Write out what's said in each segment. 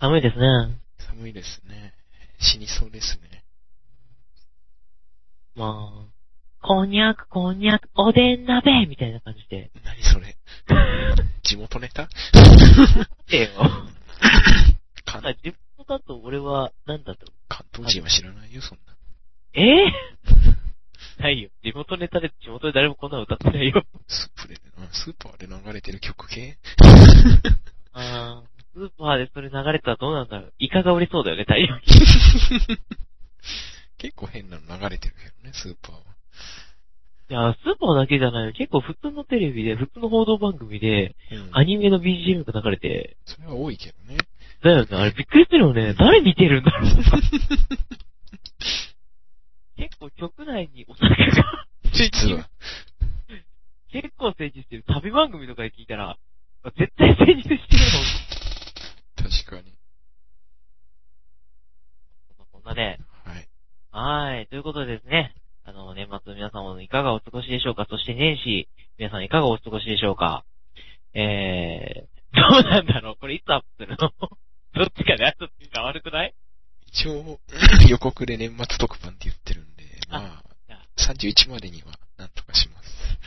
寒いですね。寒いですね。死にそうですね。まあ、こんにゃく、こんにゃく、おでん鍋みたいな感じで。何それ。地元 ネタえよ。関地元だと俺は、なんだと。関東人は知らないよ、そんな。えーないよ。地元ネタで地元で誰もこんなの歌ってないよ。スープで、うんスーパーで流れてる曲系 あー、スーパーでそれ流れたらどうなんだろう。イカが売れそうだよね、大量に。結構変なの流れてるけどね、スーパーは。いや、スーパーだけじゃないよ。結構普通のテレビで、普通の報道番組で、うんアニメの BGM が流れて、それは多いけどね。だよね、あれびっくりするよね。誰見てるんだろう。 結構局内にお酒が、実は。結構成立してる。旅番組とかで聞いたら、絶対成立してる確かに。の。こんなね。はい。はい。ということでですね。あの、年末皆様いかがお過ごしでしょうかそして年始、皆さんいかがお過ごしでしょうかえー、どうなんだろうこれいつアップするの どっちかで後って変わるくない 一応、予告で年末特番って言ってるんで、まじゃああ、31までにはなんとかします。よ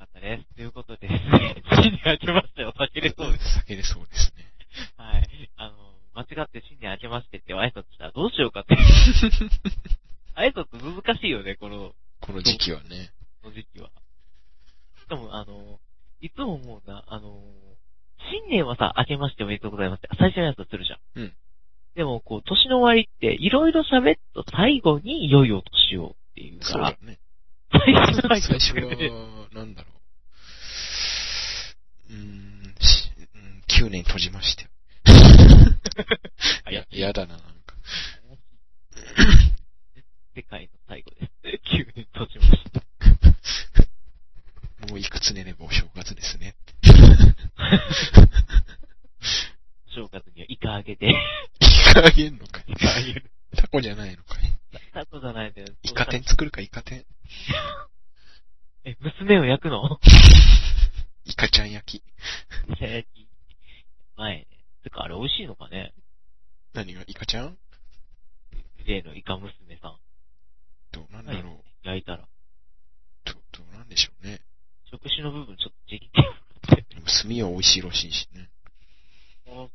かったです。ということでですね、新年明けましてお酒でそうです。す。避けれそうですね。はい。あの、間違って新年明けましてって挨拶したらどうしようか って。挨拶難しいよね、この、この時期はね。この時期は。しかも、あの、いつも思うな、あの、新年はさ、明けましておめでとうございますって最初のやつするじゃん。うん。でも、こう、年の終わりって、いろいろ喋っと最後に、いよいよ年をっていうそうかだら、ね。最初の挨最拶初は、なんだろう。うーん、しうん9年閉じ ましたよ。いや、嫌だな、なん か。世界の最後です。急に閉じました。もういくつ寝ればお正月です ね。正月にはイカあげて、イカあげんのかいイカあげる。タコじゃないのかいタコじゃないんだよ。イカ天作るか、イカ天。え、娘を焼くのイカちゃん焼き。焼き。前。てか、あれ美味しいのかね何がイカちゃん例のイカ娘さん。どうなんだろう。焼いたら。どどうなんでしょうね。食事の部分ちょっとちぎって。でも炭は美味しいらしいしね。あ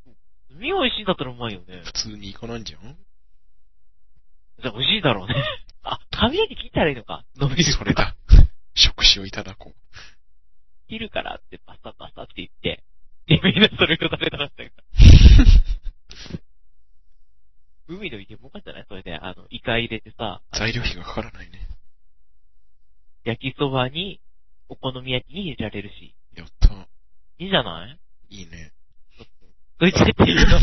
海美味しいんだったらうまいよね。普通にイカなんじゃんじゃあ美味しいだろうね。 あ、髪の毛切ったらいいのか伸びる。それ。だ。食事をいただ こう。切るからってパサパサって言って。で、みんなそれを食べたらしたけど。海の池もかったね、それで。あの、イカ入れてさ、材料費がかからないね。焼きそばに、お好み焼きに入れられるし。やった。いいじゃないいい ね。ドイツでって言うの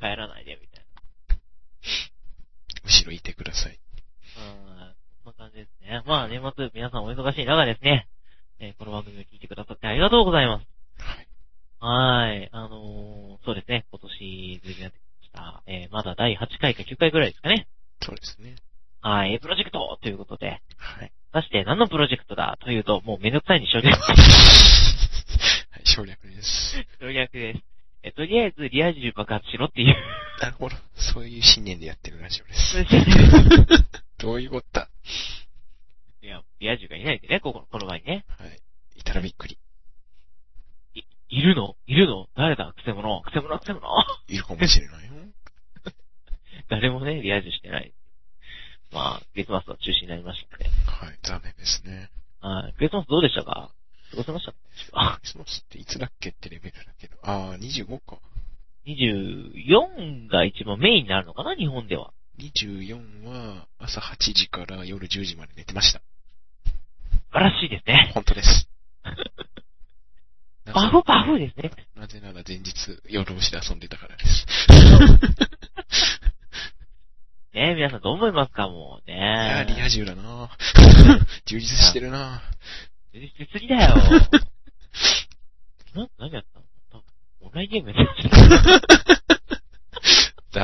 帰らないで、みたいむしろいてください。な。うん、そんな感じですね。まあ、年末、皆さんお忙しい中ですね、えーこの番組を聞いてくださってありがとうございます。はい。はーい。あのー、そうですね、今年、ずいぶんやってきました。えーまだ第8回か9回ぐらいですかね。そうですね。はい、プロジェクトということで、はい。果たして何のプロジェクトだというと、もうめんどくさいに省 略はい、省略です。省略です。えーとりあえず、リア充爆発しろっていう。なるほど。そういう信念でやってるラジオです。 どういうこったいや、リア充がいないんでね、ここ、この場にね。はい。いたらびっくり。いるのいるの誰だくせ者くせ者 くせ者いるかもしれないよ。誰もね、リア充してない。まあ、クリスマスは中止になりましたね。はい。残念ですね。はい。クリスマスどうでしたか過ごせましたかクリスマスっていつだっけってレベルだけど。あー、25か。 24が一番メインになるのかな日本では。 24は朝8時から夜10時まで寝てました。素晴らしいですね。本当 です。なぜバフバフですね。なぜなら前日夜通しで遊んでたから です。ね皆さんどう思いますかもういやねー、。リア充だ なぁ充実してるなぁ充実しすぎだよ。 な、何やったの多分オンラインゲームやってた。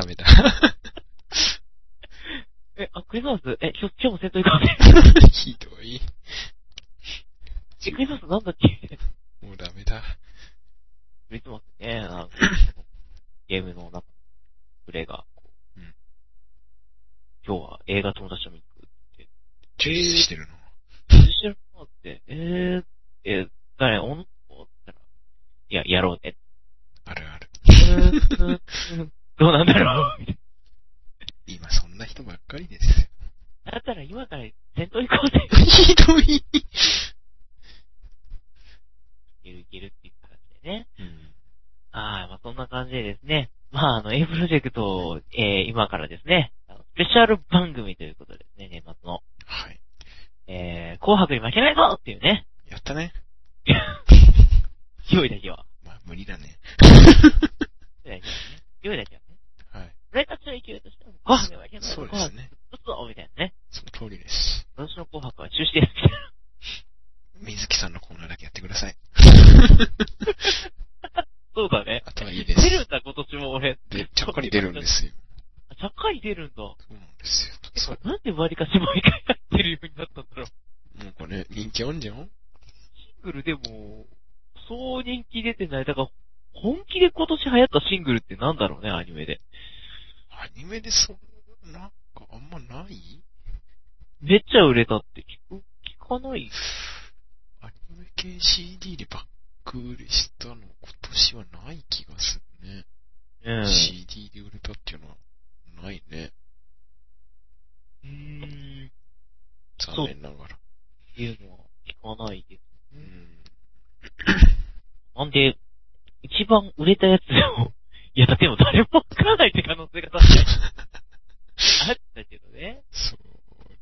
ダメだ。え、あ、クリスマスえ、今日、今日も戦闘行かないひどい。 え、クリスマスなんだっけもうダメだ。クいてますね。なんかゲームの中のプレイが、こううん今日は映画友達と見に行く。充実してるの。通じてるのって、えー、え、誰、女の子って言ったら、いや、やろうね。あるある。どうなんだろう。今そんな人ばっかりですよ。だったら今から戦闘行こうぜ。ひどい。いけるいけるっていう感じでね。うん。はい、まあそんな感じでですね。まああの、A プロジェクトを、えー、今からですね、あのスペシャル番組ということでですね、年末の、はい。えー、紅白に負けないぞっていうね、 やった ね。勢いだけは。まあ無理だね。勢いだけはね。勢いだけはね。はい。俺たちの勢いとしては、紅白に負けないぞ。そうで紅す白ね。打つぞみたいなね。その通りです。私の紅白は中止です。みたいな水木さんのコーナーだけやってく ださい。そうだね。あとはいい出です。るんだ、今年も俺。で、ちゃっかり出るん で。すよ。ちゃっかり出るんだ。そうなんですよ。そなんで割りかし毎回やってるようになったんだろう。う。もうこれ、人気あんじゃんシングルでも、そう人気出てない。だから、本気で今年流行ったシングルってなんだろうね、アニメで。アニメでそんな、なんかあんまないめっちゃ売れたって聞く、聞かない。アニメ系 CD でバック売れしたの今年はない気がするね。うん。 CD で売れたっていうのはないね。うーん。残念ながら。っていうのは聞かないです。う。うん なんで、一番売れたやつを、 いや、でも誰もわからないって可能性が確かにあったけどね。そう、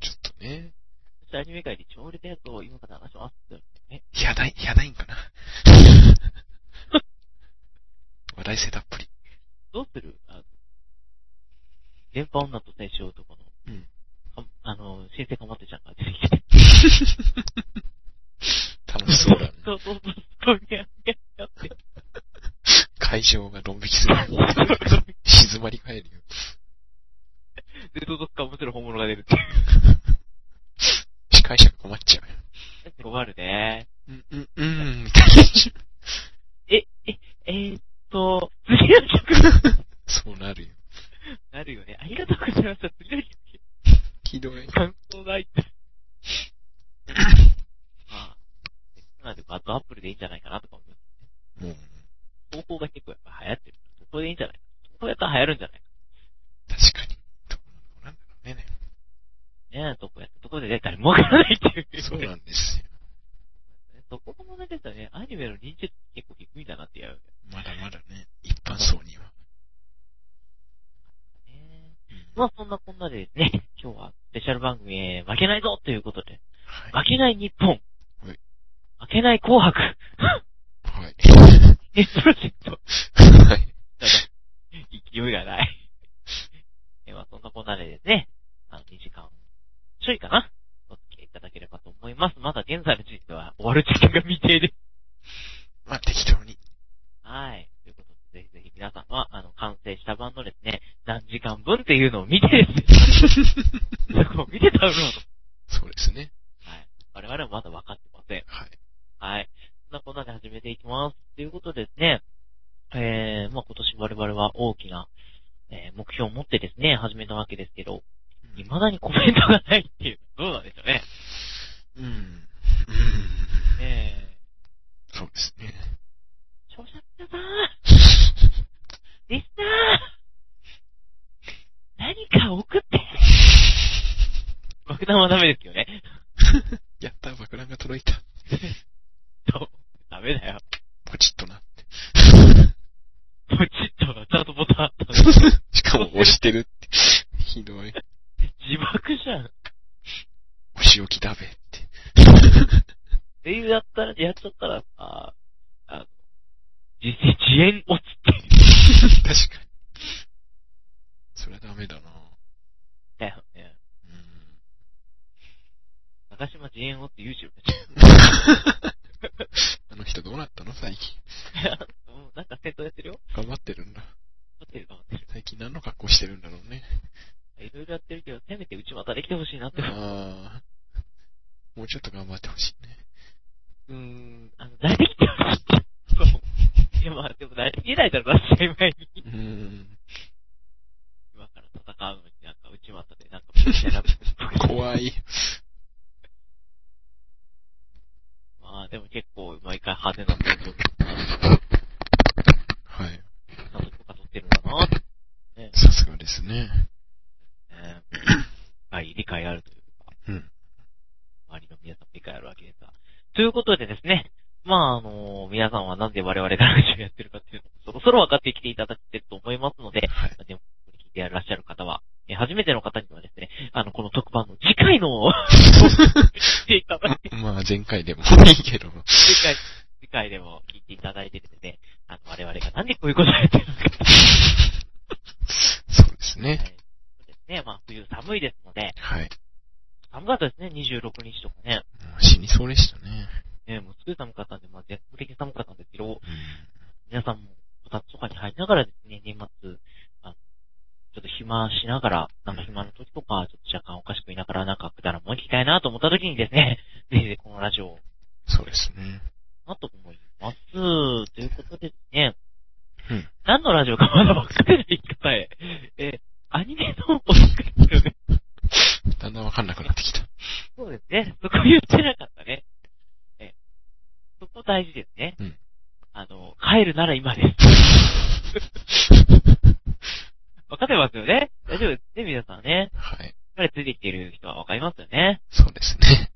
ちょっとね。そしてアニメ界で超売れたやつを今から話しますよね。やだい、やだいんかな。話題性たっぷり。どうするあの、電波女と青春男の、うんかあの、新生かまってちゃんが出てきて。楽しそうだね。そうそうそう。そういやいやいやって。会場がドン引きする。静まり返るよ。で、どうぞか面白い本物が出るって。司会者が困っちゃうよ。困るね。うん、うん、うん、みたいな。え、え、えーっと、次の曲そうなるよ。なるよね。ありがとうございました。次の曲、ひどい。感想ないって。まあ、なんで、バッドアップルでいいんじゃないかなとか思う。もう、方法が結構やっぱ流行ってる。そこでいいんじゃないか。そこやったら流行るんじゃない確かに。どうなんだろうね。ねえ、どこやったとこで出たり、儲からないっていう。そうなんですよ。そこもね、ですよね、アニメの認知度結構低いんだなってやるまだまだね、一般層には。ね。うんまあそんなこんなでですね、 今日はスペシャル番組へ負けないぞということで、は負い。けない日本、はい負けない紅白、 はい。ネプロジェクト、はい。ただ、勢いがない。 えまあそんなこんなでですね、あの2時間、ちょいかなお付き合いいただければと思います。まだ現在の時期では終わる時間が未定です。まあ、適当に。はい。ということで、ぜひぜひ皆さんは、あの、完成した版のですね、何時間分っていうのを見てですね、 そこを見てダウンロード。 そうですね。はい。我々はまだ分かってません。はい。はい。そんなこんなで始めていきます。ということでですね、えー、まあ、今年我々は大きな、えー、目標を持ってですね、始めたわけですけど、うん未だにコメントがないっていう、どうなんでしょうね。うん。うん。えそうですね。ー、聴者の皆さん、リスナー、何か送って爆弾はダメですよね。やった、爆弾が届いた。そう。ダメだよ。ポチッとな。ポチッと、ちゃんとボタンあったの。しかも押してるって。ひどい。自爆じゃん。お仕置きだべって。っていうやったら、やっちゃったらさ、あの、実際遅延落ちてるん確かに。それはダメだなだよね。うん。中島遅延落ち YouTube あの人どうなったの最近。 うんなんか戦闘やってるよ頑張ってるんだ。ホテル頑張ってる。最近何の格好してるんだろうね。いろいろやってるけど、せめてうちまたできてほしいなって。ああ。もうちょっと頑張ってほしいね。うーん。あの、誰できてほしい。そう。や、まあ、でも誰に入れないだろうな、試合前に。うーん。今から戦うのになんか内股で、なんか、みたいな。怖い。まあ、でも結構、毎回派手なポーズを、はい。監督が取ってるんだなって、さすがですね。ね。はい、理解あるというか、うん。周りの皆さんも理解あるわけですが。ということでですね、まあ、あの皆さんはなんで我々がラジオやってるかっていうのを、そろそろ分かってきていただいてると思いますので、 はい。でも、聞いていらっしゃる方は、え初めての方にはですね、あの、この特番の次回のを聞いていただいて、まあ、前回でもいいけど。次回、次回でも聞いていただいてですね、あの、我々がなんでこういうことをやってるのか、そうですはいね。そうですね、まあ、冬寒いですので、はい。寒かったですね、26日とかね。もう死にそうでしたね。ね、もうすごい寒かったんで、まあ、全国的に寒かったんですけど、うん。皆さんも、こたつとかに入りながらですね、年末、あのちょっと暇しながら、なんか暇の時とか、ちょっと若干おかしくいながら、なんかくだらんもん行きたいなと思った時にです ね、ぜひぜひこのラジオを、そうですね。なと思います。ということでですね、うん何のラジオかまだわかんない方へ、え、アニメのお作りですよね。だんだんわかんなくなって きた。そうですね。そこ言ってなかったね。え、そこ大事ですね。うんあの、帰るなら今です。わかってますよね大丈夫ですね、皆さんね。はい。やっぱりついてきてる人はわかりますよね。そうですね。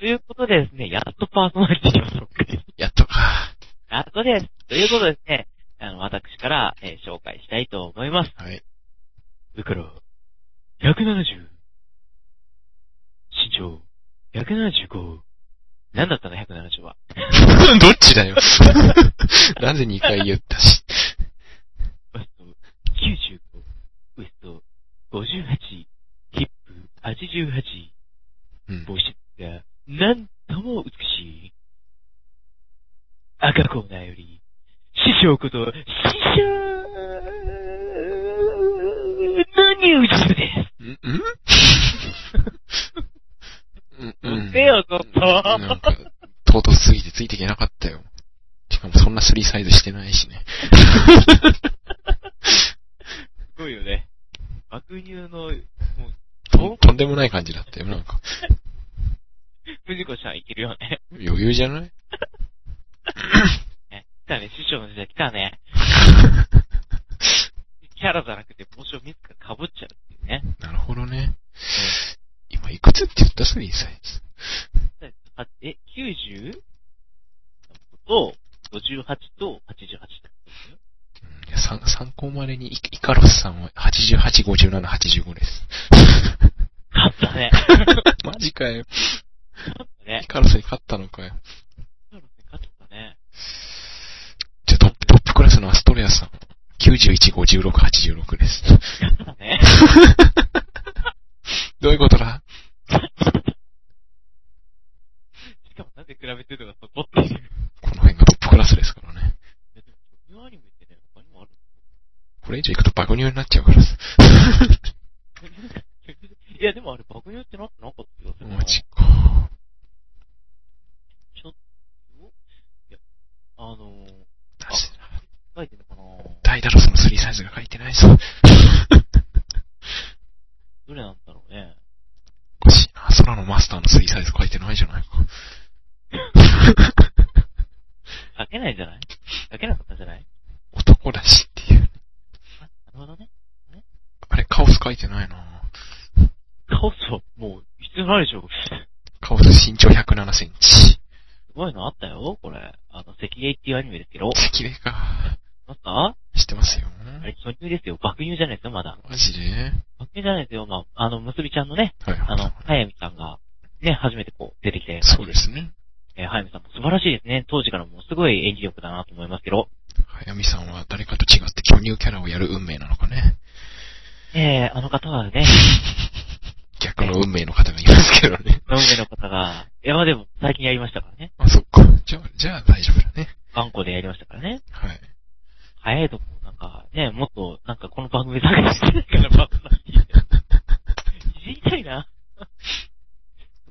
ということでですね、やっとパーソナリティを紹介。やっとか。やっとです。ということでですね、あの、私から、えー紹介したいと思います。はい。だから、170。身長、175。何だったの ?170 は。 どっちだよ。なぜ2回言ったし。バスト95、ウエスト58、ヒップ88、うん。帽子がなんとも美しい。赤コーナーより、師匠こと、師匠の入場でんんうんうん。うせよちょっとなんか、唐突すぎてついていけなかったよ。しかもそんなスリーサイズしてないしね。す。すごいよね。爆乳の、ととんでもない感じだったよ、なんか。藤子ちゃんいけるよね。余裕じゃ ないね来たね、師匠の時代来たね。キャラじゃなくて帽子を自ら被っちゃうっていうね。なるほどね。今いくつって言ったスリーサイズ。あえ、90? と、58と88だうんいや参参考までに、イイカロスさんは88、57、85です。勝ったね。マジかよ。勝ったね イ。カロスに勝ったのかよ。勝ったね。じゃあトップ、トップクラスのアストレアさん。91、56、86です。勝ったね。 どういうことだしかもなんで比べてるのがそこっていう。この辺がトップクラスですからね。でも、ニューアニメってね、他にもある。これ以上行くとバグニューになっちゃうからさ。いや、でもあれ、爆乳ってなってなかったよ。マジか。いや、あのー、確かに書いてんのかなダイダロスのスリーサイズが書いてないぞ。どれなんだろうね。おかしいな。空のマスターのスリーサイズ書いてないじゃないか。書けないんじゃない書けなかったんじゃない男だしっていう。あなるほどね。あれ、カオス書いてないな。カオスはもう、必要ないでしょ。すカオス身長107センチ。ごいのあったよ、これ。あの、赤芸っていうアニメですけど。赤礼か。あった知ってますよ。あれ、巨乳ですよ。爆乳じゃないですよ、まだ。マジで爆乳じゃないですよ。まあ、あの、むすびちゃんのね、はい。あの、はやみさんが、ね、初めてこう、出てきて、そうですね。えーはやみさんも素晴らしいですね。当時からもうすごい演技力だなと思いますけど。早見さんは誰かと違って巨乳キャラをやる運命なのかね。えー、あの方はね、 逆の運命の方がいますけどね。の上の方が、いや、まあでも、最近やりましたからね。 あ、そっか。じゃあ、じゃあ大丈夫だね。頑固でやりましたからね。はい。早いとこ、なんか、ね、もっと、なんかこの番組だけでしてないから、バカな。いじりたいな。そこ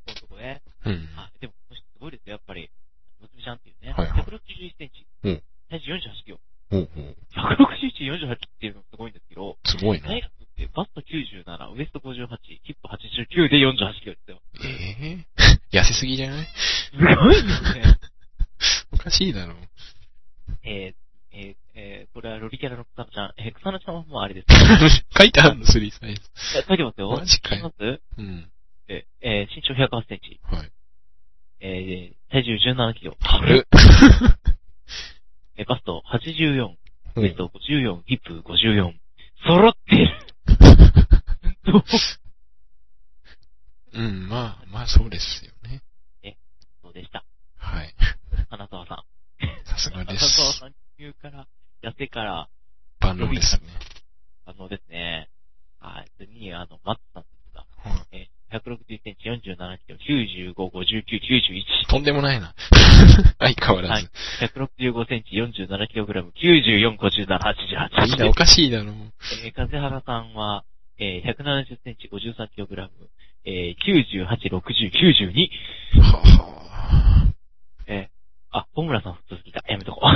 のとこね。うん。あ、でも、すごいですよ、やっぱり。むつみちゃんっていうね。はいはい161センチ。うん体重48キロ。 48っていうのもすごいんですけど、すごいな。ナイえラ君ってバスト97、ウエスト58、ヒップ89で48キロですよ。え 痩せすぎじゃないすごいですね。おかしいだろ。 えー、えー、えー、これはロリキャラの草野ちゃん。えー、草野ちゃんはもうあれです。書いてあるの、スリーサイズ。いや書いてますよ。マジか書いてまよ。すうん。えー、えー身長108センチ。はい。えー、体重17キロ。ある。えー、バスト84、うウエスト54、ヒップ54。揃ってる。うん、まあ、まあそうですよね。そうでした。はい。花沢さん。さすがで花す。沢さん級から、痩せから、万能ですね。あのですね、はい、次にあの、松さんですが、はえー、161センチ、47キロ、95、59、いとんでも ないな。相変わらず。 91、165センチ、47キログラム、94、57、88。みんなおかしいだろ。えー、風原さんは、えー、170センチ、53キログラム、えー、98、60、92。ははえー、あ、小村さん普通すぎた。やめとこう。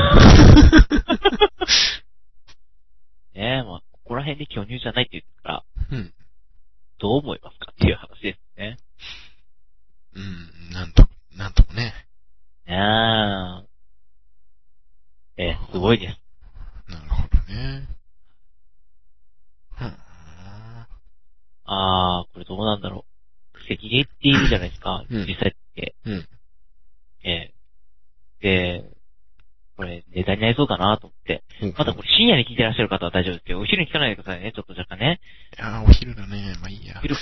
ねえ、まあ、ここら辺で巨乳じゃないって言ってたから、うん。どう思いますかっていう話ですね。うん、なんと、なんともね。ねえ。えー、すごいです。なるほどね。うん。あー、これどうなんだろう。赤芸っているじゃないですか、うん実際って。うんえー、で、これネタになりそうかなと思って。まだこれ深夜に聞いてらっしゃる方は大丈夫ですけど、お昼に聞かないでくださいね、ちょっと若干ね。ああ、お昼だね。まあいいや。昼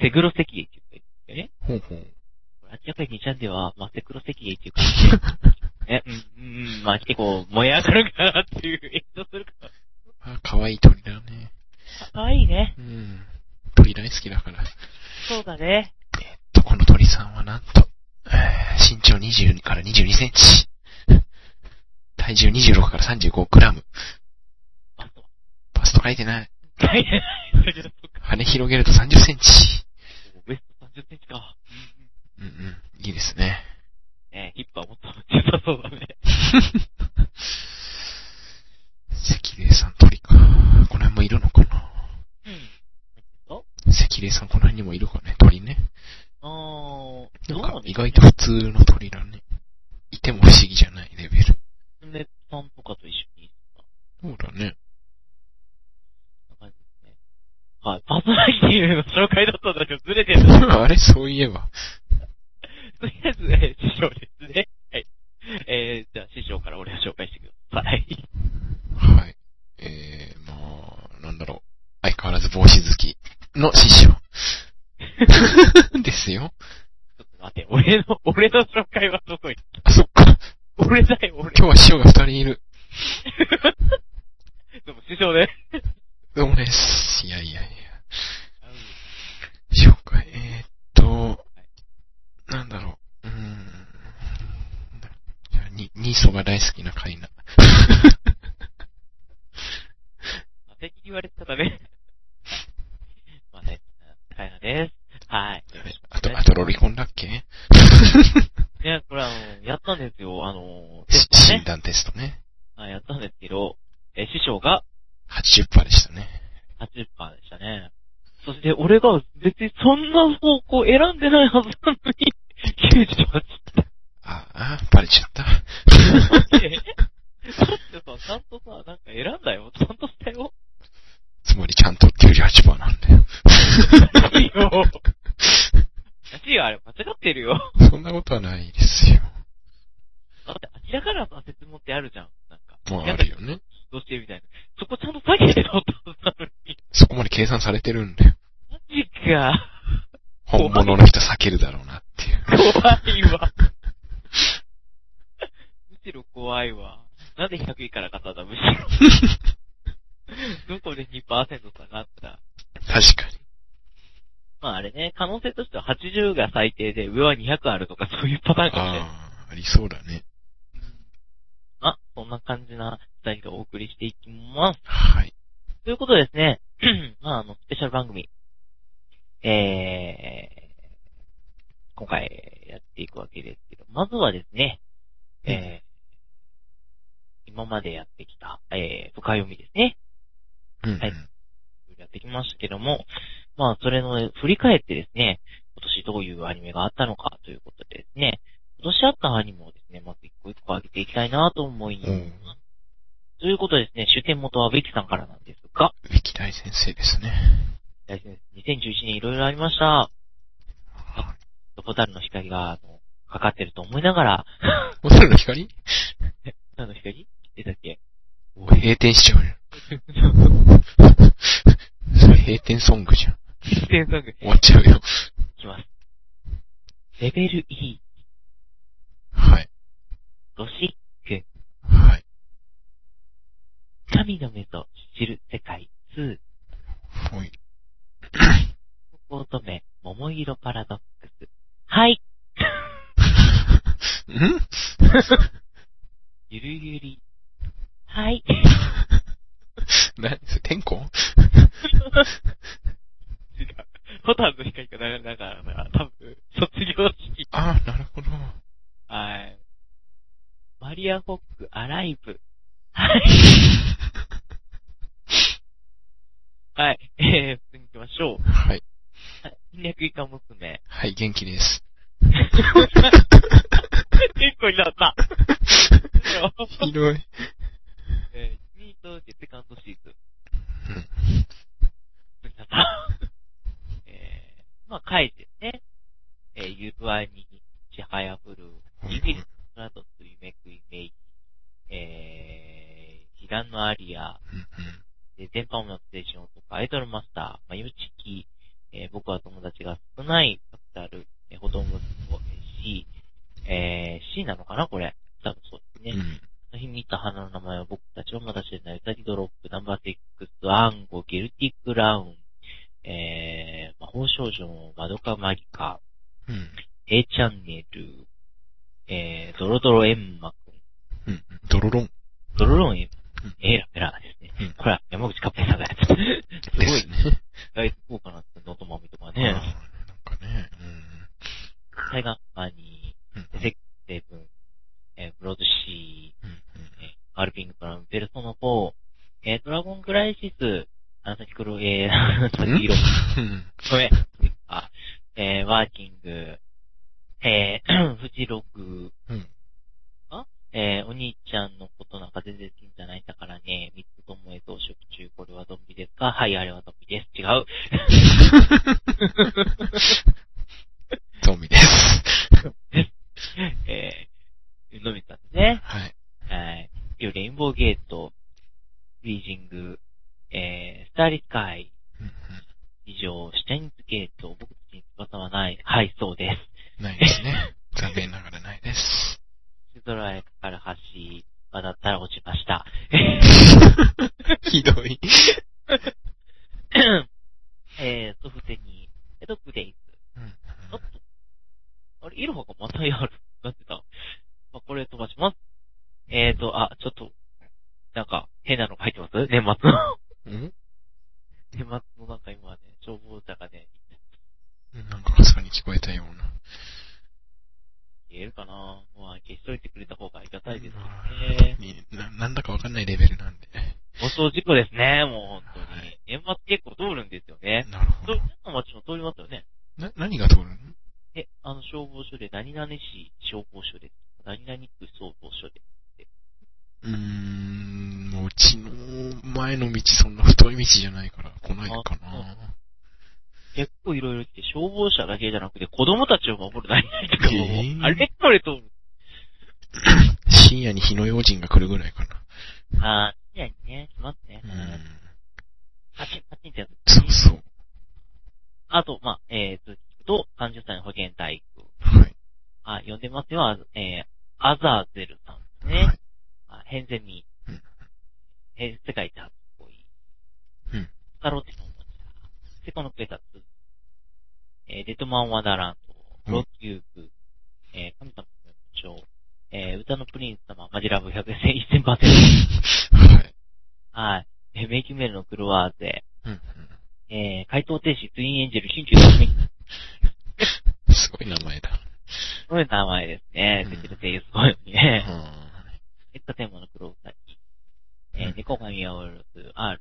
セグロ赤芸っていうか言うんですよね。ほうほう。これやっぱり2ちゃんでは、まあ、セグロ赤芸っていう感じで、ね、うん、うんうん、まあ、結構燃え上がるかなっていう演奏するかああ、かわいい鳥だね。ら。かわいいね。うん。鳥大好きだから。そうだね。えっと、この鳥さんはなんと、えー身長20から22センチ。体重26から35グラム。あと、バスト書いてない。大変それじゃそっか羽広げると30センチ。ウエスト30センチか。うんうんうんうん。いいです ね。ねヒップはもっと小さそうだね。赤霊さん鳥か。この辺もいるのかなうん。赤霊さんこの辺にもいるかね、鳥ね。あー、なんどうなかんで意しょうね外と普通の鳥だね。いても不思議じゃないレベル。ネットさんとかと一緒に、そうだ ね。な感じですね。はい。パーソナリティの紹介だったんだけど、ずれてる。あれ、そういえば。とりあえず、えー師匠ですね。はい。えー、じゃあ師匠から俺を紹介してください。はい。えー、まあ、なんだろう。相変わらず帽子好きの師 匠。ですよ。ちょっと待って、俺の、俺の紹介はどこにあ、そっか。俺だよ、俺。今日は師匠が二人いる。でも師匠ね。どうもです。いやいやいや。紹介、えー、っと、なんだろう。うーん。じゃあに、ニーソが大好きな回な。あ、敵に言われてたらね。まあね、大変です。はい。あと、あとロリコンだっけね、これあの、やったんですよ、あの、テしスト診ね。断テストね。あやったんですけど、えー師匠が80%でしたね。 80%でしたね。そして俺が別にそんな方向選んでないはずなのに、98ああ、バレちゃった。って。だってさ、ちゃんとさ、なんか選んだよ。ちゃんとしたよ。つまりちゃんと98%なんだよ。いいよ。らしいよ、あれ。間違ってるよ。そんなことはないですよ。だって明らかなさ、説問ってあるじゃん。なんか。まああるよね。どうしてみたいな。そこちゃんと下げてよ、とったのに。そこまで計算されてるんだよ。マジか。本物の人避けるだろうなっていう。怖いわ。むしろ怖いわ。なんで100位から勝ったんだ、むしろ。どこで2%下がった確かまああれね、可能性としては80が最低で上は200あるとかそういうパターンに。かもしれない。ああ、ありそうだね。あ、そんな感じな二人がお送りしていきます。はい。ということでですね、 まああの、スペシャル番組、えー、今回やっていくわけですけど、まずはですね、え今までやってきた、えー、深読みですね。うん。はいやってきましたけども、まあ、それの、振り返ってですね、今年どういうアニメがあったのかということでですね、今年あったアニメをですね、まず一個一個上げていきたいなと思います。うんということでですね、主典元はベキさんからなんですが、ウィキ大先生ですね。大先生2011年いろいろありました。はホタルの光が、あの、かかってると思いながら、いホテルの光ホタルの光出たっけ閉店しちゃうよ。それ閉店ソングじゃん。出演ソング、い終わっちゃうよ。きます。レベル E、はい。ロシック、はい。神の目と知る世界2、ほい。乙女、桃色パラドックス。はい。んゆるゆり。はい。な、それ天候違う。ホタルの光が流れながらな、多分、卒業式。ああ、なるほど。はい。マリア・ホック、アライブ。はい。はい。えー、普通に行きましょう。はい。はい侵略イカ娘。はい、元気です。結構になった。ひどい。えー、君とセカンドシーズン。うん。えー、まあ、書いてね、えー、ゆるあみ、ちはやふる、ゆきなどすりめくイメージ、えー、ひらのアリア、うんで、全般のステーションとか、アイドルマスター、まあ、ゆちき、えー、僕は友達が少ない、カプタル、えー、ほとんど、えー、C、えー、C なのかなこれ。多分そうですね。うんうん。その日見た花の名前は僕たちをまだ知らない、ウサギドロップ、ナンバーセックス、アンゴ、ゲルティック・ラウン、えー、魔法少女のマドカ・マリカ、うん。 A チャンネル、えー、ドロドロエンマくん、うん。ドロロン。ドロロンエンうんエラエラですね。うんこれは山口カッペさんがや ったやつ。すごでい、すね。大好きかなって、ノートマミとかうんなんね、かね、タイガーマニうん。ー、セックス・セブン、えー、ブロード・シー、うん。えーアルピング・プラム、ペルソナ4、えードラゴン・グライシス、あの、先黒、えー、うさっん。き色、うん。ごめん。あ、えー、ワーキング、えー、 フジロク、うんあえー、お兄ちゃんのことなんか全然好きじゃないんだからね、三つともえ増殖中、これはゾンビですかはい、あれはゾンビです。違う。 ゾンビです。えー、のみさんですね。はい。はい。レインボーゲート、ビージング、えー、スターリスカイ、うんうん以上、シュテインズゲート、僕たちに翼はない。はい、そうです。ないですね。残念ながらないです。シドラへかかる橋、まだったら落ちました。ひどい。えー、ソフテに、えっと、グレイズ。うんおっと。あれ、イロハがまたやる。なってた。まあ、これ飛ばします。えーと、あ、ちょっと、なんか、変なのが入ってます年末の。 うん年末のなんか今ね、消防車がね、なんかかすかに聞こえたような。言えるかなまあ、消しといてくれた方がありがたいですまよあね。にななんだかわかんないレベルなんで。放送事故ですね、もう本当はに。年末結構通るんですよね。なるほそどう、。の街も通りますよね。な、何が通るのえ、あの、消防署で、何々市消防署です。何々区消防署です。うーん、もううちの前の道そんな太い道じゃないから、来ないかな。結構いろいろって、消防車だけじゃなくて、子供たちを守る何々とかも、えーあれこれ通る。深夜に火の用心が来るぐらいかな。あー、確かにね、来ますねう。ん。パチンパチンってやつ。そうそう。あと、まあ、えー、続きと、30歳の保健体育。はい。あ、呼んでますよ、あえー、アザーゼルさんですね。はい。あ、ヘンゼ ミうん。ヘン世界一初恋。うん。スタロティのおもちゃ。セコのペタツ。えー、デッドマン・ワダーランうド。んロキューブ。えー、神様の長。えー、歌のプリンス様、マジラブ100戦1000%。はい。はい。えー、メイキュメルのクロワーゼ。うんうん。えー、怪盗天使、ツインエンジェル、ヒンキューの君。すごい名前だ。こういう名前ですね。うんできる声優すごいよね。はエッタテーマの黒ウサギ、えうんー、猫神アオルズ R15、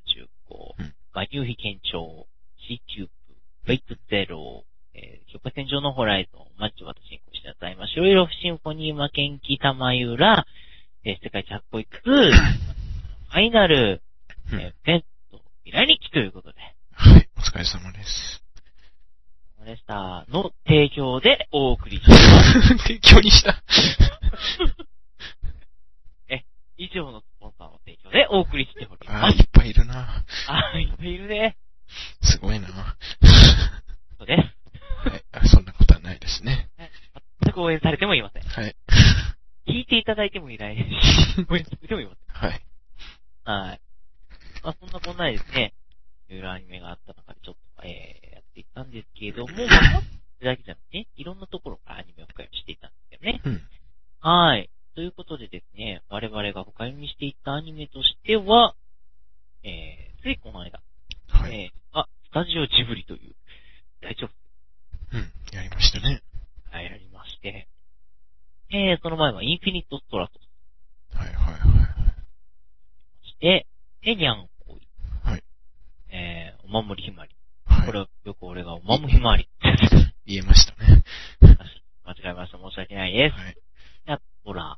うん馬乳比県庁、C キューブ、ベイツゼロ、えー、曲線上のホライゾン、マッチワタシンコシナタイマ、白色シンフォニーマケンキタマユラ、えー、世界一発っこいく、ファイナル、うえんー、ペント、イラニキということで、はい、お疲れ様です。モレスターの提供でお送りします。 提供にした。以上のスポンサーの提供でお送りしておりあまーすい。っぱいいるな。あー、いっぱいいるね。すごいな。はそうです。い、あそんなことはないですね。全く応援されてもいません。はい。聞いていただいてもいないですし、応援されてもいません。はい。はい。まあ、そんなこんなでですね、いろいろアニメがあった中でちょっと、えー、やっていったんですけれど も、まあ、それだけじゃなくてね、いろんなところからアニメを深読みしていったんですけどね。うん。はい。ということでですね、我々が深読みしていったアニメとしては、えー、ついこの間、はい。えー、あ、スタジオジブリという、大丈夫うん。やりましたね。はい、ありまして。えー、その前はインフィニットストラトスはいはいはい。して、で、ニャンコイ。はい。えー、お守りひまり。はい。これはよく俺がお守りひまわり。 言えましたね。間違えました。申し訳ないです。はい。ほら。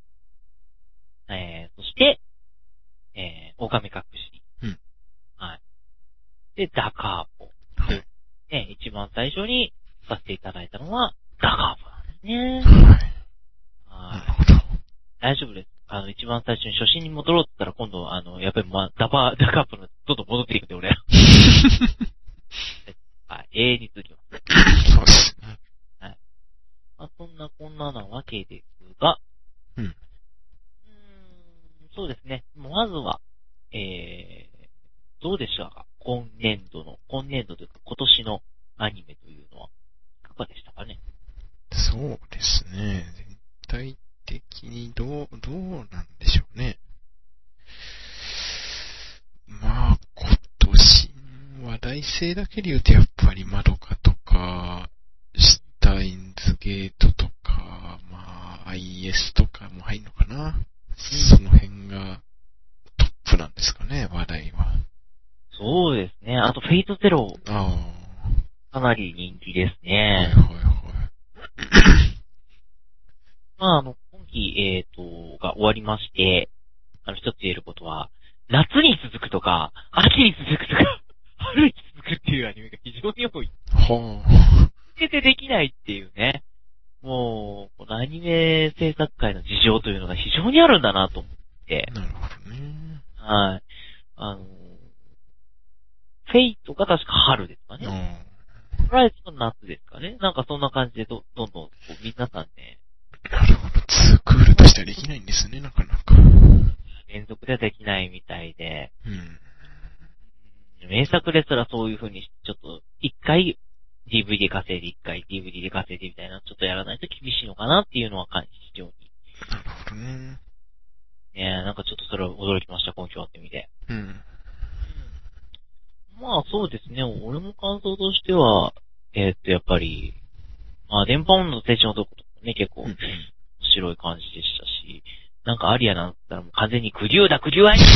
えー、そして、えー、狼隠し。うん。はい。で、ダカーポ。はい。ね、一番最初にさせていただいたのは、ダカーポなんですね。はい。はないる。ほど。大丈夫です。あの、一番最初に初心に戻ろうって言ったら、今度、あの、やっぱり、まあ、ダバー、ダカップの、どんどん戻っていくんで、俺ら。はい、永遠に続きます。そうですね。まあ、そんなこんななわけですが、うんうーん、そうですね。まずは、えー、どうでしたか今年度の、今年度というか、今年のアニメというのは、いかがでしたかねそうですね。全体的にどう、どうなんでしょうね。まあ、今年の話題性だけで言うと、やっぱり窓かとか、シュタインズゲートとか、まあ、IS とかも入るのかな。その辺がトップなんですかね、話題は。そうですね。あと、フェイトゼロ、あかなり人気ですあ、はいね。はいはい。まあ、あの、今期、えっ、と、が終わりまして、あの、一つ言えることは、夏に続くとか、秋に続くとか、 春に続くっていうアニメが非常に多い。はあ。出てできないっていうね。もう、このアニメ制作界の事情というのが非常にあるんだなと思って、なるほどね。はい。あの、フェイトが確か春ですかね。あプライスが夏ですかね。なんかそんな感じでど、どんどん、こう、皆さんね、あなるほど。ツークールとしてはできないんですね、なかなか。うん。連続ではできないみたいで、名作ですらそういう風に、ちょっと、一回 DVD 稼いで、一回 DVD で稼いでみたいな、ちょっとやらないと厳しいのかなっていうのは感じ、非常に。なるほどね。ねえなんかちょっとそれは驚きました、今日会ってみて。うん。まあそうですね、俺も感想としては、えーっと、やっぱり、まあ電波音の成長のとことかね、結構う面ん白い感じでしたし、なんかアリアなんつったらもう完全にクリューだ、クリューアニ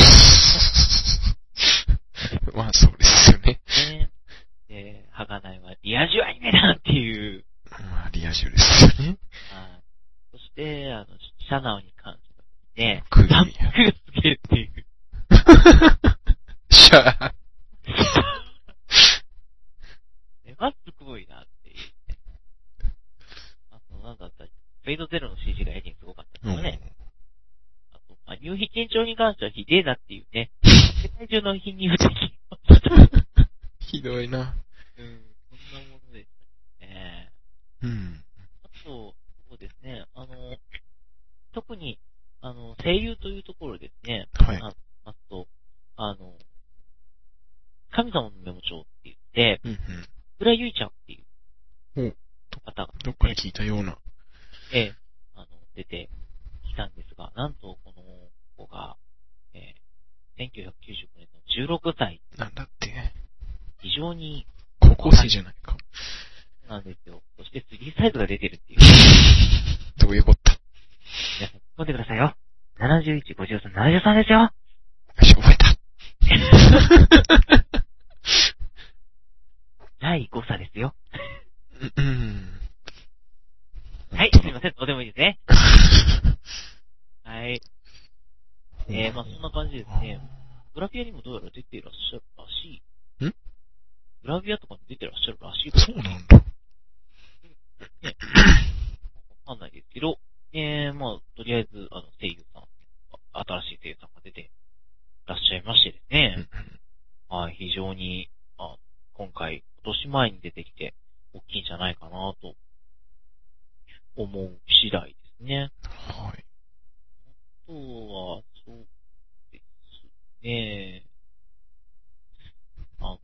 まあ、そうですよね。メね。で、はがないはリア充アニメだっていう、まあ、リア充ですよね。はいそして、あの、シャナオに関してはね、クリダアンプがつけるっていう。シャー。 え、まずすごいなっていう、ね。あと、なんだったっけフェイドゼロの CG がやけにすごかったうですよん。ね。あと、まあ、入費緊張に関してはひでえなっていうね。世界中の貧乳的。ひどいな。うん、そんなものでしたね。うん。あと、そうですね、あの、特に、あの、声優というところですね。はい。あと、あの、神様のメモ帳って言って、うんうん。浦井ゆいちゃんっていう方が、どっかで聞いたような。ええあの、出てきたんですが、なんとこの子が、えー、1995年の16歳、なんだって。非常に、高校生じゃないか。なんですよ。そして3サイズが出てるっていう。 どういうこと皆さん、飲んでくださいよ。70 71、53、73ですよよし、覚えた。第5差ですよ。うん。 はい、すい本当だません、どうでもいいですね。はい。えー、まあそんな感じですね。グラビアにもどうやら出ていらっしゃるらしい。んグラビアとかに出てらっしゃるらしいからそうなんだ。わかんないですけど、えー、まあ、とりあえず、あの、声優さん、新しい声優さんが出てらっしゃいましてですね。はい、非常に、あ今回、今年前に出てきて、大きいんじゃないかなと、思う次第ですね。はあい。とは、そうですね。あの、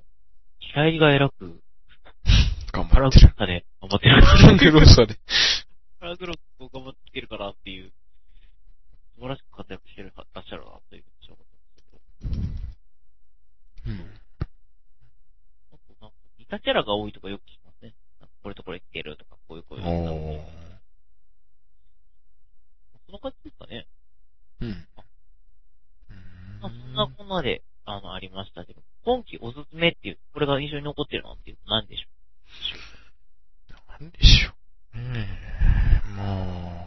機械が偉く、頑腹張っ黒てさる。で頑張ってる。 腹黒さで。腹黒く頑張ってるからっていう、素晴らしく活躍してるらっしゃるな、というふうに思ってますけど。うん。あとなんか、似たキャラが多いとかよく聞きますね。なんかこれとこれ似てるとか、こういう声が似てるおー。その感じですかね。うん。まあ、そんなこんなで、あの、ありましたけど、今期おすすめっていう、これが印象に残ってるなんていうのは何でしょなんでしょう。ねえ、ま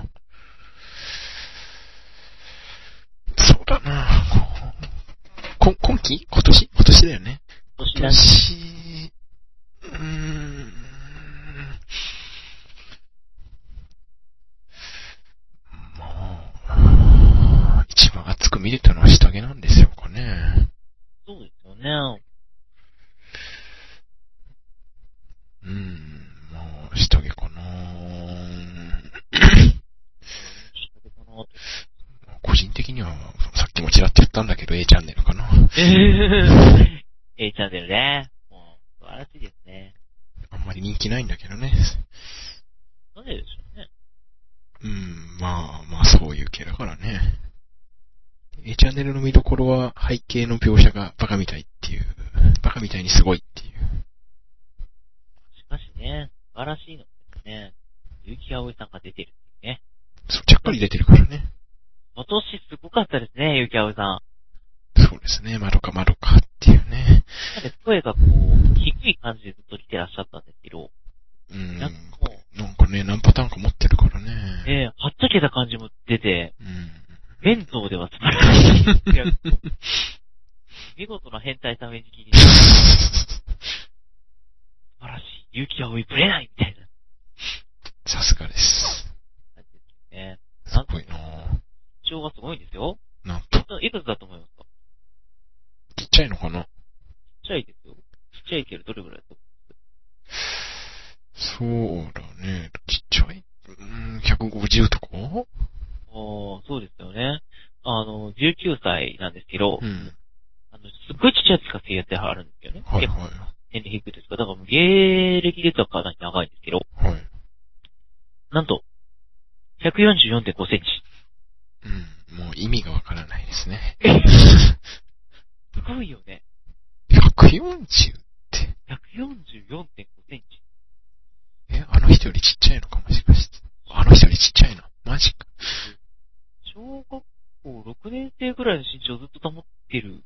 あ、そうだな。こ今期今年今年だよね。う年今だ年、うーん。まあ、一番熱く見れたのは下着なんですよかね。そうですよね。うん、まあ、下着かな。 個人的には、さっきもちらっと言ったんだけど、A チャンネルかな。ええチャンネルね。もう、素晴らしいですね。あんまり人気ないんだけどね。なんででしょうね。うん、まあまあ、そういう系だからね。A チャンネルの見どころは、背景の描写がバカみたいっていう、バカみたいにすごいっていう。しかしね、素晴らしいのですね。結城葵さんが出てる。そう、ちゃっかり出てるからね。今年すごかったですね、結城葵さん。そうですね、まどかまどかっていうね。なんで声がこう、低い感じでずっと来てらっしゃったんですけど、うん。なんかこう、なんかね、何パターンか持ってるからね。ええはっちゃけた感じも出て、 うん。弁当では素晴らしい。いや見事な変態ために気に素晴らしい。勇気は追いぶれないみたいなさすがです。感じですね。すごいなぁ。身長がすごいんですよ。なんと、いくつだと思いますかちっちゃいのかなちっちゃいですよ。ちっちゃいけどどれぐらいですかそうだね。ちっちゃい。うん、150とかおーそうですよね。あの、19歳なんですけど、うん。あの、すっごいちっちゃい時から声優やってはるんですよね。はい結構は年齢低いですから、だからもう芸歴で言うとかなり長いんですけど、い。はい。なんと、144.5センチ。うん。もう意味がわからないですね。 すごいよね。 140? 144.5センチ。え、あの人よりちっちゃいのかもしかして。あの人よりちっちゃいのマジか。小学校6年生ぐらいの身長をずっと保ってる。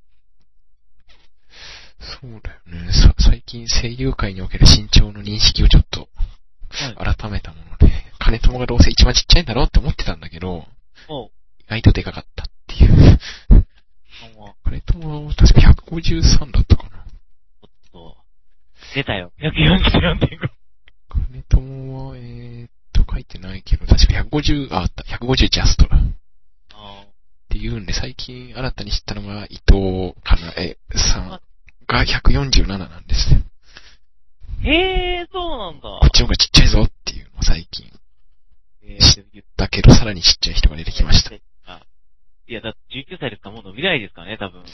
そうだよね。さ、最近声優界における身長の認識をちょっとはい。改めたもので、金友がどうせ一番ちっちゃいんだろうって思ってたんだけど、も意外とでかかったっていう。う、もう、金友は確か153だったかな。おっと、出たよ。144.5。金友は、えーっと、書いてないけど、確か150、あ、あった、150ジャストだ。っあーていうんで、最近新たに知ったのが、伊藤かなえさんが147なんですね。へえ、そうなんだこ。っちの方がちっちゃいぞっていうのを最近。えだけど、さらにちっちゃい人が出てきました。。あいや、だって19歳ですからもう伸びないですからね、多分。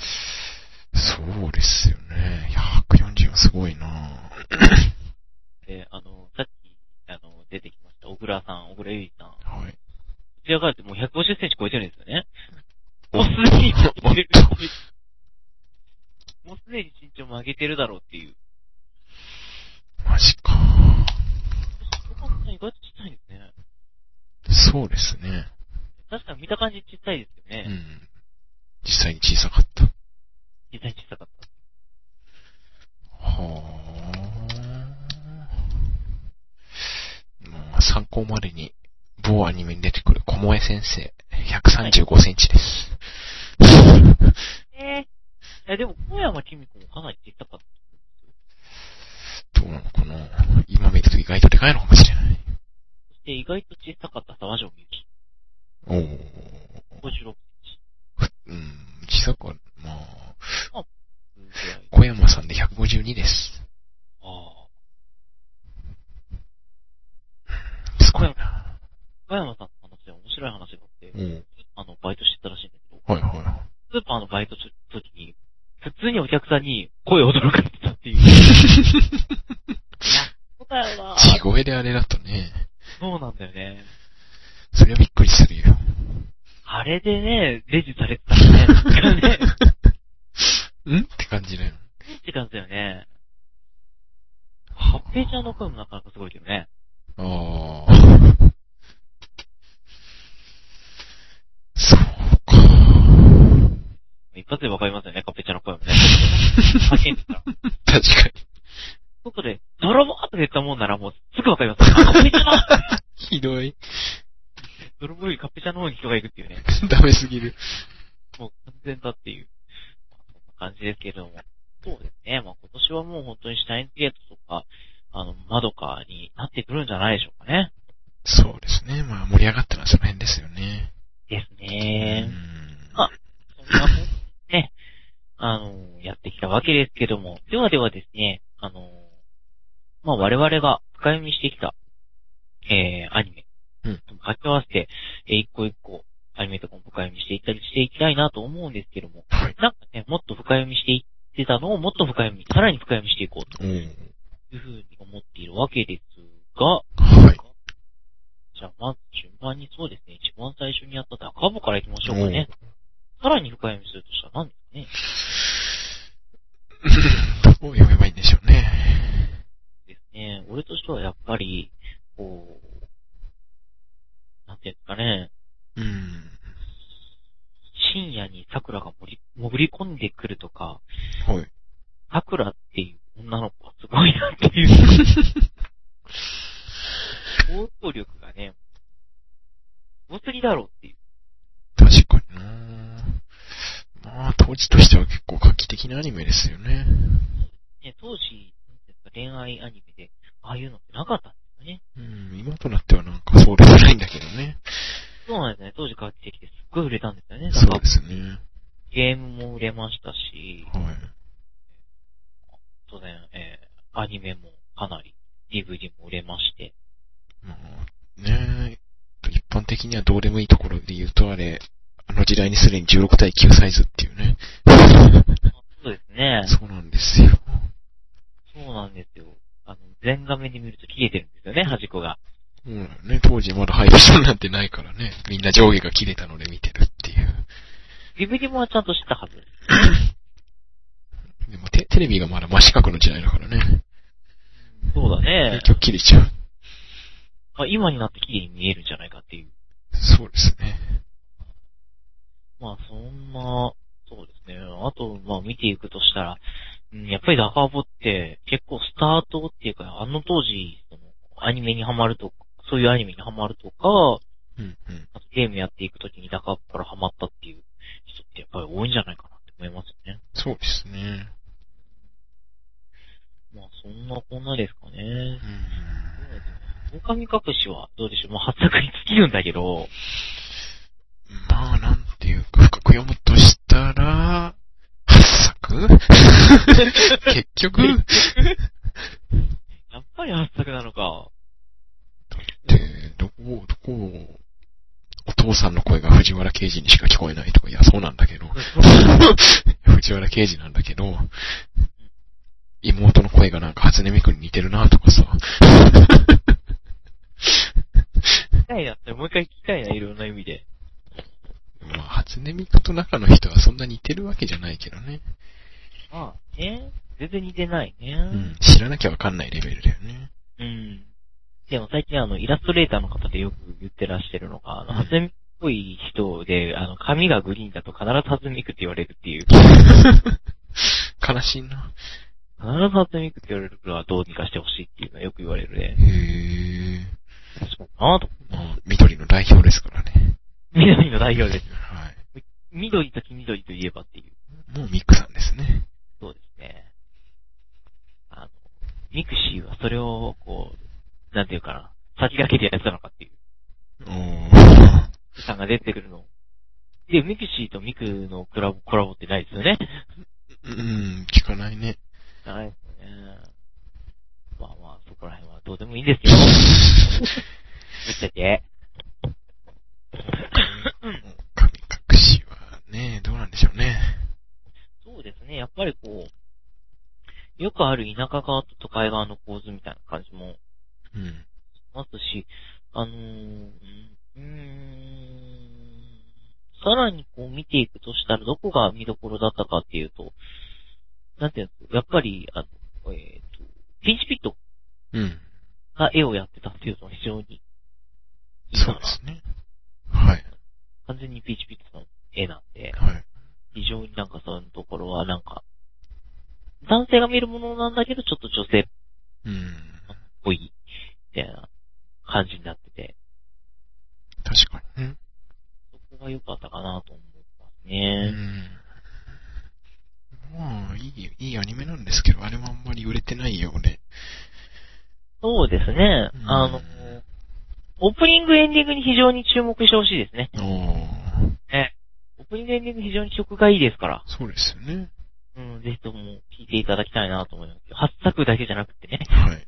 そうですよね。140はすごいなで、あの、さっき、あの、出てきました、小倉さん、小倉ゆいさん。こはい。ちらからってもう150センチ超えてるんですよね。もおうすでにおっもうすでに身長も上げてるだろうっていう。マジか。小倉さん意外とちっちゃいんですね。そうですね。確かに見た感じちっちゃいですようね。ん。実際に小さかった。実際小さかった。はあ。まあ、参考までに、某アニメに出てくる小萌え先生、135センチです。ええいやでも、小山君子もかなり小さかった。どうなのかな今見ると意外とでかいのかもしれない。そして意外と小さかった沢城みゆき。おー。 56うん、小さくは、まぐあ、らい。小山さんで152です。ああ。すごいな。小山さんの話で面白い話があってお、ー。あの、バイトしてたらしいんだけど、はいはい はい。スーパーのバイトするときに、普通にお客さんに声を驚かれてたっていう。そうだよな地声であれだとね、そうなんだよね。それはびっくりするよ。あれでね、レジされてたらね、なん かね、んって感じだよ。って感じだよね。ハッページャーの声もなかなかすごいけどね。ああ。 そうか。一発でわかりますよね、カッページャーの声もね。 発見したら。確かに。外で、ドロボーって言ったもんならもうすぐわかります。あカッページャーだひどい。ドロボーよりカッページャーの方に人が行くっていうね。ダメすぎる。もう完全だっていう、まあそんな感じですけれども。そうですね。まあ今年はもう本当にシュタインズゲートとか、あの、窓かになってくるんじゃないでしょうかね。そうですね。まあ、盛り上がったのはその辺ですよね。ですうね。んあそんなもんね、あの、やってきたわけですけども、ではではですね、あの、まあ、我々が深読みしてきた、えー、アニメ。うん掛け合わせて、えー一個一個、アニメとかも深読みしていったりしていきたいなと思うんですけども、はい。なんかね、もっと深読みしていってたのをもっと深読み、さらに深読みしていこうおーというふうに思っているわけですが、はい。 じゃあまず順番にそうですね、一番最初にやったダカボからいきましょうかおね。さらに深読みするとしたら何ですかねーどう読めばいいんでしょうね。ですね。俺としてはやっぱり、こう、なんていうんですかね、うん。深夜に桜が潜り潜り込んでくるとか、 はい。桜っていう女の子はすごいなっていう。応答力がね、多すぎだろうっていう。確かになまあ、当時としては結構画期的なアニメですよね。ね、当時、なんていうんですか、恋愛アニメで、ああいうのってなかったんですよね。うん、今となってはなんかそうでもないんだけどね。そうなんですね。当時画期的ですっごい売れたんですよね。なんそうかですね。ゲームも売れましたし、はい。当然、えー、アニメもかなり、DVD も売れまして、まあ、ねえ一般的にはどうでもいいところで言うとあれ、あの時代にすでに16対9サイズっていう ね。そうですね。そうなんですよ。そうなんですよ。あの、全画面で見ると切れてるんですよね、端っこが。うん、ね、当時まだ配信なんてないからね。みんな上下が切れたので見てるっていう。 DVD もちゃんと知ったはず。でもテテレビがまだ真四角の時代だからね。そうだね結。局切れちゃう。まあ、今になって綺麗に見えるんじゃないかっていう。そうですね。まあ、そんな、そうですね。あと、まあ、見ていくとしたら、うん、やっぱりダカボって、結構スタートっていうか、あの当時、そのアニメにハマるとか、そういうアニメにハマるとか、うん、うん。あとゲームやっていくときにダカップからハマったっていう人ってやっぱり多いんじゃないかなって思いますよね。そうですね。まあそんなこんなですかねう。ん。狼隠しはどうでしょうもう発作に尽きるんだけど、まあ、なんていうか、深く読むとしたら、発作結局っやっぱり発作なのか。て、どこ、どこを、お父さんの声が藤原刑事にしか聞こえないとか、いや、そうなんだけど、藤原刑事なんだけど、妹の声がなんか初音ミクに似てるなとかさ、聞きたいなって、もう一回聞きたいな、いろんな意味で。まあ、初音ミクと中の人はそんな似てるわけじゃないけどね。まあね、全然似てないね。うん。知らなきゃわかんないレベルだよね。うん。でも最近あの、イラストレーターの方でよく言ってらっしゃるのが、あの、初音ミぽい人で、あの、髪がグリーンだと必ず初音ミクって言われるっていう。 悲しいな。必ず初音ミクって言われるからどうにかしてほしいっていうのはよく言われるね。へえ。そうだなぁと。まあ、緑の代表ですからね。緑の代表です。は緑と黄緑といえばっていう。い。もうミックさんですね。そうですね。あの、ミクシーはそれを、こう、なんていうかな、先駆けてやってたのかっていう。おー。ミクさんが出てくるの。で、ミクシーとミクのコラボコラボってないですよね。うん、聞かないね。ないですよね。まあまあ、そこら辺はどうでもいいんですよ。ぶっちゃけ。神隠しはね、どうなんでしょうね。そうですね、やっぱりこう、よくある田舎側と都会側の構図みたいな感じもうん。ますし、あのー、うーん、さらにこう見ていくとしたら、どこが見どころだったかっていうと、なんていうの、やっぱり、あの、えっ、と、ピンチピットうん。が絵をやってたっていうのは非常に、そうですね。はい。完全にピンチピットの絵なんで、はい。非常になんかそういうところはなんか、男性が見るものなんだけど、ちょっと女性っうん。ぽい、みたいな感じになってて、確かにね。そこが良かったかなと思いますうね。ん。まあ、いい、いいアニメなんですけど、あれはあんまり売れてないよね。そうですねう。んあの、オープニングエンディングに非常に注目してほしいですね。おー。オープニングエンディング非常に曲がいいですから、そうですよね。うん、ぜひとも聴いていただきたいなと思います。8作だけじゃなくてね、はい。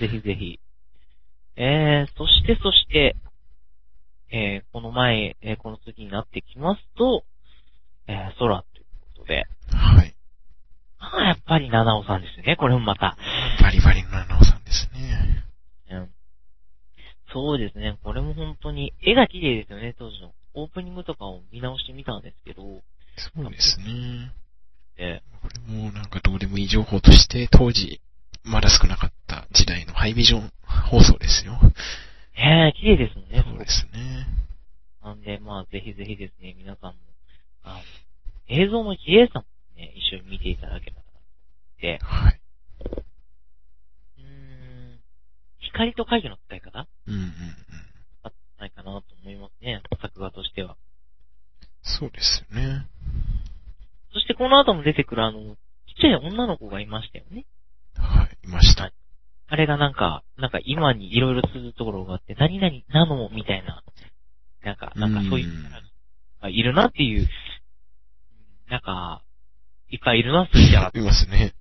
ぜひぜひ。えー、そしてそして、えー、この前、えーこの次になってきますと、えー、空ということで、はい。まあ、やっぱり七尾さんですね、これもまた。バリバリの七尾さんですね。うんそうですね、これも本当に、絵が綺麗ですよね、当時の。オープニングとかを見直してみたんですけど、そうですね。えこれもなんかどうでもいい情報として、当時、まだ少なかった時代のハイビジョン放送ですよ。ー、ねえ綺麗ですもんね、そうですすね。ごくなんで、まあ、ぜひぜひですね、皆さんも、あの、映像の綺麗さもね、一緒に見ていただけたらなと思って、はい。うーん、光と影の使い方うんうんうん。ないかなと思いますね、作画としては。そうですよね。そしてこの後も出てくるあの、ちっちゃい女の子がいましたよね。はい。いました。あれがなんか、なんか今にいろいろするところがあって、何々なのみたいな、なんか、なんかそういうキャラがいるなっていう、なんか、いっぱいいるな、そういうキャラいますね。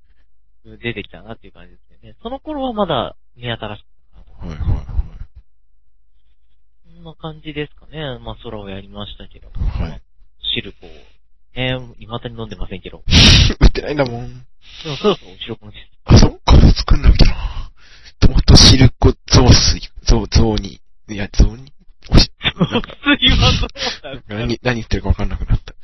出てきたなっていう感じですよね。その頃はまだ見新しかったなと。はいはいはそんな感じですかね。まあ空をやりましたけど、い。はい。シルコを、ね、未だに飲んでませんけど、売ってないんだもん。でもそろそろ後ろこの季節あ、そっか、作んなきゃな。トマトシルコ雑炊、雑、雑に。いや、雑に。おし、すいません。何、何言ってるかわかんなくなっ た。ト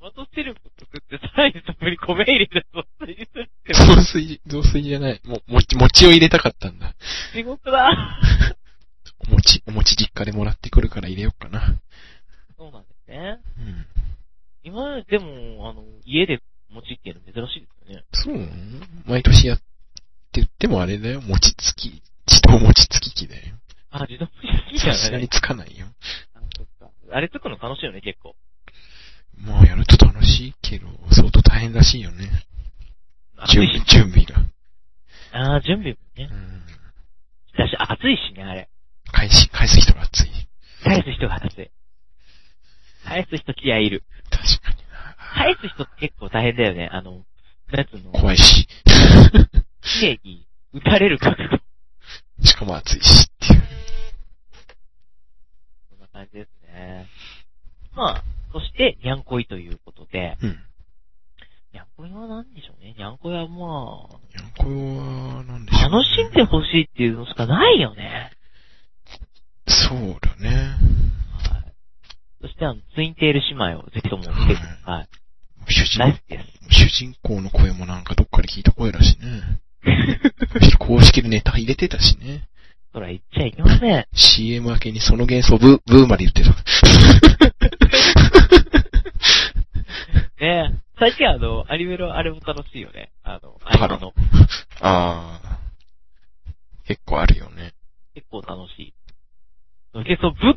マトシルク作って、さらにそこに米入れて、そっちにするって、雑炊、雑炊じゃない。も、もち、餅を入れたかったんだ。地獄だ。お餅、お餅実家でもらってくるから入れようかな。そうなんですね。うん。今まででも、あの、家で餅っていうの珍しいですよね。そう毎年やって言ってもあれだよ。餅つき、自動餅つき機だよ。あ、自動餅好きじさゃすながいにつかないよ。あそっかあれ作るの楽しいよね、結構。まあやると楽しいけど、相当大変らしいよね。暑準い備し。、準備が。あー準備もね。うん。だし、暑いしね、あれ。返し、返す人が熱い。返す人が暑い。返す人気合いる。確かにな。返す人って結構大変だよね、あの、なんつうの、怖いし。 綺麗に打たれる覚悟。しかも熱いしっていう。そんな感じですね。まあ、そして、にゃんこいということで、うん。にゃんこいは何でしょうね。にゃんこいはまいや、これは、なんでしょあ、う、楽しんでほしいっていうのしかないよね。そうだね。はい。そして、あの、ツインテール姉妹をぜひとも見てください。主人大好きです。主人公の声もなんかどっかで聞いた声だしね。むしろ公式でネタ入れてたしね。そら言っちゃいけません。 CM 明けにその幻想ブ、ブーまで言って た。ねえ。最近あの、アニメのあれも楽しいよね。あの、あの、ああ。結構あるよね。結構楽しい。幻想ぶっ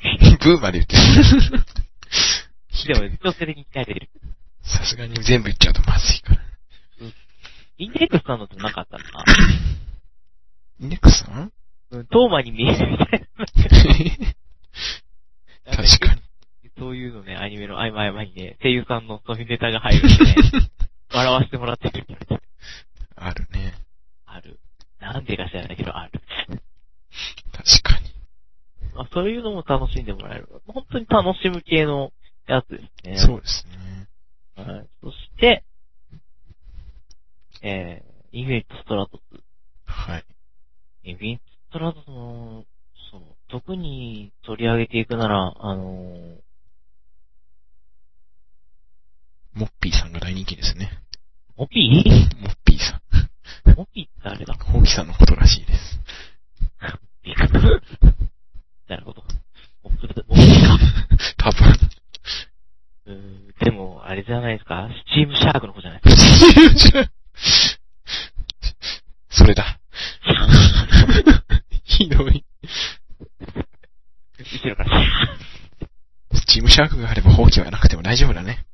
ブーまで言ってつでたも、。強制的に鍛えてる。さすがに全部言っちゃうとまずいから。インデックスさんのってなかったな。イネックさんうん、トーマに見えるみたいな。確かに。そういうのね、アニメの合間合間にね、声優さんのそういうネタが入るんでね、 笑わせてもらってる。 あるね。ある。なんでか知らないけど、ある。確かに。まあ、そういうのも楽しんでもらえる。本当に楽しむ系のやつですね。そうですね。はい。そして、えー、インフィニットストラトス。はい。インフィニットストラトスの、そう、特に取り上げていくなら、あのーモッピーさんが大人気ですね。モピーモッピーさん。モピーってあれだ。ホーキさんのことらしいです。なるほど。モップモッピーか。多分。うーんでも、あれじゃないですかスチームシャークの子じゃないですかそれだ。ひどい。後ろから。スチームシャークがあれば放棄はなくても大丈夫 だね。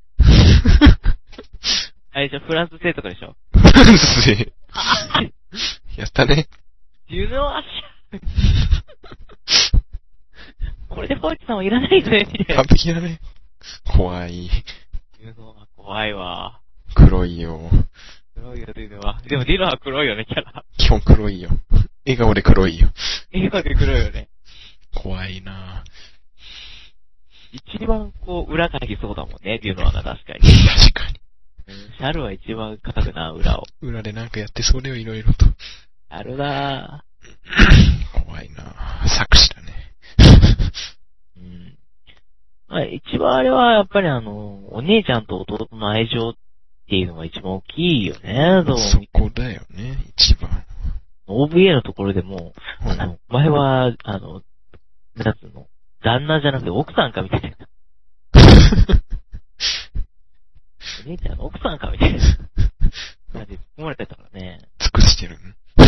あれじゃフランス製とかでしょフランスへやったね。ユノアシャーこれでホワイトさんはいらないぜ、みたいな完。璧だね。怖い。ユノは怖いわ。黒いよ。黒いよ、ディノは。でもディノは黒いよね、キャ ラ。基本黒いよ。笑顔で黒いよ。映画で黒いよね。怖いなぁ一番こう、裏書きそうだもんね、ディノはが確かに。確かに。うんシャルは一番書くな、裏を。裏でなんかやってそうだよ、いろいろと。あるな怖いなぁ作詞だね。ぁ。うん。まあ、一番あれは、やっぱりあの、お姉ちゃんと弟の愛情っていうのが一番大きいよね、どうそも。こだよね、一番。 OVA のところでも、うあんの、前は、あの、なんつうの、旦那じゃなくて奥さんかみたいな。お姉ちゃんの奥さんかみたいな。感じで突っ込まれてたからね。尽くしてる。そう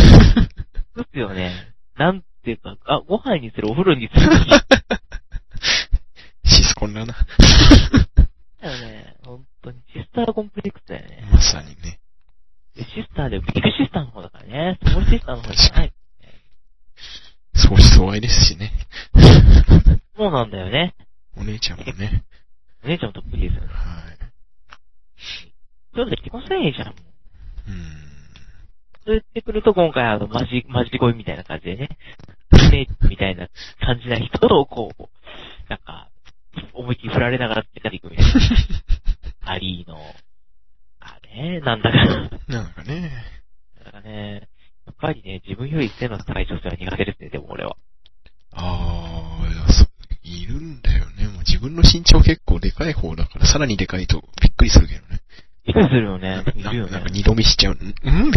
っすよね。なんていうか、あ、ご飯にする、お風呂にする。シスコンだな。だよね。本当に。シスターコンプレックスだよね。まさにね。でシスターで、ビッグシスターの方だからね。スモールシスターの方じゃない。相思相愛ですしね。そうなんだよね。お姉ちゃんもね。お姉ちゃんもとっぷりですよね。はい。そうだ、気ませんじゃん。もううーん。そう言ってくると、今回、あの、マジ、マジ恋みたいな感じでね、メイクみたいな感じな人を、こう、なんか、思いっきり振られながら付き合っていくみたいな。アリーの、あれなんだか、なんかね、なんかね、やっぱりね、自分より背の高い女性は苦手ですね、でも俺は。あー、いやそいるんだよね。もう自分の身長結構でかい方だから、さらにでかいとびっくりするけどね。びっくりするよなねんか、。いるよなんねか。二度見しちゃう。んんみたいな。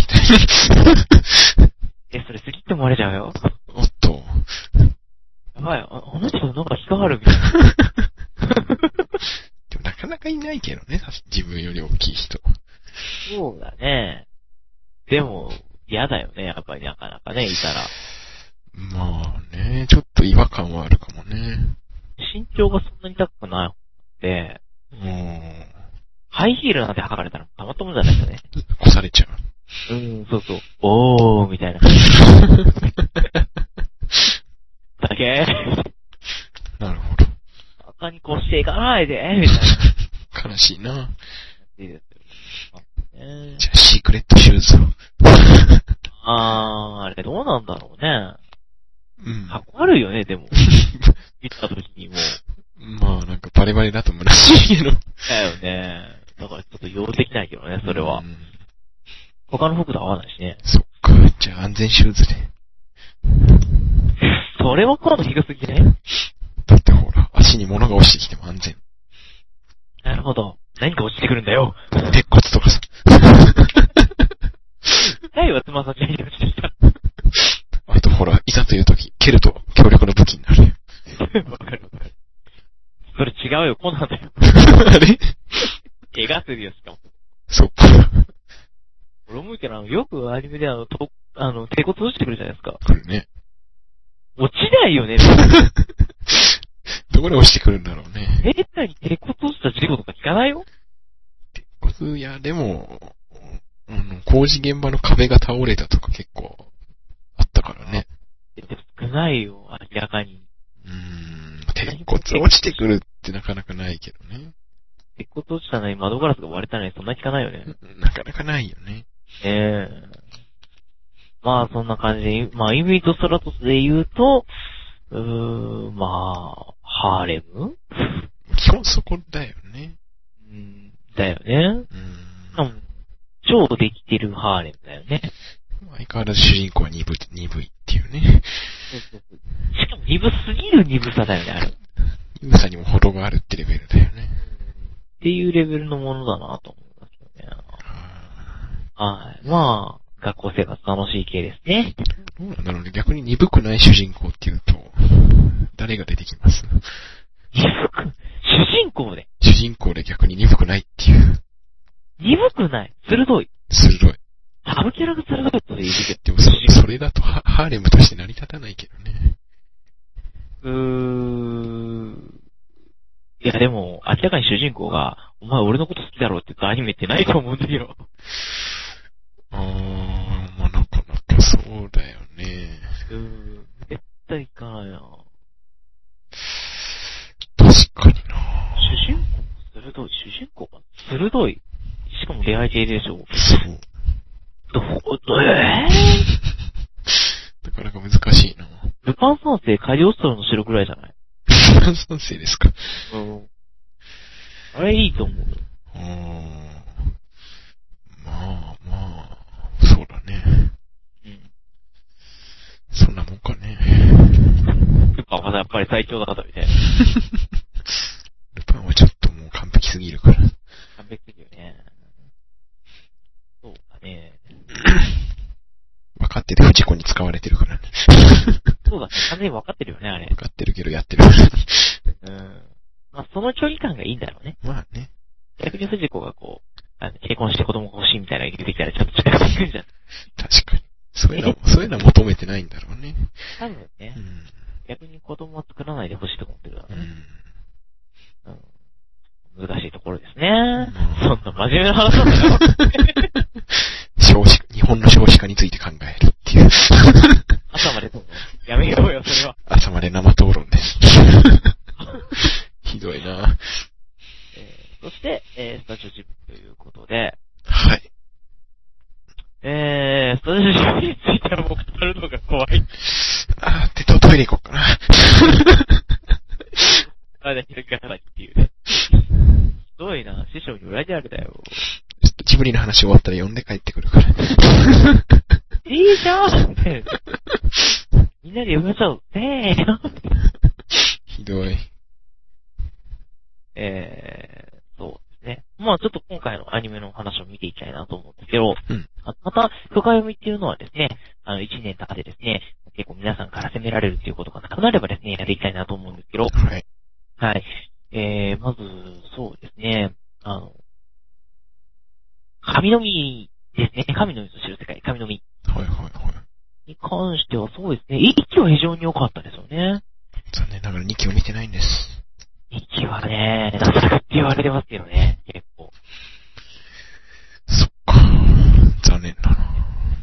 え、それ好きって思われちゃうよ。おっと。 やばい、ああの人なんか引っかかるみたいな。でもなかなかいないけどね、さ自分より大きい人。そうだね。でも、嫌だよね、やっぱりなかなかね、いたら。まあね、ちょっと違和感はあるかもね。身長がそんなに高くないで、うーん。ハイヒールなんて履かれたらたまったもんじゃないですよね。越されちゃう。 うん、そうそう。おー、みたいな。だけなるほど。赤に越していかないで、みたいな。悲しいな。いいですよねじゃあ、シークレットシューズを。あー、あれどうなんだろうね。うん。かっこ悪いよね、でも。見た時にもう。 まあ、なんかバレバレだと虚しいけど。だよね。だからちょっと用できないけどね、それはう。ん他の服と合わないしね。そっか。じゃあ、安全シューズで。それは今度低すぎね。だってほら、足に物が落ちてきても安全。なるほど。何か落ちてくるんだよ。鉄骨とかさ。 はいはつま先に落ちてきた。あとほら、いざとわかるわかる。それ違うよ、コナンだよ。 あれ怪我するよ、しかも。そっか。俺思うけど、あのよくアニメであの、と、あの、手骨落ちてくるじゃないですか。来るね。 落ちないよね。どこで落ちてくるんだろうね。めったに手骨落ちた事故とか聞かないよ。僕、いや、でも、あの、工事現場の壁が倒れたとか結構あったからね。でも少ないよ、明らかに。うーん、鉄骨落ちてくるってなかなかないけどね。鉄骨落ちたのに窓ガラスが割れたのにそんな聞かないよね。なかなかないよね。ええまあ、そんな感じで、まあ、イミとストラトスで言うと、うーん、まあ、ハーレム基本そこだよね。うんだよね。うーん。うん超できてるハーレムだよね。相変わらず主人公は鈍い鈍いっていうね。しかも鈍すぎる鈍さだよね、あれ。っ鈍さにも程があるってレベルだよね。ていうレベルのものだなと思いますよね。あはい。まあ、学校生活楽しい系ですね。ーどうなんだろうね。逆に鈍くない主人公っていうと、誰が出てきます鈍く、主人公で、主人公で逆に鈍くないっていう。鈍くない、鋭い、鋭い。サブキャラが鋭いという意味ででもそ、それだとハハーレムとして成り立たないけどね。うーん。いや、でも、明らかに主人公が、お前俺のこと好きだろって言ったアニメってないと思うんだよ。あー、まあ、なかなかそうだよね。うーん。絶対いかないな確かにな主人公鋭い、主人公が鋭い。しかも出会い系でしょ。そう。どこ、ど、え なかなか難しいなぇ、ルパン三世、カリオストロの城くらいじゃないフランスのせいですか。うん。あれいいと思うよ。うーんまあまあ、そうだね。うん。そんなもんかね。ルパンはやっぱり最強だったみたいな。ルパンはちょっともう完璧すぎるから。完璧すぎるね。そうだね。分かってて藤子に使われてるからね。そうだね。完全に分かってるよね、あれ分。かってるけどやってる。うん。まあ、その距離感がいいんだろうね。まあね。逆に藤子がこう、あの、結婚して子供が欲しいみたいなのが出てきたらちょっと違ってくる じゃん。確かに。そういうの、そういうのは求めてないんだろうね。多分ねう。ん。逆に子供は作らないで欲しいと思ってるだろううね。ん。うん。難しいところですね。そまんな真面目な話なんだよ。あ少子、日本の少子化について考えるっていう。朝までそうやめようよ、それは。朝まで生討論 です。ひどいなえ ーそして、えースタジオジップということで、はい。えー、スタジオジップについてはもう語るのが怖い。あー、てとトイレ行こうかな。まだ開かないっていうね。ひどいな、師匠に裏切られたよ。ちょっとジブリの話終わったら呼んで帰ってくるから。いいじゃ んって。みんなで呼びましょう。せーの。ひどい。えー、そうですね。まあちょっと今回のアニメの話を見ていきたいなと思うんですけど、うんあまた、初回読みっていうのはですね、あの、1年経ってですね、結構皆さんから責められるっていうことがなくなればですね、やっていきたいなと思うんですけど、はい。はい。えー、まず、そうですね、あの、神の実ですね。神の実と知る世界、神の実はいはいはい。に関してはそうですね、1期は非常に良かったですよね。残念ながら2期を見てないんです。 1期はね、なかなかって言われてますけどね、結構。そっか。残念だな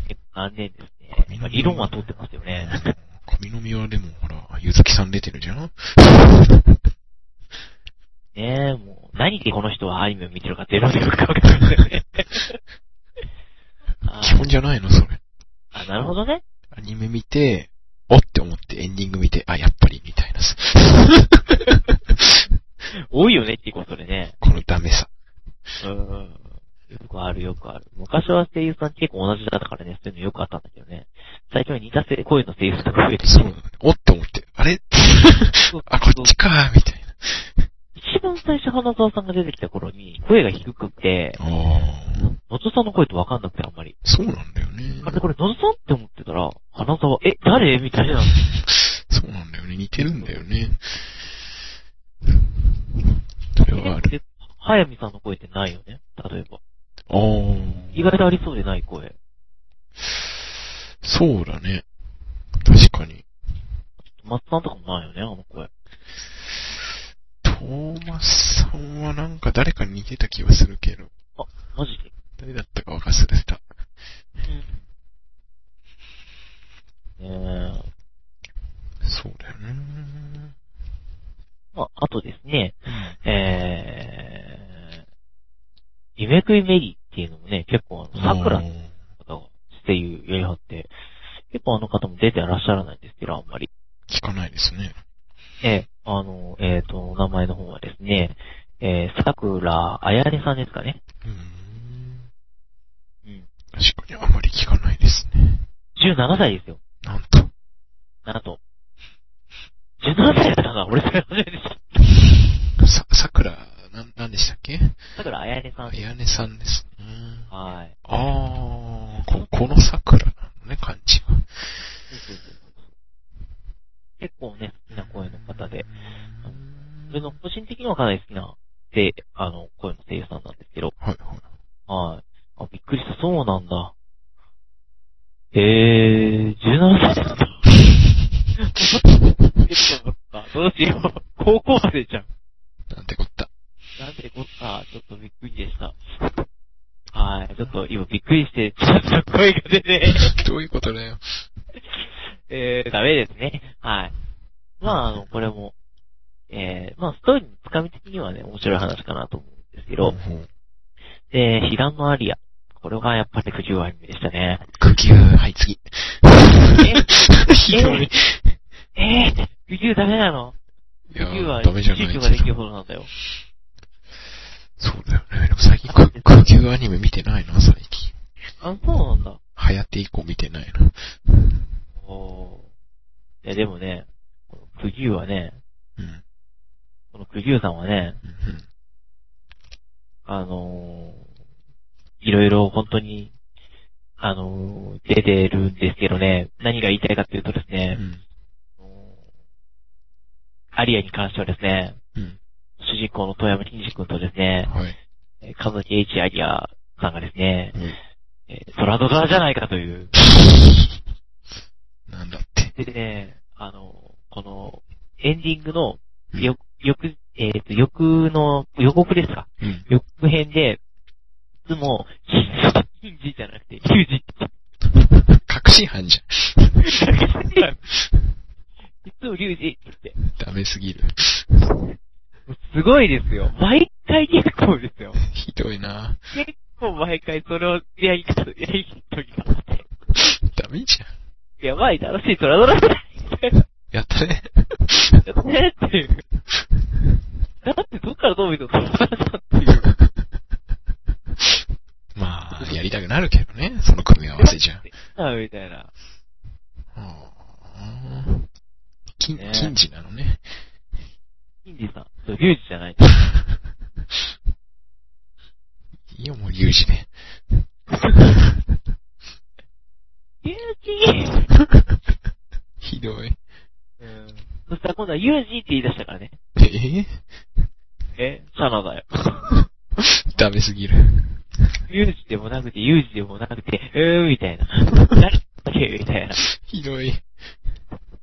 結構残念ですね。神の実まあ、理論は通ってますよ ね。神の実はでもほら、ゆずきさん出てるじゃんねえ、もう、何でこの人はアニメを見てるかゼロでよくわかりますよ ね。あ基本じゃないのそれ。あ、なるほどね。アニメ見て、おって思ってエンディング見て、あ、やっぱり、みたいな さ。多いよねっていうことでね。このダメさ。うん。よくあるよくある。昔は声優さん結構同じだったからね、そういうのよくあったんだけどね。最近は似た声声の声優さんが増えてきそてうなんだね。おって思って、あれあ、こっちかみたいな。一番最初花沢さんが出てきた頃に、声が低くて、あー。野津さんの声とわかんなくてあんまり。そうなんだよね。あれこれ野津さんって思ってたら、花沢、え、誰みたいな。そうなんだよね。似てるんだよね。早見さんの声ってないよね。例えば。あー。意外とありそうでない声。そうだね。確かに。松さんとかもないよね、あの声。トーマスさんはなんか誰かに似てた気がするけど、マジで。誰だったか忘れてた。うん。ねえ。そうだよね。まあ、あとですね、えー、夢食いメリーっていうのもね、結構あの、桜あのー方が声優やりはって、結構あの方も出てらっしゃらないんですけど、あんまり。聞かないですね。ええ、あの、えっ、と、名前の方はですね、えー、桜あやねさんですかね。ううーん。ん。確かにあまり聞かないですね。 17歳ですよ。なんと。なんと。17歳だったか俺それ初めて知っさ、桜、なん、なんでしたっけた。桜あやねさん。やねさんですね。はい。あー、こ、この桜なのね、感じが。結構ね、好きな声の方で。。そ俺の個人的にはかなり好きな、で、あの、声の声優さんなんですけど。はいはい。はい。あ、びっくりした。そうなんだ。えー、17歳だった。結構思った。どうしよう。高校生じゃん。 なんてこった。なんでこっか、ちょっとびっくりでした。はい。ちょっと今びっくりして、ちょっと声が出て、どういうことだよ。えー、ダメですね。はい。まあ、あの、これも、えー、まあ、ストーリーのつかみ的にはね、面白い話かなと思うんですけど、ほうえー、ヒラのアリア。これがやっぱり苦情アニメでしたね。空気が、はい、次。ひどい。ええー、苦情ダメなのい苦情は、や、ダメじゃない中級ができるほどなんだよ。そうだよね。でも最 近空、空気アニメ見てないな、最近。あ、そうなんだ。流行って以降見てないな。おー。いや、でもね、この苦情はね、うん。この苦情さんはね、うんあのー、いろいろ本当に、あのー、出てるんですけどね、何が言いたいかっていうとですうね、ん。あのーアリアに関してはですね、うん。主人公の遠山金司君とですね、はい。えー神崎栄一アリアさんがですね、うん えー、空ドラじゃないかという。なんだって。でね、あのー、この、エンディングの、うんよ、よく、えっ、と、翌の、予告ですかうん。予告編で、いつも、金司じゃなくて、ヒュージって確信犯じゃん。いつもリュウジって。 ダメすぎる。すごいですよ。毎回結構ですよ。ひどいな結構毎回それをやり方、やりときがあって。ダメじゃん。やばい、楽しい、トラドラだやったね。ねっていう。だってどっからどう見てもトラドラだっていう。 まあ、やりたくなるけどね、その組み合わせじゃん。あみたいな。うん金、ね金次なのね。インジさん。そう、リュウジじゃない。 いいよ、もう、リュウジで。リュウジ ひどい。うん。そしたら今度はユージって言い出したからね。え ーえシャナだよ。ダメすぎる。ユージでもなくて、ユージでもなくて、うーん、みたいな。何だっけみたいな。ひど い。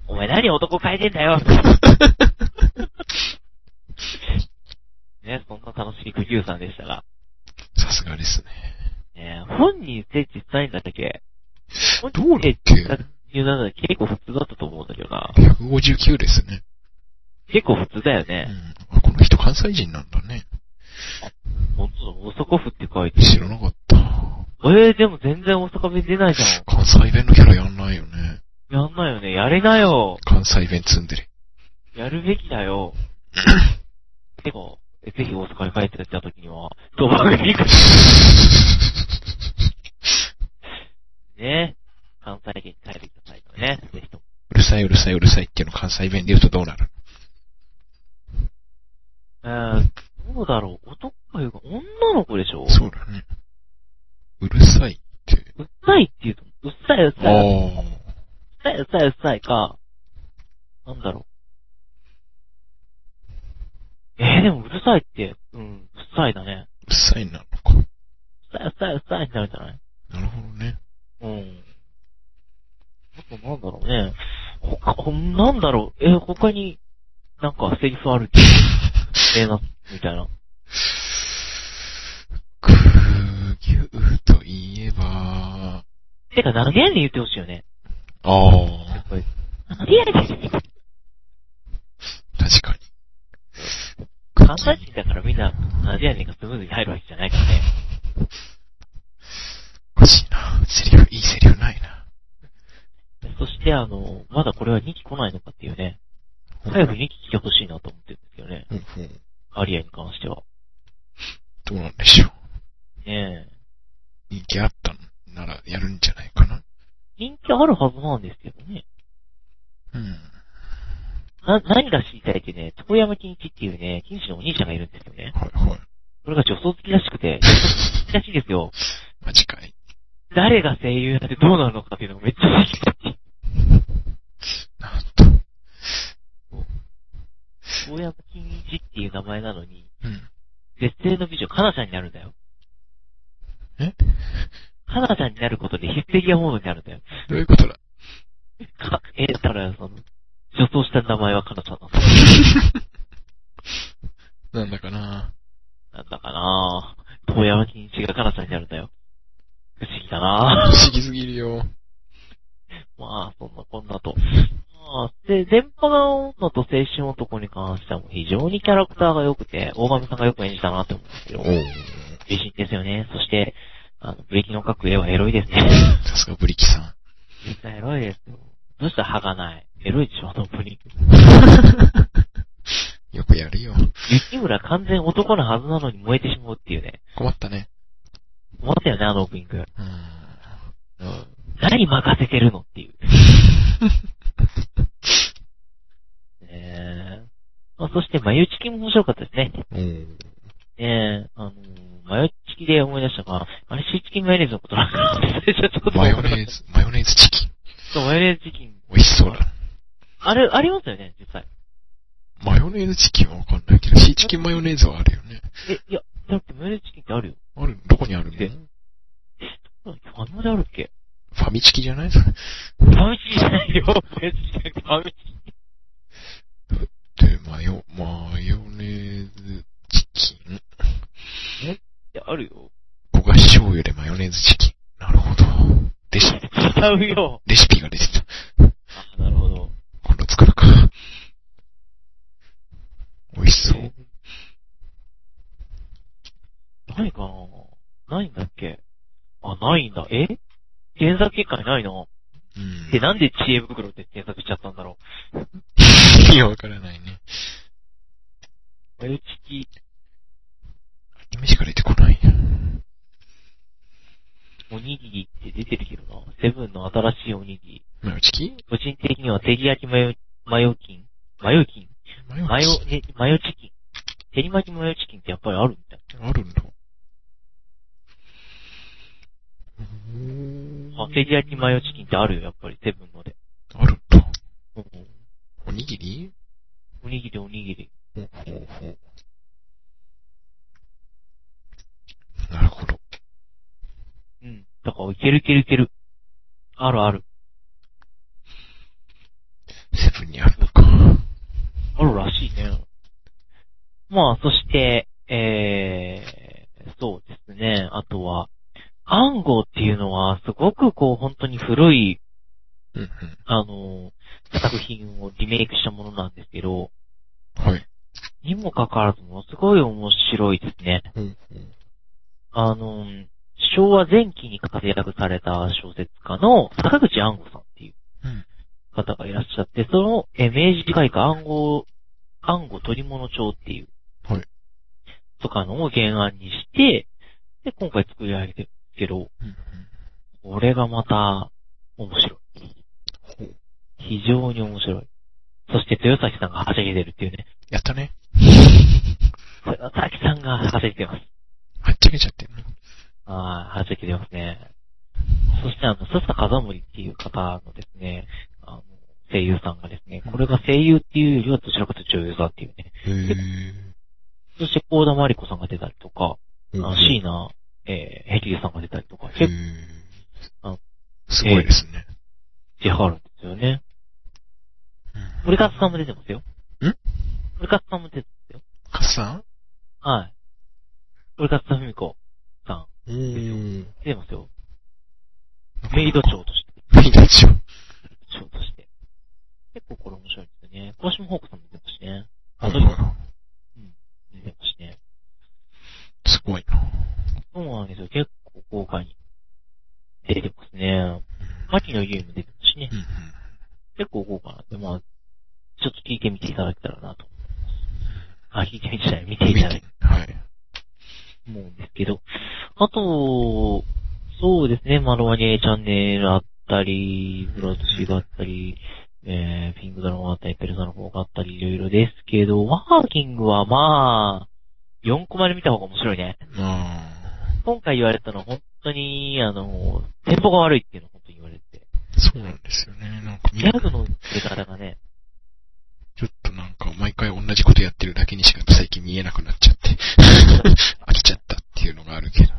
お前何男変えてんだよね、そんな楽しいクリュさんでしたが。さすがですね。ね本人って実際にだったっけ本どうだ人っけって17だ結構普通だったと思うんだけどな。 ?159 ですね。結構普通だようね。ん。あ、この人関西人なんだね。本当だ、大阪府って書いて知らなかった。る。えー、でも全然大阪弁出ないじ関西弁のキャラやんないよね。ゃん。やんないよね。やれなよ。関西弁積んでる。やるべきだよ。でも、えぜひ大阪に帰ってきた時には、当番組に行く。ね。関西圏に帰ってくださいとね。ぜひとも。 うるさいうるさいうるさいっていうの関西弁で言うとどうなるえー、どうだろう。男というか、女の子でしょそうだね。うるさいって。うっさいって言うと、うっさい、うっあさい、うっあ。さい、うっさい、うっさいか、なんだろう。えー、でもうるさいって、うん、うっさいだね。うっさいなのか。うっさいうっさいうっさいってなるんじゃないなるほどね。 うん。あとなんだろうね。他、ほんなんだろう。え、他に、なんかセリフあるええな、みたいな。くーぎゅーといえば、てか、投げやで言ってほしいよね。ああ、これ投げやで確かに。関西人だからみんな、投げやねがスムーズに入るわけじゃないからね。おかしいな。セリフ、いいセリフないな。そして、あの、まだこれは2期来ないのかっていうね。早く2期来てほしいなと思ってるんですけどね。うんうん。アリアに関しては。どうなんでしょう。ねえ。人気あったんならやるんじゃないかな。人気あるはずなんですけどね。うん。な、何が知りたいってね、遠山金一っていうね、金氏のお兄ちゃんがいるんですよね。はい はい。それが女装好きらしくて、好きらしいですよ。マジかい。誰が声優やってどうなるのかっていうのがめっちゃ知りたい。なんと。遠山金一っていう名前なのに、うん。絶世の美女、かなちゃんになるんだよ。えかなちゃんになることでヒステリアモードになるんだよ。どういうことだか、え、だから、その、女装した名前はかなちゃんなんだなんだかな。なんだかなぁ。遠山金一がかなちゃんになるんだよ。不思議だなぁ。不思議すぎるよ。まあ、そんなこんなと。まあ、で、電波が女と青春男に関してはもう非常にキャラクターが良くて、大神さんがよく演じたなって思うんですけど、美人ですよね。そして、あの、ブリキの描く絵はエロいですね。さすがブリキさん。実際エロいですよ。どうしたら歯がないエロいでしょ、あのブリキ。 よくやるよ。雪村完全男のはずなのに燃えてしまうっていうね。困ったね。思ったよね、あのオープニング。うん。何任せてるのっていう。ねえ。まあ、そして、眉打ちきも面白かったですね。うん。ねえ、あのー、マヨチキで思い出したのが、あれ、シーチキンマヨネーズのことなんかな忘れちゃったことマヨネーズ、マヨネーズチキン。そう、マヨネーズチキン。美味しそうだ。あれ、ありますよね、実際。マヨネーズチキンはわかんないけど、シーチキンマヨネーズはあるよね。え、いや、だってマヨネーズチキンってあるよ。ある、どこにあるのえフファミであるっけァミチキじゃないそれ。ファミチキじゃない よ。マヨネーズチキンじゃなくてファミチキ。で、マヨ、マヨネーズチキン。ってあるよ。焦がし醤油でマヨネーズチキン。なるほど。レシピ、違うよ。レシピが出てた。あ、なるほど。今度作るか。美味しそう。何かなないんだっけあ、ないんだ。え検索結果にないな。うん。で、なんで知恵袋って検索しちゃったんだろう。意味わからないね。マヨチキイメージが出てこないな。おにぎりって出てるけどな。セブンの新しいおにぎり。マヨチキン個人的には、照り焼きマヨ、マヨキン。マヨキン。マヨマヨチ、ね、マヨチキン。照り巻きマヨチキンってやっぱりあるみたいキンあるんだ。うーんな。あ、照り焼きマヨチキンってあるよ、やっぱり、セブンので。あるんだ。うんおにぎりおにぎりおにぎり。ほうほうほうなるほど。うん。だから、いけるいけるいける。あるある。セブンにあるのか。あるらしいね。まあ、そして、えー、そうですね。あとは、暗号っていうのは、すごくこう、本当に古いうんうん。あの、作品をリメイクしたものなんですけど、はい。にもかかわらずものすごい面白いですね。うんあの、昭和前期に活躍された小説家の坂口安吾さんっていううん方がいらっしゃって、その、えー明治開化暗号、暗号取物帳っていう、はいとかのを原案にして、で、今回作り上げてるんですけど、うんこれがまた、面白い。ほう非常に面白い。そして、豊崎さんがはしゃぎ出るっていうね。やったね。豊崎さんがはしゃぎ出ます。はっちゃけちゃってるね。ああ、はしゃぎ出ますね。そして、あの、笹風森っていう方のですね、あの、声優さんがですね、これが声優っていうよりはどちらかというと女優さんっていうね。へーそして、高田真理子さんが出たりとか、あの椎ー名、えー、ヘキさんが出たりとか、へ結構ーあすごいですね。出はるんですよね。うん森勝さんも出てますよ。ん森勝さんも出て、カスさんはい。森勝さん文子さうーん。ん、出てますよ。メイド長として、メイド長。長として。結構これ面白いですよね。小島宝子さんも出てますしね。はいそうですは出てますしね。いすごいな。そうなんですよ。結構豪華に出てますね。牧野優も出てますしねう。んうん結構豪華なんで、まあ、ちょっと聞いてみていただけたらなと。あ、聞いてみてじゃない、見ていただけたらはい。と思うんですけど。あと、そうですね、マロワニエチャンネルあったり、ブラトシがあったり、えー、ピンクドラマあったり、ペルサの方があったり、いろいろですけど、ワーキングはまあ、4コマで見た方が面白いね。あ今回言われたのは本当に、あの、テンポが悪いっていうのを本当に言われて。ーそうなんですよね。なんかみギんなャグの出方がね、ちょっとなんか毎回同じことやってるだけにしか最近見えなくなっち ゃって、飽きちゃったっていうのがあるけど。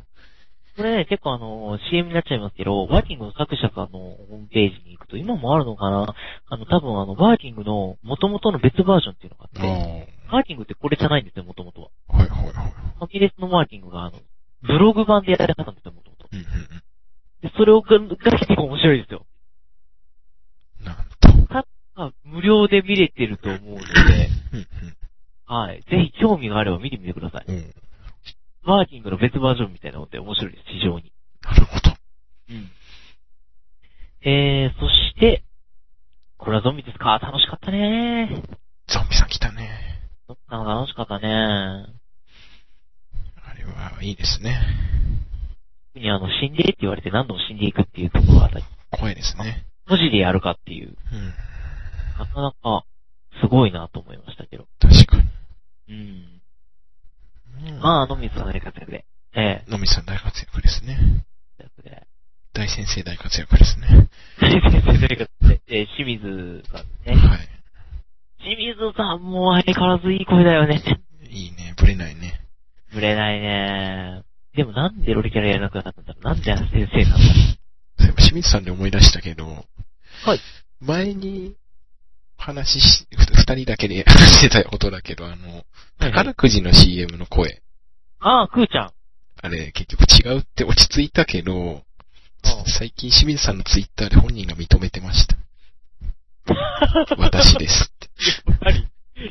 これね、結構あの、CM になっちゃいますけど、ワーキングの作者さんのホームページに行くと、今もあるのかなあの、多分あの、ワーキングの元々の別バージョンっていうのがあああって、ワーキングってこれじゃないんですよ、元々は。ー。はいはいはい。ファミレスのワーキングがあの、ブログ版でやられてたんですよ、元々。うんうんで、それをが、が結構面白いですよ。うん。なんと。まあ、無料で見れてると思うので、うんはい。ぜひ興味があれば見てみてください。うん。うん。ワーキングの別バージョンみたいなのって面白いです、非常に。なるほど。うん。えー、そして、これはゾンビですか楽しかったねゾンビさん来たね。なんか楽しかったねあれはいいですね。特にあの、死んでって言われて何度も死んでいくっていうところあたり、怖いですね。文字でやるかっていう、うん。なかなか、すごいなと思いましたけど。確かうん。に。うんまあ、ゾンビさんの大活躍で。えのみさん大活躍ですね。え活躍で。 大先生大活躍ですね。大先生大活躍で。えー清水さんですね。は清水さんも相変わらずいい声だよね。い。いいね。ぶれないね。ぶれないねでもなんでロリキャラやらなくなったんだろうなんであの先生なんだろうそういえば清水さんで思い出したけど。はい。前に、話し、ふた二人だけで 話してたことだけど、あの、はいはい宝くじの CM の声。ああ、くーちゃん。あれ、結局違うって落ち着いたけど、最近清水さんのツイッターで本人が認めてました。 私です って。やっぱり、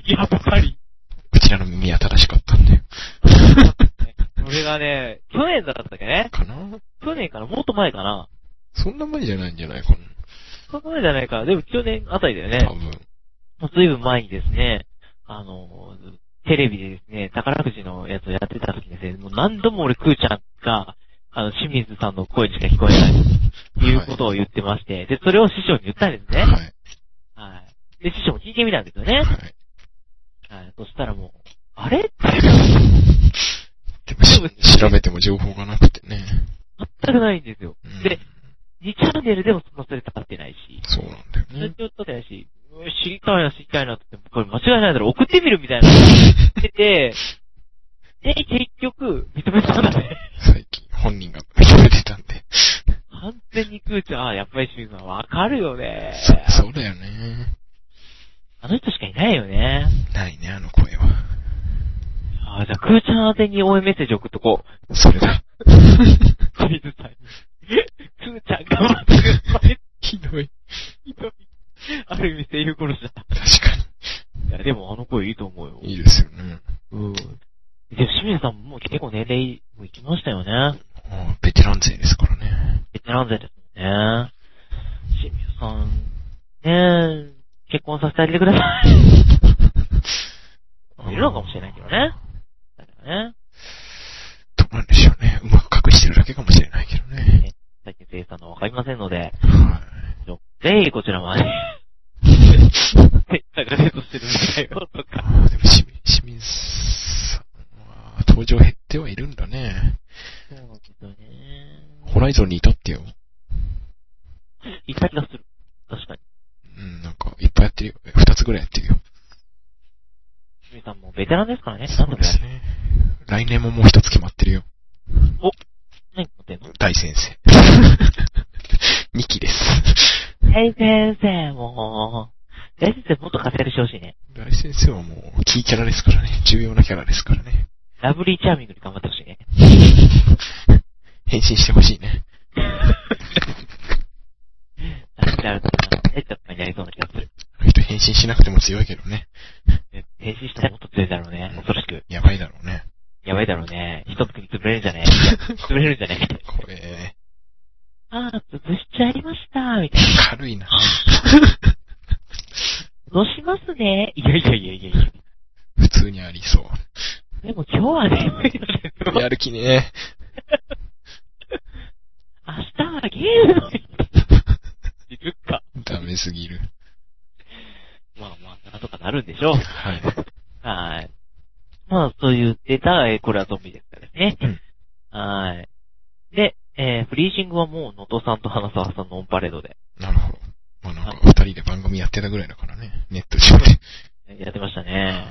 やっぱ り。うちらの耳は正しかったんだよ。それがね、去年だったっけねかな去年かなもっと前かなそんな前じゃないんじゃないかその前じゃないかなでも去年あたりだよなね。多分。もう随分前にですね、あの、テレビでですね、宝くじのやつをやってた時にですね、もう何度も俺くーちゃんが、あの、清水さんの声にしか聞こえないということを言ってまして、で、それを師匠に言ったんですね。はい。はい。で、師匠も聞いてみたんですよね。はい。はい。そしたらもう、あれでもし、調べても情報がなくてね。全くないんですよ。うんで、2チャンネルでもそんなそれ使ってないし、そうなんだよそれっね て。言ったってないし、うん知りたいな、知りたいなって、これ間違いないだろ、送ってみるみたいな。ってて、で、結局、認めたんだね。 最近、本人が認めてたんで。完全にクーちゃん、あやっぱり清水さんわかるよね。そそうだよね。あの人しかいないよね。ないね、あの声は。あじゃあ、クーちゃん宛てに応援メッセージ送っとこう。それだ。清水さんに。クーちゃん頑張ってください。ひどい。 ひどいある意味声優殺しだ。確かいや、でもあの声いいと思うよ。に。いいですよね。うん。でも清水さんももう結構年齢もいきましたよね。ああベテラン勢ですからね。ベテラン勢ですもんね。清水さん、ねえ、結婚させてあげてください。 いるのかもしれないけどね。だからね。どうなんでしょうね。うまく隠してるだけかもしれないけどね。最近生産のわかりませんので、はぜひこちらもね、 い。サガデートしてるんだよとか。ああでも清水、清水さんは、登場減ってはいるんだね。そうなんですよね。ホライゾンにいたってよ。いた気がする。確かに。うん、なんか、いっぱいやってるよ。二つぐらいやってるよ。清水さんもベテランですからね。そうですね。来年ももう一つ決まってるよ。何持ってんの大先 生。2期です。大先生、もう。大先生もっと活躍してほしいね。大先生はもう、キーキャラですからね。重要なキャラですから ね。ラブリーチャーミングに頑張ってほしいね。変身してほしいね。なんてあるかな。大ちゃんになりそうな気がする。あの人変身しなくても強いけどね。変身したらもっと強いだろうね。恐らく。やばいだろうね。やばいだろうね。一つに潰れるんじゃね潰れるんじゃねこれ、ああ、潰しちゃいました、みたいな。軽いな。戻しますね。いやいやいやいやいや。普通にありそでも今日はね、う。やる気ね。 明日はゲームの日。いるか。ダメすぎる。まあまあ、なんとかなるんでしょう。はい。はい。まあ、そういうデータ、えーこれはゾンビですからね。はい。で、えーフリーシングはもう、能登さんと花沢さんのオンパレードでなるほど。まあなんか、二人で番組やってたぐらいだからね。ネット上で。やってましたはね。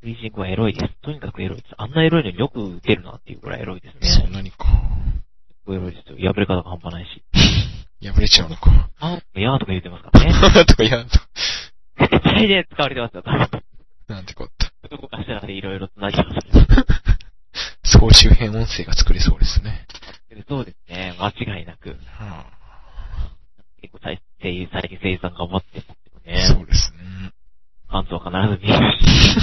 フリーシングはエロいです。とにかくエロいです。あんなエロいのによく打てるなっていうぐらいエロいですいそね。んなにか。エロいですよ。破れ方が半端ないし。破れちゃうのか。あーいやーとか言ってますからね。 とかやだ。絶対ね、使われてますよ、多分。なんてこった。どこかしらでいろいろ繋ぎます。総集編音声が作れそうですね。そうですね、間違いなく。は結構最、声優、最近声優さん頑張ってますけどあ、ね。そうですね。 パンツは必ず見えるし。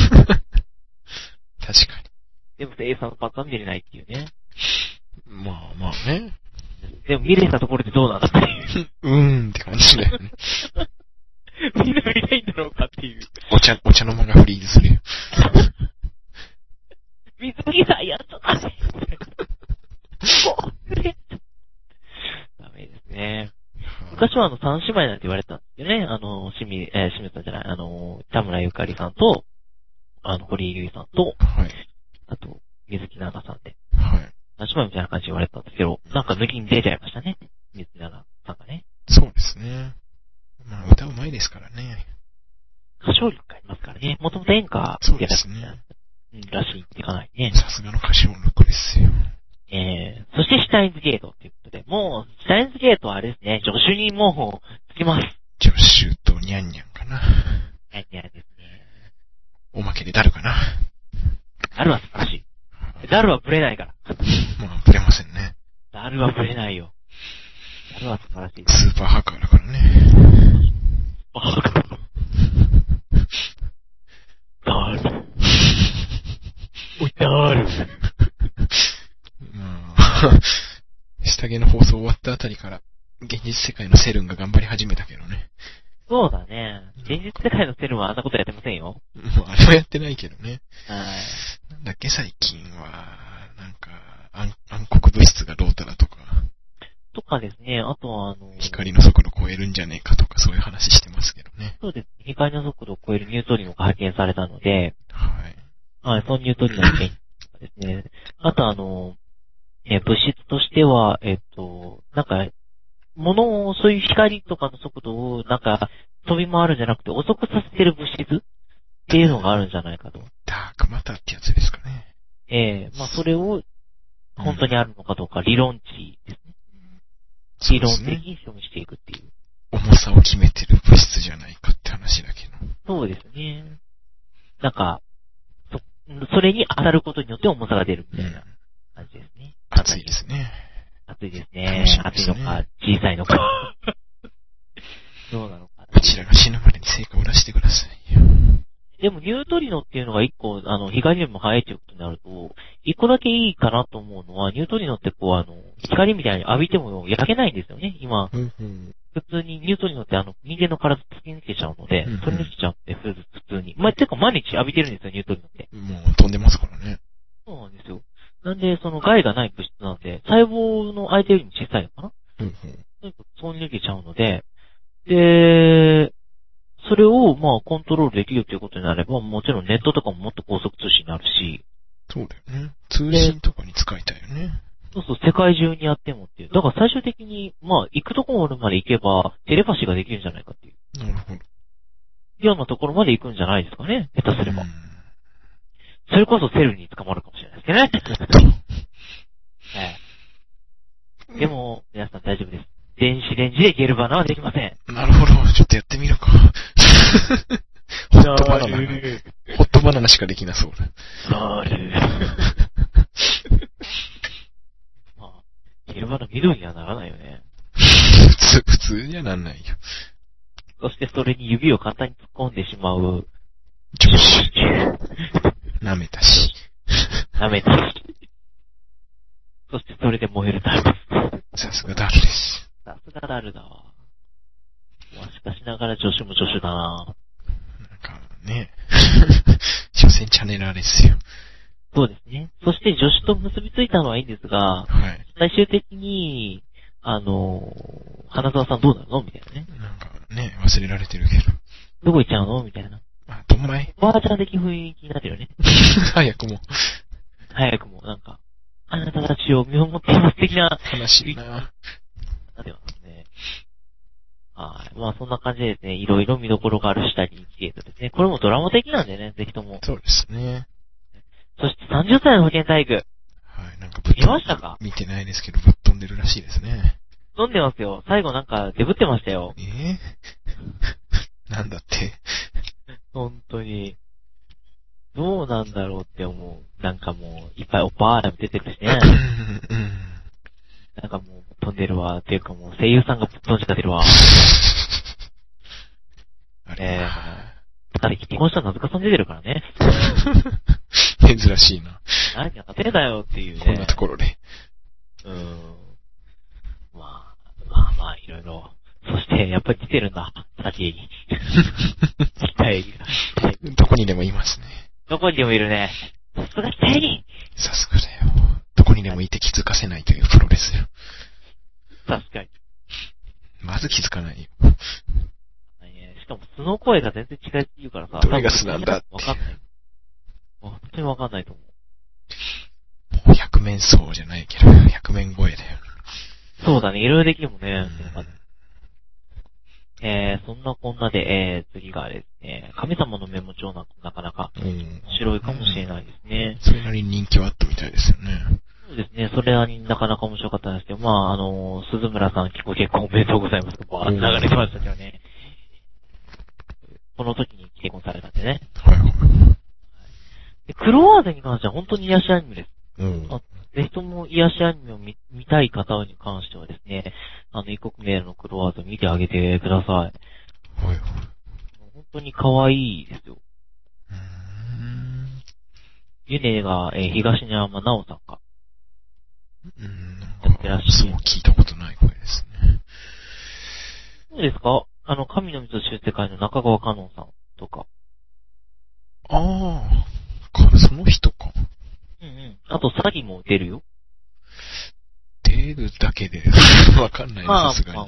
確かでも声優さんのパンツは見れないっていうね。に。まあまあね。でも見れたところでどうなんだっていう。 うーんって感じだよね。みんな見たいんだろうかって いう。お茶、お茶の間がフリーズするよ。水着さんやっとかね。もう ダメですね。昔はあの、三姉妹なんて言われてたんですよね。あの、清水、えー、清水さんじゃない、あの、田村ゆかりさんと、あの、堀井優衣さんと、はい。あと、水木奈々さんで、はい。三姉妹みたいな感じで言われてたんですけど、なんか抜きに出ちゃいましたね。水木奈々さんがね。そうですね。まあ歌うまいですからね。歌唱力がありますからね。もともと演歌そうやでらすてたね。うんらしいっていかないね。さすがの歌唱力ですよ。えー、そしてシュタインズゲートっていうことで、もう、シュタインズゲートはあれですね、助手にもう、つきます。助手とニャンニャンかな。はい、いやですね。おまけでダルかな。ダルは素晴らしい。ダルはブレないから。まあ、ぶれませんね。ダルはブレない よ。ダルは素晴らしい。スーパーハッカーだからね。ダル。おい、ダル。まあ、下着の放送終わったあたりから、現実世界のセルンが頑張り始めたけどね。 そうだね。現実世界のセルはあんなことやってませんよ。もうあれはやってないけどね。はい。なんだっけ、最近は、なんか、暗暗黒物質がどうたらとか、とかですね、あとはあの、光の速度超えるんじゃねえかとか、そういう話してますけどね。そうです。光の速度を超えるニュートリノが発見されたので、はい。はい、そのニュートリノの研究とかです ね。あとあの、えー物質としては、えっ、と、なんか、物を、そういう光とかの速度を、なんか、飛び回るんじゃなくて、遅くさせてる物質っていうのがあるんじゃないかと。ダークマターってやつですかね。ええまあ、それを、本当にあるのかどうか、理論値ですね。そ理うで論す的ね。に証明していくっていう。重さを決めてる物質じゃないかって話だけど。そうですね。なんか、そ、それに当たることによって重さが出るみたいな感じですね。熱いですね。暑いですね楽し。みで暑いすのねか、小さいのか。どうなのか。こちらが死ぬまでに成果を出してくださいよ。でも、ニュートリノっていうのが一個、あの、光よりも早いということになると、一個だけいいかなと思うのは、ニュートリノってこう、あの、光みたいに浴びても焼けないんですよね。今、うんうん。普通にニュートリノってあの、人間の体突き抜けちゃうのでうんうん、取り抜けちゃって、普通に。まあ、てか毎日浴びてるんですよ、ニュートリノって。もう飛んでますからね。そうなんですよ。なんで、その害がない物質なんで、細胞の相手よりも小さいのかなうんうん。とにかくそうに抜けちゃうので、で、それをまあコントロールできるということになれば、もちろんネットとかももっと高速通信になるし、そうだよね。通信とかに使いたいよね。そうそう、世界中にやってもっていう。だから最終的に、まあ、行くところまで行けば、テレパシーができるんじゃないかっていう。なるほど。ようなところまで行くんじゃないですかね、下手すれば。うんれこそセルに捕まるかもしれないですけどね。 ええでも、皆さん大丈夫です。電子レンジでゲルバナはできません。なるほど。ちょっとやってみる か。ホットバナナが。ホットバナナしかできなそうなだ。る。まあ、ゲルバナ緑にはならないよね。普通、普通にはなんないよ。そしてそれに指を簡単に突っ込んでしまう。 上司、舐めたし。舐めたし。そしてそれで燃えるタイプ。さすがダルです。さすがダルだわ。もしかしながら助手も助手だななんか ね。所詮チャネラーですよ。そうですね。そして助手と結びついたのはいいんですが、はい。最終的に、あの、花沢さんどうなるのみたいなね。なんかね、忘れられてるけど。どこ行っちゃうのみたいな。あ、どんま いおばあちゃん的雰囲気になってるよね。早くも早くも、なんか、あなたたちを見守っています的な、話しいな。なってますね。はい。まあそんな感じでですね、いろいろ見どころがある下に消えたですね。これもドラマ的なんでね、ぜひとも。そうですね。そして30歳の保健体育。はい、なんかぶっ見ましたか見てないですけど、ぶっ飛んでるらしいですね。飲んでますよ。最後なんかデブってましたよ。え ー、なんだって。本当に。どうなんだろうって思う。なんかもう、いっぱいおばあちゃんも出てるしねう。んうん。なんかもう、飛んでるわ。っていうかもう、声優さんがぶっ飛んじゃってるわ。 あれえただ、結婚したのずかさん出てるから ね。珍しいな。何やってんだよっていうね。こんなところで。うーん。まあ、まあまあ、いろいろ。そして、やっぱり出てるんだ。先に。北へ行くはい。どこにでもいますね。どこにでもいるね。さすが北へに。さすがだよ。どこにでもいて気づかせないというプロレスよ。確かに。まず気づかないよ。ねしかも素の声が全然違いすぎるからさ。どれが素なんだって多分わかんない。本当にわかんないと思う。もう百面相じゃないけど、百面超えだよ。そうだね、いろいろできるもんうね。えー、そんなこんなで、えー、次がですね、神様のメモ帳なんかなかなかうん面白いかもしれないですね。それなりに人気はあったみたいですよね。そうですね、それはなかなか面白かったんですけど、まあ、あの、鈴村さん結構結婚おめでとうございますとバーッと流れてましたけどね。この時に結婚されたんでね。はいはい。で、クロワーゼに関しては本当に癒しアニメです。うん。あぜひとも癒しアニメを見見たい方に関してはですね、あの、異国名のクロワーゼを見てあげてください。はいはい。う本当に可愛いですよ。ーんユネが、えー東に山奈緒さんか。うん。なんやってらっか、しそゃうる聞いたことない声ですね。そうですかあの、神の水修正会の中川香音さんとか。ああ、か、その人か。うんうん。あと、詐欺も出るよ。出るだけで、わかんないまな、あさす、 まがあ、まあ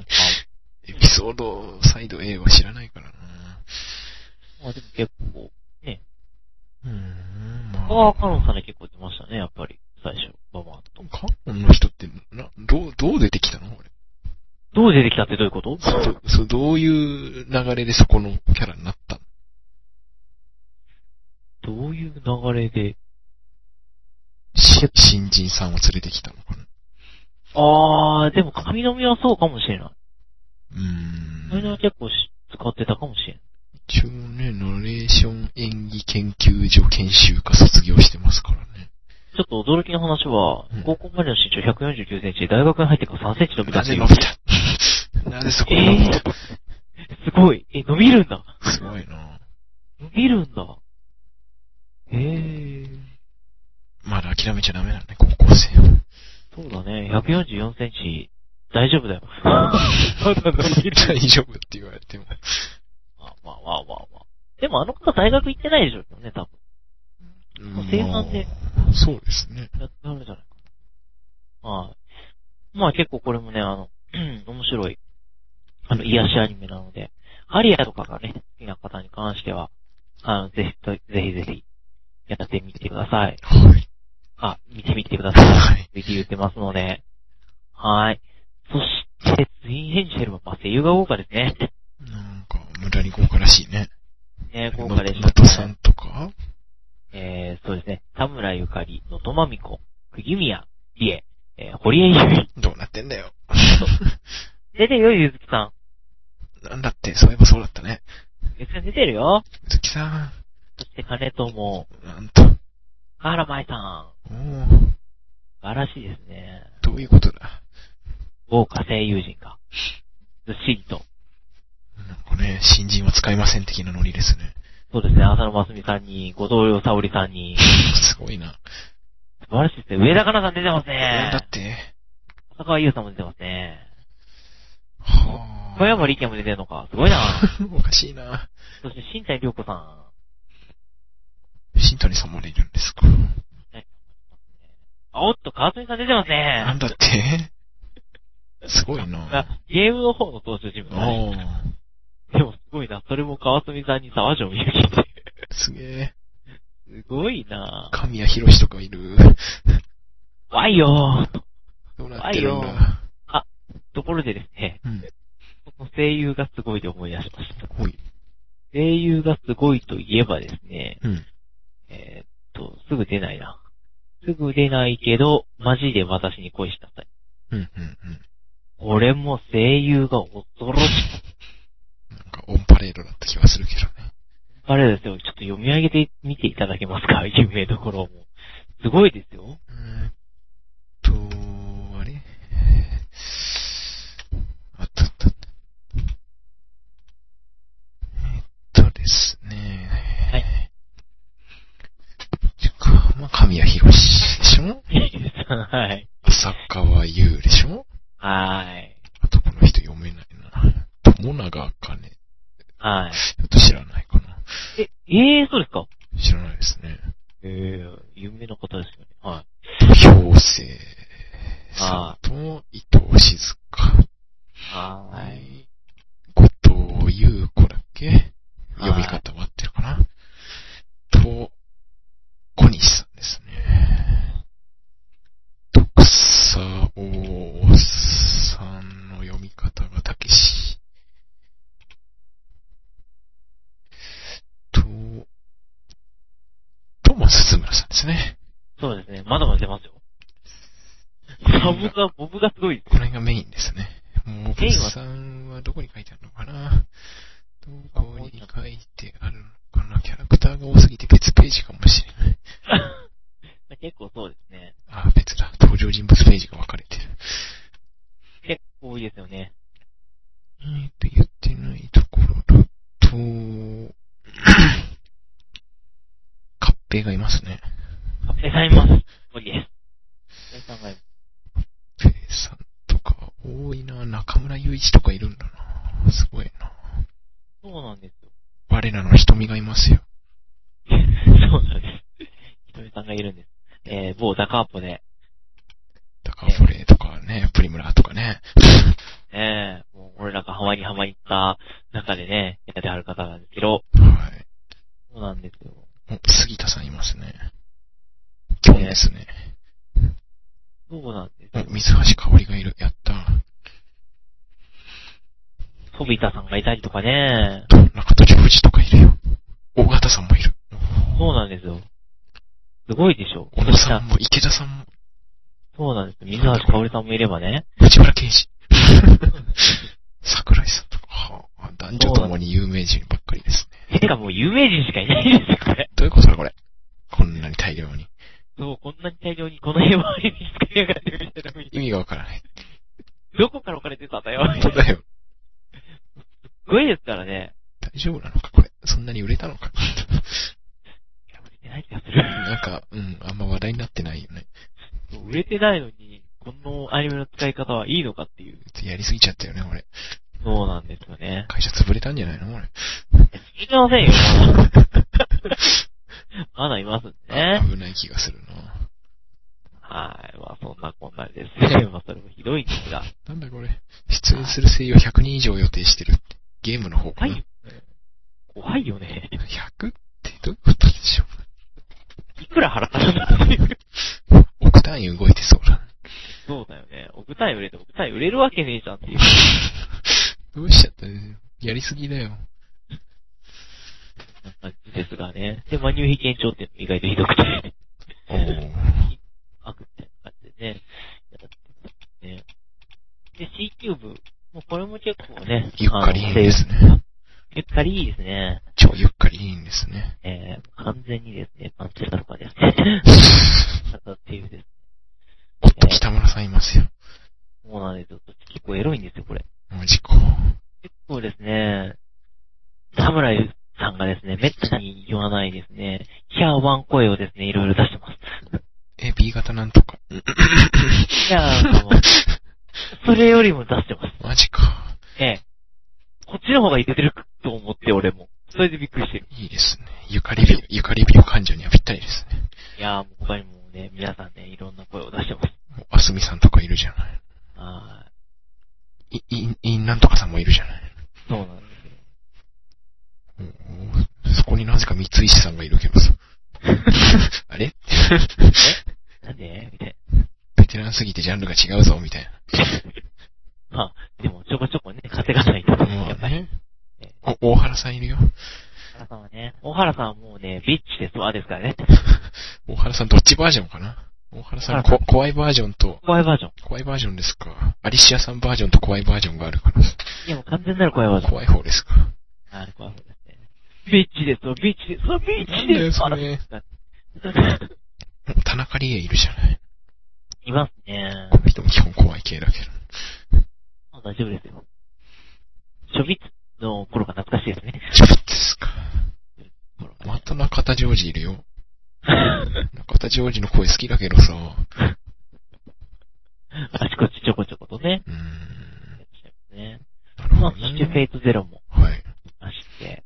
に。。エピソードサイド A は知らないからな。まあ、でも結構。うーん、中ま川あ。香音さんね、結構出ましたね、やっぱり。最初、ババーンと。カノンの人って、な、どう、どう出てきたの俺。どう出てきたってどういうことそ、そう、どういう流れでそこのキャラになったのどういう流れで。し新人さんを連れてきたのかなあー、でも、神の実はそうかもしれない。うー神の実んは。結構し使ってたかもしれない。一応ね、ナレーション演技研究所研修科卒業してますからね。ちょっと驚きの話はうん、高校までの身長149センチで大学に入ってから3センチ伸びたなってぜいう伸びた なぜそこに伸びた、すごい。え、伸びるんだ。すごいな伸びるんだ。へえ。まだ諦めちゃダメだね、高校生は。そうだね。144センチ、大丈夫だよ。まだ伸びる。大丈夫って言われても。まあまあまあまあまあ。でもあの方大学行ってないでしょうね、多分。うん生産性まあそうですね。やってあるんじゃないかな。はい。まあ結構これもね、あの、 面白い、あの、癒しアニメなので、ハリアとかがね、好きな方に関しては、あの、ぜひと、ぜひぜひ、やってみてください。はい。あ、見てみてください。はいぜひ言ってますので。はい。そして、ツインヘンジェルは、まあ、声優が豪華ですね。なんか、無駄に豪華らしいね。ね、の豪華でした、のとさんとかえー、そそうですね。田村ゆかり、野戸まみこ、釘宮、理恵、えー堀江由衣。どうなってんだよ。出てるよ、ゆずきさなんだって、そういえばそうだったね。ん。ゆずきさん出てるよ。鈴木さそして金友、ん、なんと、河原舞さん。おー素晴らしいですね。どういうことだ。豪華声優陣が。ずっしりと。なんかね、新人は使いません的なノリですね。そうですね、浅野真澄さんに、後藤良沙織さんに。すごいな。素晴らしいですね。上田かなさん出てますなんだねっ。て、浅川優さんも出てますね。はぁ。小山力也も出てるのか。すごいな。 おかしいな。そして新谷涼子さん。新谷さんまでいるんですか。あ、おっと、川澄さん出てますなねん。だってすごいな。あゲームの方の投手陣おもね。ー。でもすごいな。それも川澄さんに沢城みゆきって。すげえ。すごいな。神谷博士とかいる。怖いよどうなってるん怖いよだ。ところでですね、うん。この声優がすごいで思い出しました。ほい。声優がすごいといえばですね、うん。えーっと、すぐ出ないな。すぐ出ないけど、マジで私に恋しなさい。うん、うん、うん。これも声優が恐ろしくなんかオンパレードだった気がするけどね。あれですよ、ちょっと読み上げてみていただけますか、 有名どころを。すごいですよ。うーんと、あれあったあったあった。えっとですね。はい。まあ、神谷博士でしょはい。浅川優でしょはい。あとこの人読めないな。友永かね。はい。ちょっと知らないかな。え、えー、そうですか知らないですね。ええー、有名な方ですよね。はい。土俵生さんと伊藤静香。は。はいい。後藤優子だっけはい読み方は合ってるかなと、小西さんですね。徳沢さんの読み方がたけし。と、とも鈴村さんで すね。そうですね。まだまだ出 ますよ。サブが、ボブがすごいです。 これがメインですね。もう、メインは物産はどこに書いてあるのかなどこに書いてあるのかなキャラクターが多すぎて別ページかもしれない。結構そうですね。あ、別だ。登場人物ページが分かれてる。結構多いですよね。えっと、言ってないところだと、 カッペがいますね。カペさんいます。多いです。カペさんがいます。ペイさんとか多いな。中村雄一とかいるんだな。すごいな。そうなんですよ。 我らの瞳がいますよ。そうなんです。ひとみさんがいるんです。えー、某ダカーポで、高フレとかね、プリムラとかね。 ええもう俺らがハマりハマりった中でね、やってはる方なんですけど、はい。そうなんですよ。お杉田さんいますね。今日ですね。そうなんですよお、。水橋香織がいる。やった飛びたさんがいたりとかね、ー。中戸富士とかいるよ。大型さんもいる。そうなんですよ。すごいでしょ。小野さんも池田さんも、そうなんですよ。水橋かおりさんもいればね。藤原刑 事。桜井さんとか、はあ、男女ともに有名人ばっかりですね。てかもう有名人しかいないですよ、これ。どういうことだこれ。こんなに大量に。そう、こんなに大量にこの辺はに使いやがってみたいな意味がわからない。どこからお金出たんだよ。本当だすよ。ごいですからね。大丈夫なのかこれ。そんなに売れたのかいや売れてない気がする。なんか、うん、あんま話題になってないよね。売れてないのに、このアニメの使い方はいいのかっていう。やりすぎちゃったよね、俺。そうなんですよね。会社潰れたんじゃないの俺。いけませんよ。 まだいます んでね。危ない気がするな。はい。まあ、そんなこんなです ね。まあ、それもひどいんですが。なんだこれ。出演する声優は100人以上予定してるって。ゲームの方か怖いな。よね。怖いよね。 100ってどういう ことでしょいくら払ったんだっていう。う。億単位動いてそうだ。 そうだよね。億単位売れて、億単位売れるわけねえじゃんっていう。どうしちゃったやりすぎだよ。な感じですがね。で、まあ、入費検証っていうのも意外とひどくて、おー悪みたいな感じでね。ねで、C キューブ。もうこれも結構ね。ゆっかりいいんであすのね。ゆったりいいですね。超ゆっかりいいんですね。えー、完全にですね、パンチラとかですね。方っていうです。おっと、北村さんいますよ。そうなんですよ。結構エロいんですよ、これ。もう事故。結構ですね、田村ゆさんがですね、めったに言わないですね、ヒャーワン声をですね、いろいろ出してます。え、B 型なんとか。ヒャー ワンも、それよりも出してます。マジか。ええ。こっちの方がいけてると思って、俺も。それでびっくりしてる。いいですね。ゆかりびょう、ゆかりびょう感情にはぴったりですね。いやー、もう他にもね、皆さんね、いろんな声を出してます。もうあすみさんとかいるじゃない。あい、い、いんなんとかさんもいるじゃない。ー、そうなんですよ。うんそこになぜか三石さんがいるけどさ。 あれなんでみたいベテランすぎてジャンルが違うぞ、みたいな。まあ、でも、ちょこちょこね、稼がないと。な。もやっうぱり。ね。お、大原さんいるよ。大原さんはね、大原さんはもうね、ビッチですわ、ですからね。大原さんどっちバージョンかな大原さん大原こ、怖いバージョンと、怖いバージョン。怖いバージョンですかアリシアさんバージョンと怖いバージョンがあるから。いや、もう完全なる声は、怖い方ですかあれ怖い方ですね。ビッチですよ、ビッチですよ、ビッなチんだでよ、すそよ。れ。あの田中理恵いるじゃない。いますね。この人も基本怖い系だけど。もう大丈夫ですよ。初日の頃が懐かしいですね。ちょっとですか。頃がまねた中田ジョージいるよ。中田ジョージの声好きだけどさ。あちこちちょこちょことね。うーん。ねなるまほあ、どそしてフェね。イトゼロもはい。あして。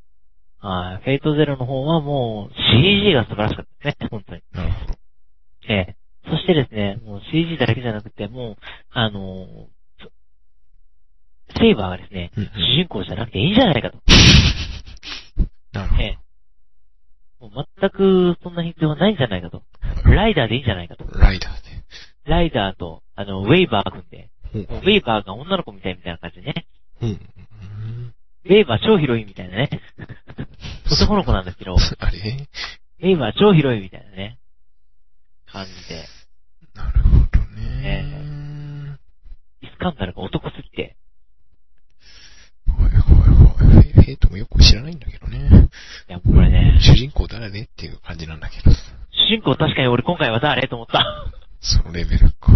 はい。フェイトゼロの方はもう CG が素晴らしかったですね、本当に。なるほど。ええ。そしてですね、もう CG だけじゃなくて、もう、あのーそセイバーがですね、うんうん主人公じゃなくていいんじゃないかと。なるほど。ええ。もう全くそんな必要はないんじゃないかと。ライダーでいいんじゃないかと。ライダーライダーと、あの、ウェイバー組んで、で。もうウェイバーが女の子みたいみたいな感じでね。うん。うん。ウェイバー超広いみたいなね。男の子なんですけど、ウあれェイバー超広いみたいなね。感じで。なるほどえね。イスカンダルが男すぎて。はいはいはい。フェイトもよく知らないんだけどね。いや、もうこれね、主人公誰ねっていう感じなんだけど。主人公確かに俺今回は誰と思った。そのレベルか。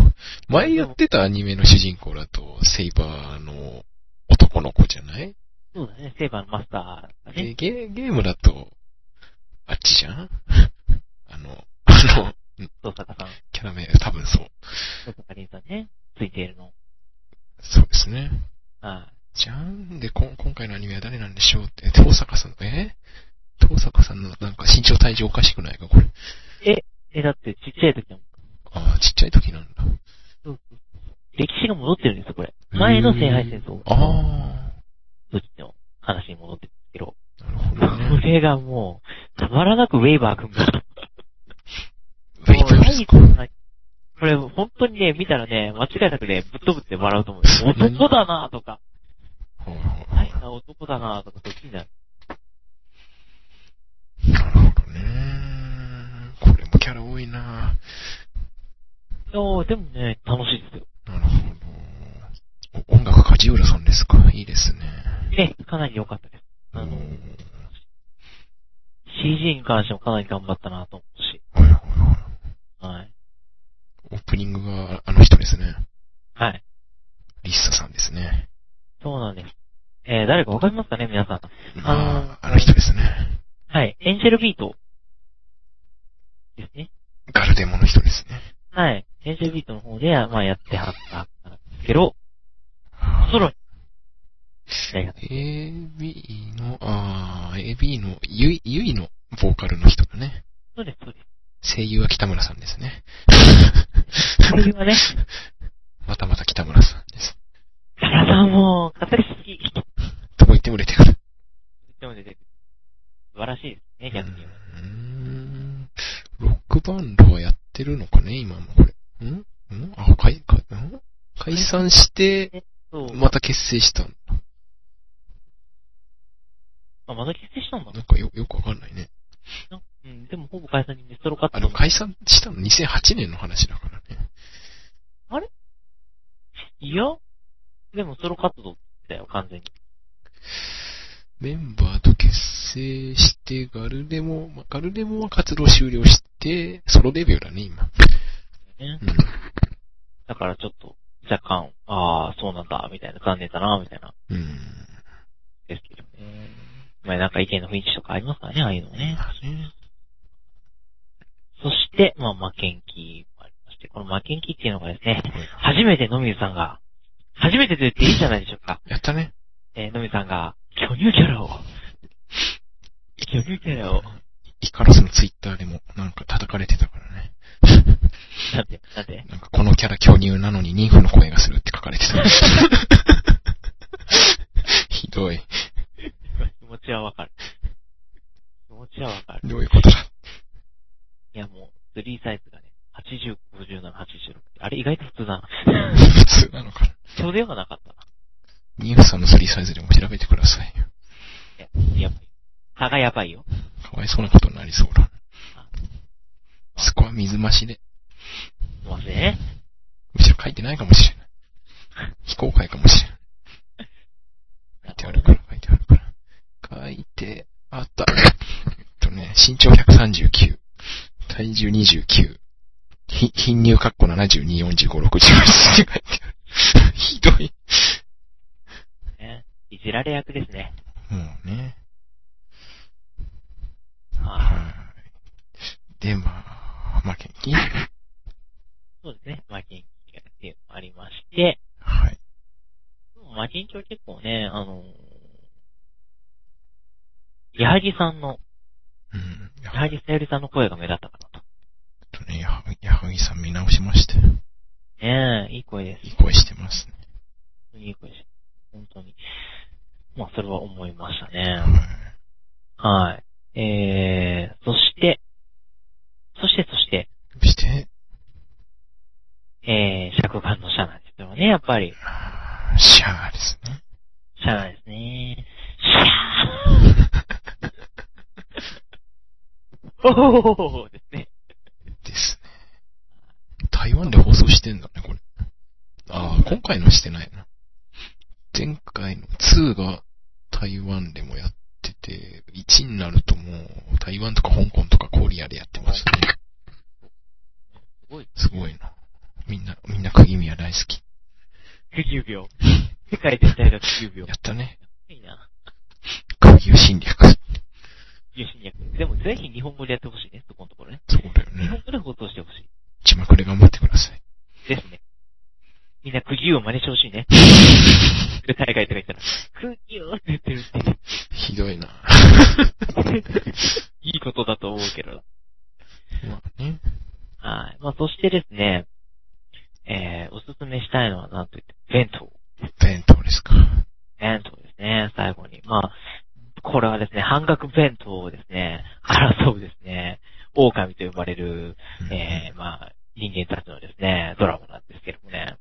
前やってたアニメの主人公だと、セイバーの男の子じゃないそうだね、セイバーのマスターだね。でゲーゲームだと、あっちじゃん あの、 あの、登坂さん、キャラメ多分そう。登坂凛さんね、ついているの。そうですね。はじゃんで、こん今回のアニメは誰なんでしょうって、東坂さん、え東坂さんのなんか身長体重おかしくないか、これ。い。え、だってちっちゃい時のああ、ちっちゃい時なんだ。歴史が戻ってるんですよ、これ。前の聖杯戦争、あ武器の話に戻ってるんですけど、あ、なるほこ どね。れがもう、たまらなくウェイバー君が、ウェイトですかもう何言ってもないこれ、本当にね、見たらね、間違いなくね、ぶっ飛ぶって笑うと思う。何男だなとか、はいはいはい、男だなとか、そっちになる。なるほどね。これもキャラ多いな。いやーでもね、楽しいですよ。なるほど。お音楽梶浦さんですかいいですね。ね、かなり良かったです。あの、CG に関してもかなり頑張ったなと思うし、はいはいははい。い。オープニングがあの人ですね。はい。リッサさんですね。そうなんです。えー、誰かわかりますかね、皆さん。まあ、あの人ですね。はい。エンジェルビート。ですね。ガルデモの人ですね。はい。編成ビートの方で、まあやってはったんですけど、ソロに、大学 AB の、ああ、AB の、ゆい、ゆいのボーカルの人だね。そうです、そうです。声優は北村さんですね。これはね、 またまた北村さんです。サラさんも、語り好き、人っどこ行っても売れてくる。ても出てくる。素晴らしいですね、逆に。うーんロックバンドはやってるのかね、今もこれ。んんあ、解、解、ん解散して、そう。また結成したんだ。あ、まだ結成したんだなんかよ、よくわかんないね。な。うん、でもほぼ解散にデストロ勝ったあの、解散したの2008年の話だからね。いや、でもソロ活動だよ、完全に。メンバーと結成して、ガルデモ、まあ、ガルデモは活動終了して、ソロデビューだね、今。ねうん。だからちょっと、若干、ああ、そうなんだ、みたいな、残念だな、みたいな、うん。ですけどね。まあなんか意見の雰囲気とかありますからね、ああいうのね。まあねそして、まあ、負けん気もありまして、この負けん気っていうのがですね、はい初めてのみゆさんが、初めてと言っていいじゃないでしょうか。やったね。えーのみゆさんが、巨乳キャラを、巨乳キャラを、イカロスのツイッターでもなんか叩かれてたからね。 なんて、なんて、なんかこのキャラ巨乳なのに妊婦の声がするって書かれてた。 ひどい。気持ちはわかる。気持ちはわかる。どういうことだ。いやもう、スリーサイズがね、80、57、86。あれ意外と普通だな。普通なのかな。そうではなかった妊婦さんのスリーサイズでも調べてくださいよ。な。やっぱり。差がやばいよ。かわいそうなことになりそうだ。そこは水増しで。まずね。むしろ書いてないかもしれない。非公開かもしれない。書いてあるから、書いてあるから。書いてあった。えっとね、身長139。体重29。ひ、貧乳括弧72、45、60って書いてある。ひどい。ねいじられ役ですね。もうね。ああ、はい。で、まあ、まあ、元気そうですね。マキンチがっていうのもありまして、はい。マキンチは結構ね、あのー、矢作さんの、うん。や矢は作さゆりさんの声が目立ったかなと。とね、やはやはぎさん見直しまして。ねえ、いい声です。いい声してますね。いい声です。本当に。まあ、それは思いましたねは。はい。えー、そして、そして、そして、い。して、えー、尺眼の社なんですけどね、やっぱり。あーシャーですね。 社なんですね。シャーおーですね。ですね。台湾で放送してんだね、これ。ああ、今回のしてないな。前回の2が台湾でもやってて、1になるともう台湾とか香港とかコリアでやってますね。すごい。すごいな。みんな、みんな釘宮大好き。 9秒。世界全体が9秒。やったね。いいな。釘を侵略。有心略。でもぜひ日本語でやってほしいね、そこのところね。そうだよ日本ね。語で放送してほし字幕で頑張ってくだ さい。い。ですね。みんな釘を真似してほしいね。大会とか言ったら、釘をって言ってるって。ひどいな。いいことだと思うけど。まあね。はい。まあ、そしてですね、えー、おすすめしたいのはなんと言って、弁当。弁当ですか。弁当ですね、最後に。まあ、これはですね、半額弁当をですね、争うですね、狼と呼ばれる、えー、まあ、人間たちのですね、ドラマなんですけどもね。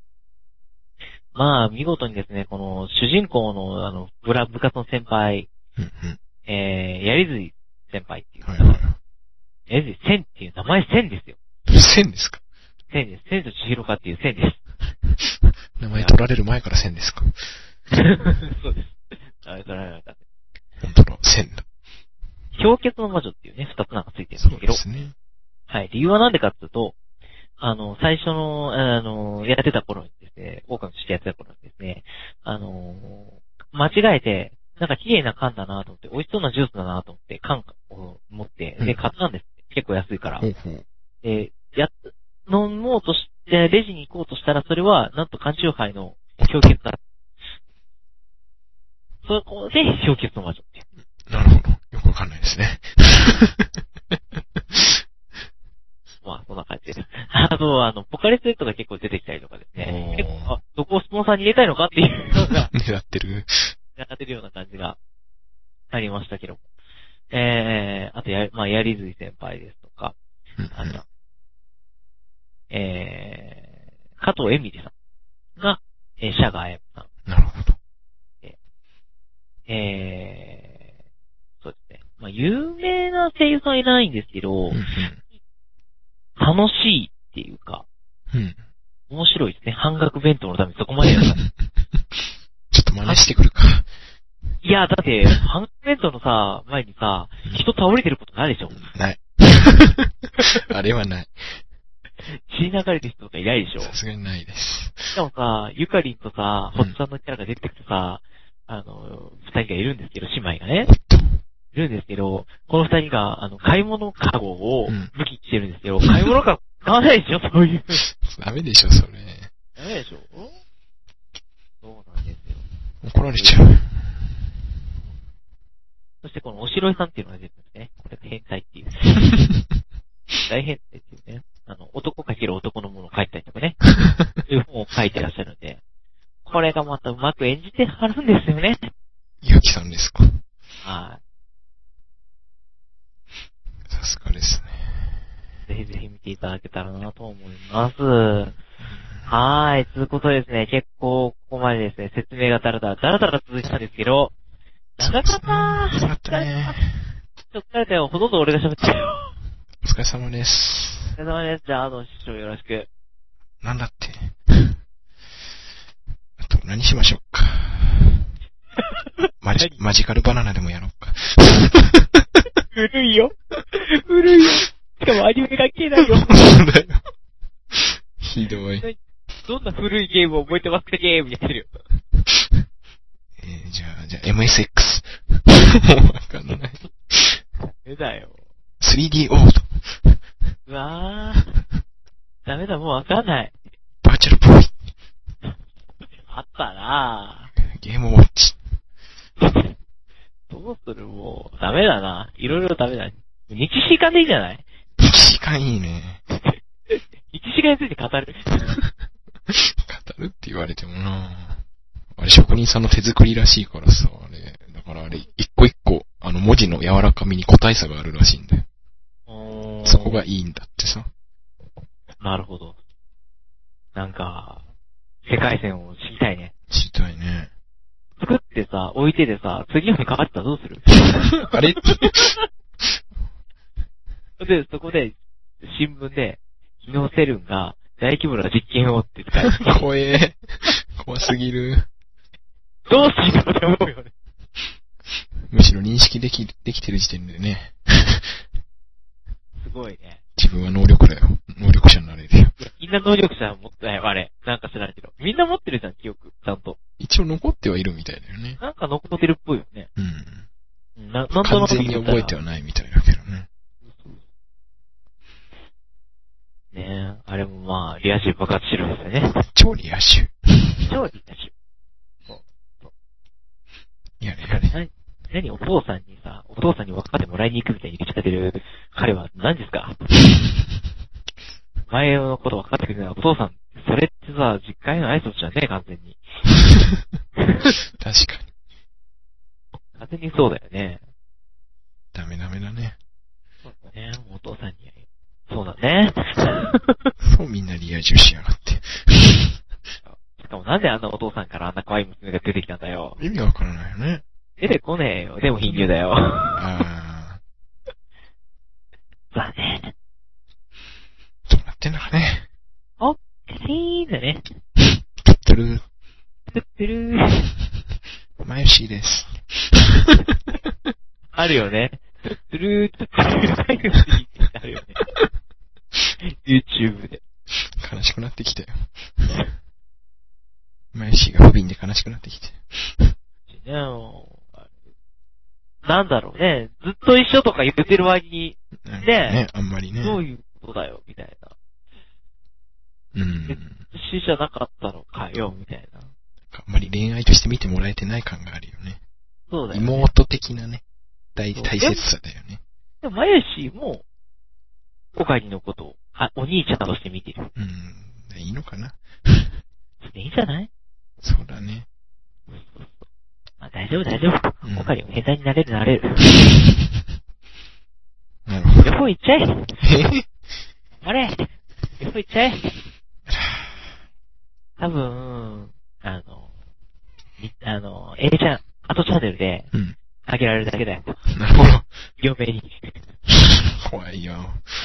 まあ、見事にですね、この主人公の、あの、ブラ、部活の先輩、うんうん。えー、やりずい先輩っていうはいはか、いやりずい千っていう名前千ですよ。。線ですか千です。千と千尋かっていう千です。 名前取られる前から線ですかそうです。あれ、取られなかっ本当だ、線だ。た。氷結の魔女っていうね、二つなんかついてるんでそすうけでど、すね。はい。理由はなんでかっていうと、あの、最初の、あの、やってた頃にですね、狼としてやってた頃にですね、あの、間違えて、なんか綺麗な缶だなと思って、美味しそうなジュースだなと思って、缶を持って、うで、ん買ったんです。結構安いからほ。うほう。で、やっ、飲もうとして、レジに行こうとしたら、それは、なんと缶中杯の氷結だ。そこで、氷結の魔女っていう。なるほど。よくわかんないですね。まあ、そんな感じです。 あと、あの、ポカリスエットが結構出てきたりとかですね。おー結構、あ、どこをスポンサーに入れたいのかっていう のが、狙ってる。狙ってるような感じがありましたけども。えー、あとや、まあ、やりずい先輩ですとか、うんうあんと、えー、加藤恵美里さんが、えー、シャガーエムさん、なるほど。え声優さんいらないんですけど、うんうん楽しいっていうか、うん。面白いですね。半額弁当のためにそこまでやらない。ちょっと真似してくるか。いや、だって、半額弁当のさ、前にさ、人倒れてることないでしょない。あれはない。血流れてる人とかいないでしょさすがにないです。しかもさ、ゆかりんとさ、うほんっちゃんのキャラが出てくるとさ、あの、二人がいるんですけど、姉妹がねお。っと。いるんですけど、この二人が、あの、買い物カゴをうん武器にしてるんですけど、買い物カゴ使わないでしょそういう。ダメでしょ、それ。ダメでしょそうなんですよ。怒られちゃう。そしてこのおしろいさんっていうのが出てくるんですね。これが変態っていう。大変態っていうね。あの、男かける男のものを書いたりとかね。そういう本を書いてらっしゃるんで。これがまたうまく演じてはるんですよね。 ゆうきさんですか。はさすがですね。い。ぜひぜひ見ていただけたらなと思います。はーい。ということでですね、結構ここまでですね、説明がだらだら、だらだら続いてたんですけど、長かったなよかったね。ちょっと疲れたよ。ほとんど俺が喋ってたよ。お疲れ様です。お疲れ様です。じゃあ、あの、師匠よろしく。なんだって。あと、何しましょうか。マジはい、マジカルバナナでもやろうか。古いよ。古いよ。しかもアニメ関係ないよ。そうだよ。ひどい。 どんな古いゲームを覚えてますかゲームやってるよ。えー、じゃあ、じゃあ、MSX。もうわかんない。ダメだよ。 3D オート。うわー。ダメだ、もうわかんない。バーチャルボーイ。あったなゲームウォッチ。ぁ。どうするもう。ダメだな。いろいろダメだ。日誌間でいいじゃない1時間いいね。日誌間について語る。語るって言われてもなあれ職人さんの手作りらしいからさ、あれ。だからあれ、一個一個、あの文字の柔らかみに個体差があるらしいんだよ。おー そこがいいんだってさ。なるほど。なんか、世界線を知りたいね。知りたいね。作ってさ、置いててさ、次の日かかってたらどうするあれで、そこで、新聞で、昨日セルンが大規模な実験をって 使い、怖え。怖すぎる。どうしていいかって思うよね。むしろ認識でき、できてる時点でね。すごいね。自分は能力だよ。能力者になれるよ。いやみんな能力者持ってないよ、あれ。なんか知らないけど。みんな持ってるじゃん、記憶。ちゃんと。一応残ってはいるみたいだよね。なんか残ってるっぽいよね。うん。うんな、なんとなく完全に覚えてはないみたいだけどね。ねえ、あれもまあ、リア充爆発してるんですよね。超リア充。超リア充。やれやれ。何お父さんにさ、お父さんに分かってもらいに行くみたいに言っちゃってる彼は何ですか前のこと分かってくれないお父さん、それってさ、実家への挨拶じゃねえ、完全 に。 確かに。完全にそうだよね。ダメダメだね。そうだね、もうお父さんに。そうだ ね。そうみんなリア充しやがって。しかもなんであんなお父さんからあんな可愛い娘が出てきたんだよ。意味わからないよね。出てこねえよ。でも貧乳だよ。あだね。ー、どうなってんだかね。ピーンだね。トゥットゥルプップルー。ー、マヨシーです。あるよね。プップルー、プップルー、最後に言ってあるよね。YouTube で。悲しくなってきたよ。マヨシーが不憫で悲しくなってきて。ねもうなんだろうね。ずっと一緒とか言ってる割に、なんかねね、あんまりね。どういうことだよ、みたいな。うん。なん死じゃなかったのかよ、みたいな。かあんまり恋愛として見てもらえてない感があるよね。そうだよ、ね。妹的なね、大、そう大切さだよね。でも、まゆしも、おかりのことを、あ、お兄ちゃんとして見てる。うん。いいのかないいんじゃないそう だね。まあ、大丈夫、大丈夫。うんおかりも変態になれる、なれる。なるほど。旅行行っちゃええあれ旅行行っちゃえ多分、あの、いあの、A ちゃん、後チャンネルで、 うん。あげられるだけだよ。なるほど。嫁に。 怖いよ。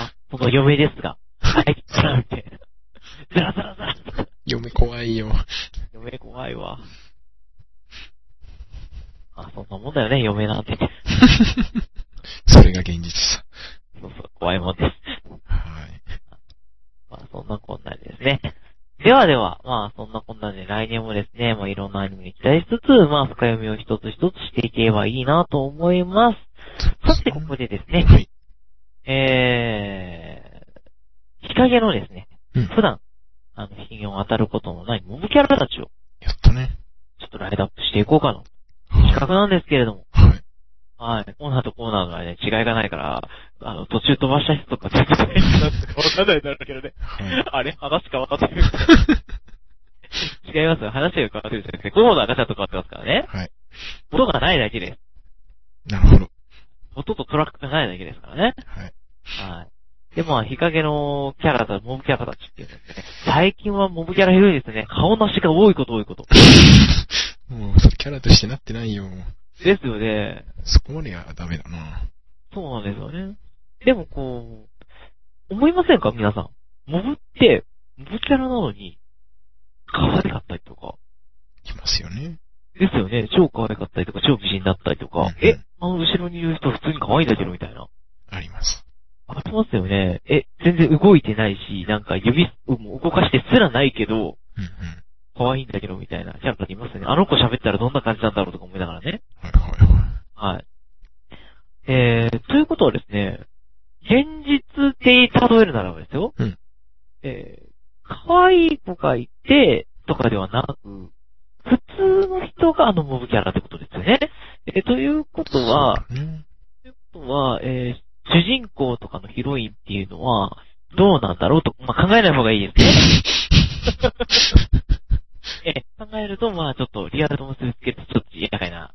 あ、僕は嫁ですが。はい、つらみたいな。ずらずらずら。嫁怖 いよ。嫁怖いわ。あ、そんなもんだよね、嫁なんて。それが現実さ。そうそう、怖いもんです。はい。まあ、そんなこんなですね。 ではでは、まあ、そんなこんなで来年もですね、まあ、いろんなアニメに期待しつつ、まあ、深読みを一つ一つしていければいいなと思います。そして、ここでですね、はい。えー、日陰のですね、うん。普段、あの、日陰を当たることのないモブキャラたちを、やったね。ちょっとライトアップしていこうかの企は画なんですけれども、い。はい。はい、コーナーとコーナーの間に違いがないから、あの、途中飛ばした人とか絶対になんとかわかんないだろうけどね。はい。 あれ話変わってる。 違いますよ。話が変わってるじゃなくて、コーナーがちゃんと変わってますからね。はい。音がないだけです。なるほど。音とトラックがないだけですからね。はい。 はい。で、まあ、日陰のキャラだ、モブキャラたちっていうのはね、最近はモブキャラひどいですね。顔なしが多いこと多いこと。もう、それキャラとしてなってないよ。ですよね。そこまではダメだな。そうなんですよね。でもこう、思いませんか皆さん。モブって、モブキャラなのに、可愛かったりとか。いますよね。ですよね。超可愛かったりとか、超美人だったりとうんうかん。え、あの後ろにいる人普通に可愛いんだけど、みたいな。あります。ありますよね。え、全然動いてないし、なんか指も動かしてすらないけど、うんうん。可愛いんだけど、みたいなキャラとかいますよね。あの子喋ったらどんな感じなんだろうとか思いながらね。はいはいはい。はい。えー、ということはですね、現実で例えるならばですよ。うんえー、可愛い子がいて、とかではなく、普通の人があのモブキャラってことですよね。えーということは、そうだね。とは、えー主人公とかのヒロインっていうのは、どうなんだろうと、まあ、考えない方がいいですね。えー考えると、まあちょっとリアルと結びつけるとちょっと厄介な、は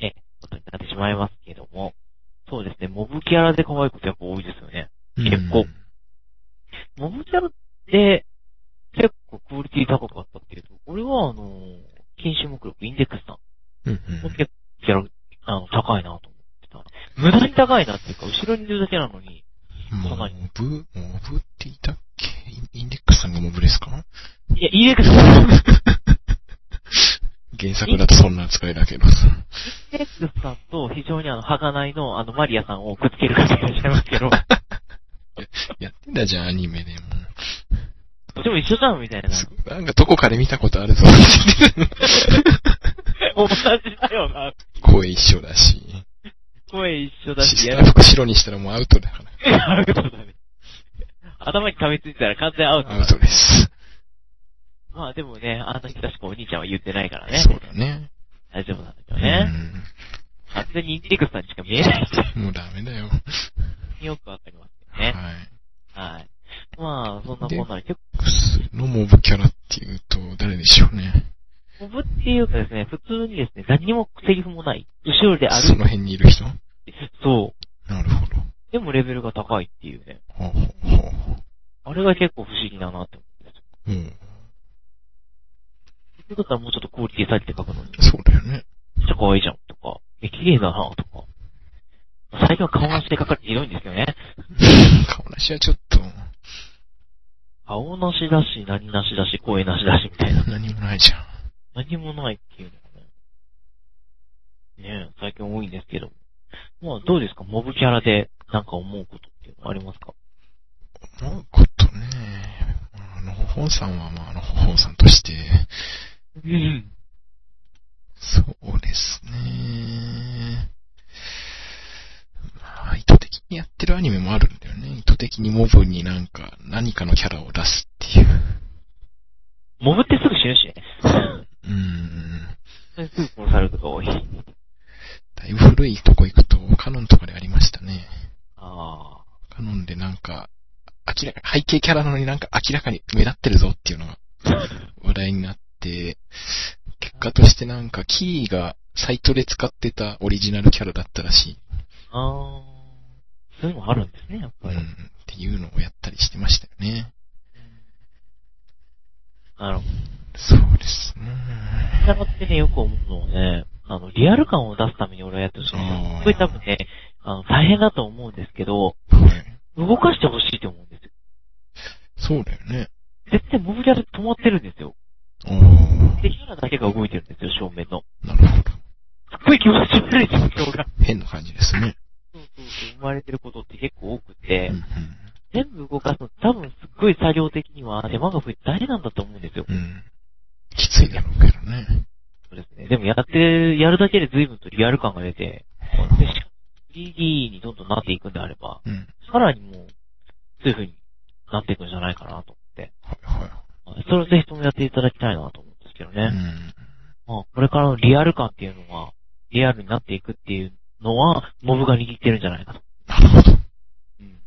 い。えーことになってしまいますけども、そうですね、モブキャラで可愛いことやっぱ多いですよね。 結構モブキャラって、結構クオリティ高かったけれど、俺はあのー、禁止目録インデックスさん。うんうん。もう結構キャラ、あの、高いなと思ってた。無駄に高いなっていうか、後ろにいるだけなのに、モかなりブ、モブって言ったっけインインデックスさんがモブです かいや、インデックスさん、イン原作だとそんな扱い だけどさ。デックスさんと非常にあの、儚いの、あの、マリアさんをくっつける方がいらっしゃいますけ ど、やってんだじゃん、アニメでも。でも一緒じゃんみたいな。 すなんかどこかで見たこと あるぞ。同じだよな。声一緒だし。声一緒だし、シスやター服白にしたらもうアウトだから。ることだね。頭に噛みついたら完全アウトアウだ。トです。まあでもね、あの人確かお兄ちゃんは言ってないからね。そうだね。大丈夫なんだけどね。完全にインデックスさんにしか見えないし、うん。もうダメだよ。よくわかりますよはね。。いはい。まあ、そんなこんなで結構クスのモブキャラっていうと誰でしょうね。モブっていうかですね、普通にですね、何もセリフもない。後ろでそ歩の辺にいる人いて、そう。なるほど。でもレベルが高いっていうね。ほうほうほうほあれが結構不思議だなって思うんですよ。う。うん。普通だったらもうちょっとクオリティ下げて書くのに、めっそうだよね。ちゃ可愛いじゃんとか、え、綺麗だなとか。最近は顔なしで書かれてひどいんですけどね。顔なしはちょっと、顔なしだし、何なしだし、声なしだしみたいな。何もないじゃん。何もないっていうのがね。ねえ、最近多いんですけど。まあどうですかモブキャラでなんか思うことっていうのはありますか思うことね。あの、ほほんさんは、まあ、あの、ほほんさんとして、うん。そうですね。まあ、意図的にやってるアニメもあるんだよね。意図的にモブになんか、何かのキャラを出すっていう。モブってすぐ死ぬしね。うーん。すぐ殺されることが多い。だいぶ古いとこ行くと、カノンとかでありましたね。ああ。カノンでなんか、明らか、背景キャラなのになんか明らかに目立ってるぞっていうのが話題になって、結果としてなんかキーがサイトで使ってたオリジナルキャラだったらしい。ああ。そういうのもあるんですね、やっうぱん。っり。ていうのをやったりしてましたよね。あの、そうですキャラね。ってね、よく思うのはね、あの、リアル感を出すために俺はやってほしいんですよ。すごい多分ね、あの、大変だと思うんですけど、はい。動かしてほしいと思うんですよ。そうだよね。絶対モブリャル止まってるんですよ。おーで、キャラだけが動いてるんですよ、正面の。なるほど。すっごい気持ち悪い状況が。変な感じですね。そうそうそう、生まれてることって結構多くうて、ん全部動かすの多分すっごい作業的には手間が増えて大変なんだと思うんですよ。うん。うん。きついだろうけどね。そうですね。でもやって、やるだけで随分とリアル感が出て、はいではしい。かも 3D にどんどんなっていくんであれば、うん。さらにもう、そういう風になっていくんじゃないかなと思って。はいははいそれをぜひともやっていただきたいなと思うんですけどい。うね。ん。まあ、これからのリアル感っていうのが、リアルになっていくっていうのは、モブが握ってるんじゃないかと。なるほど。うん。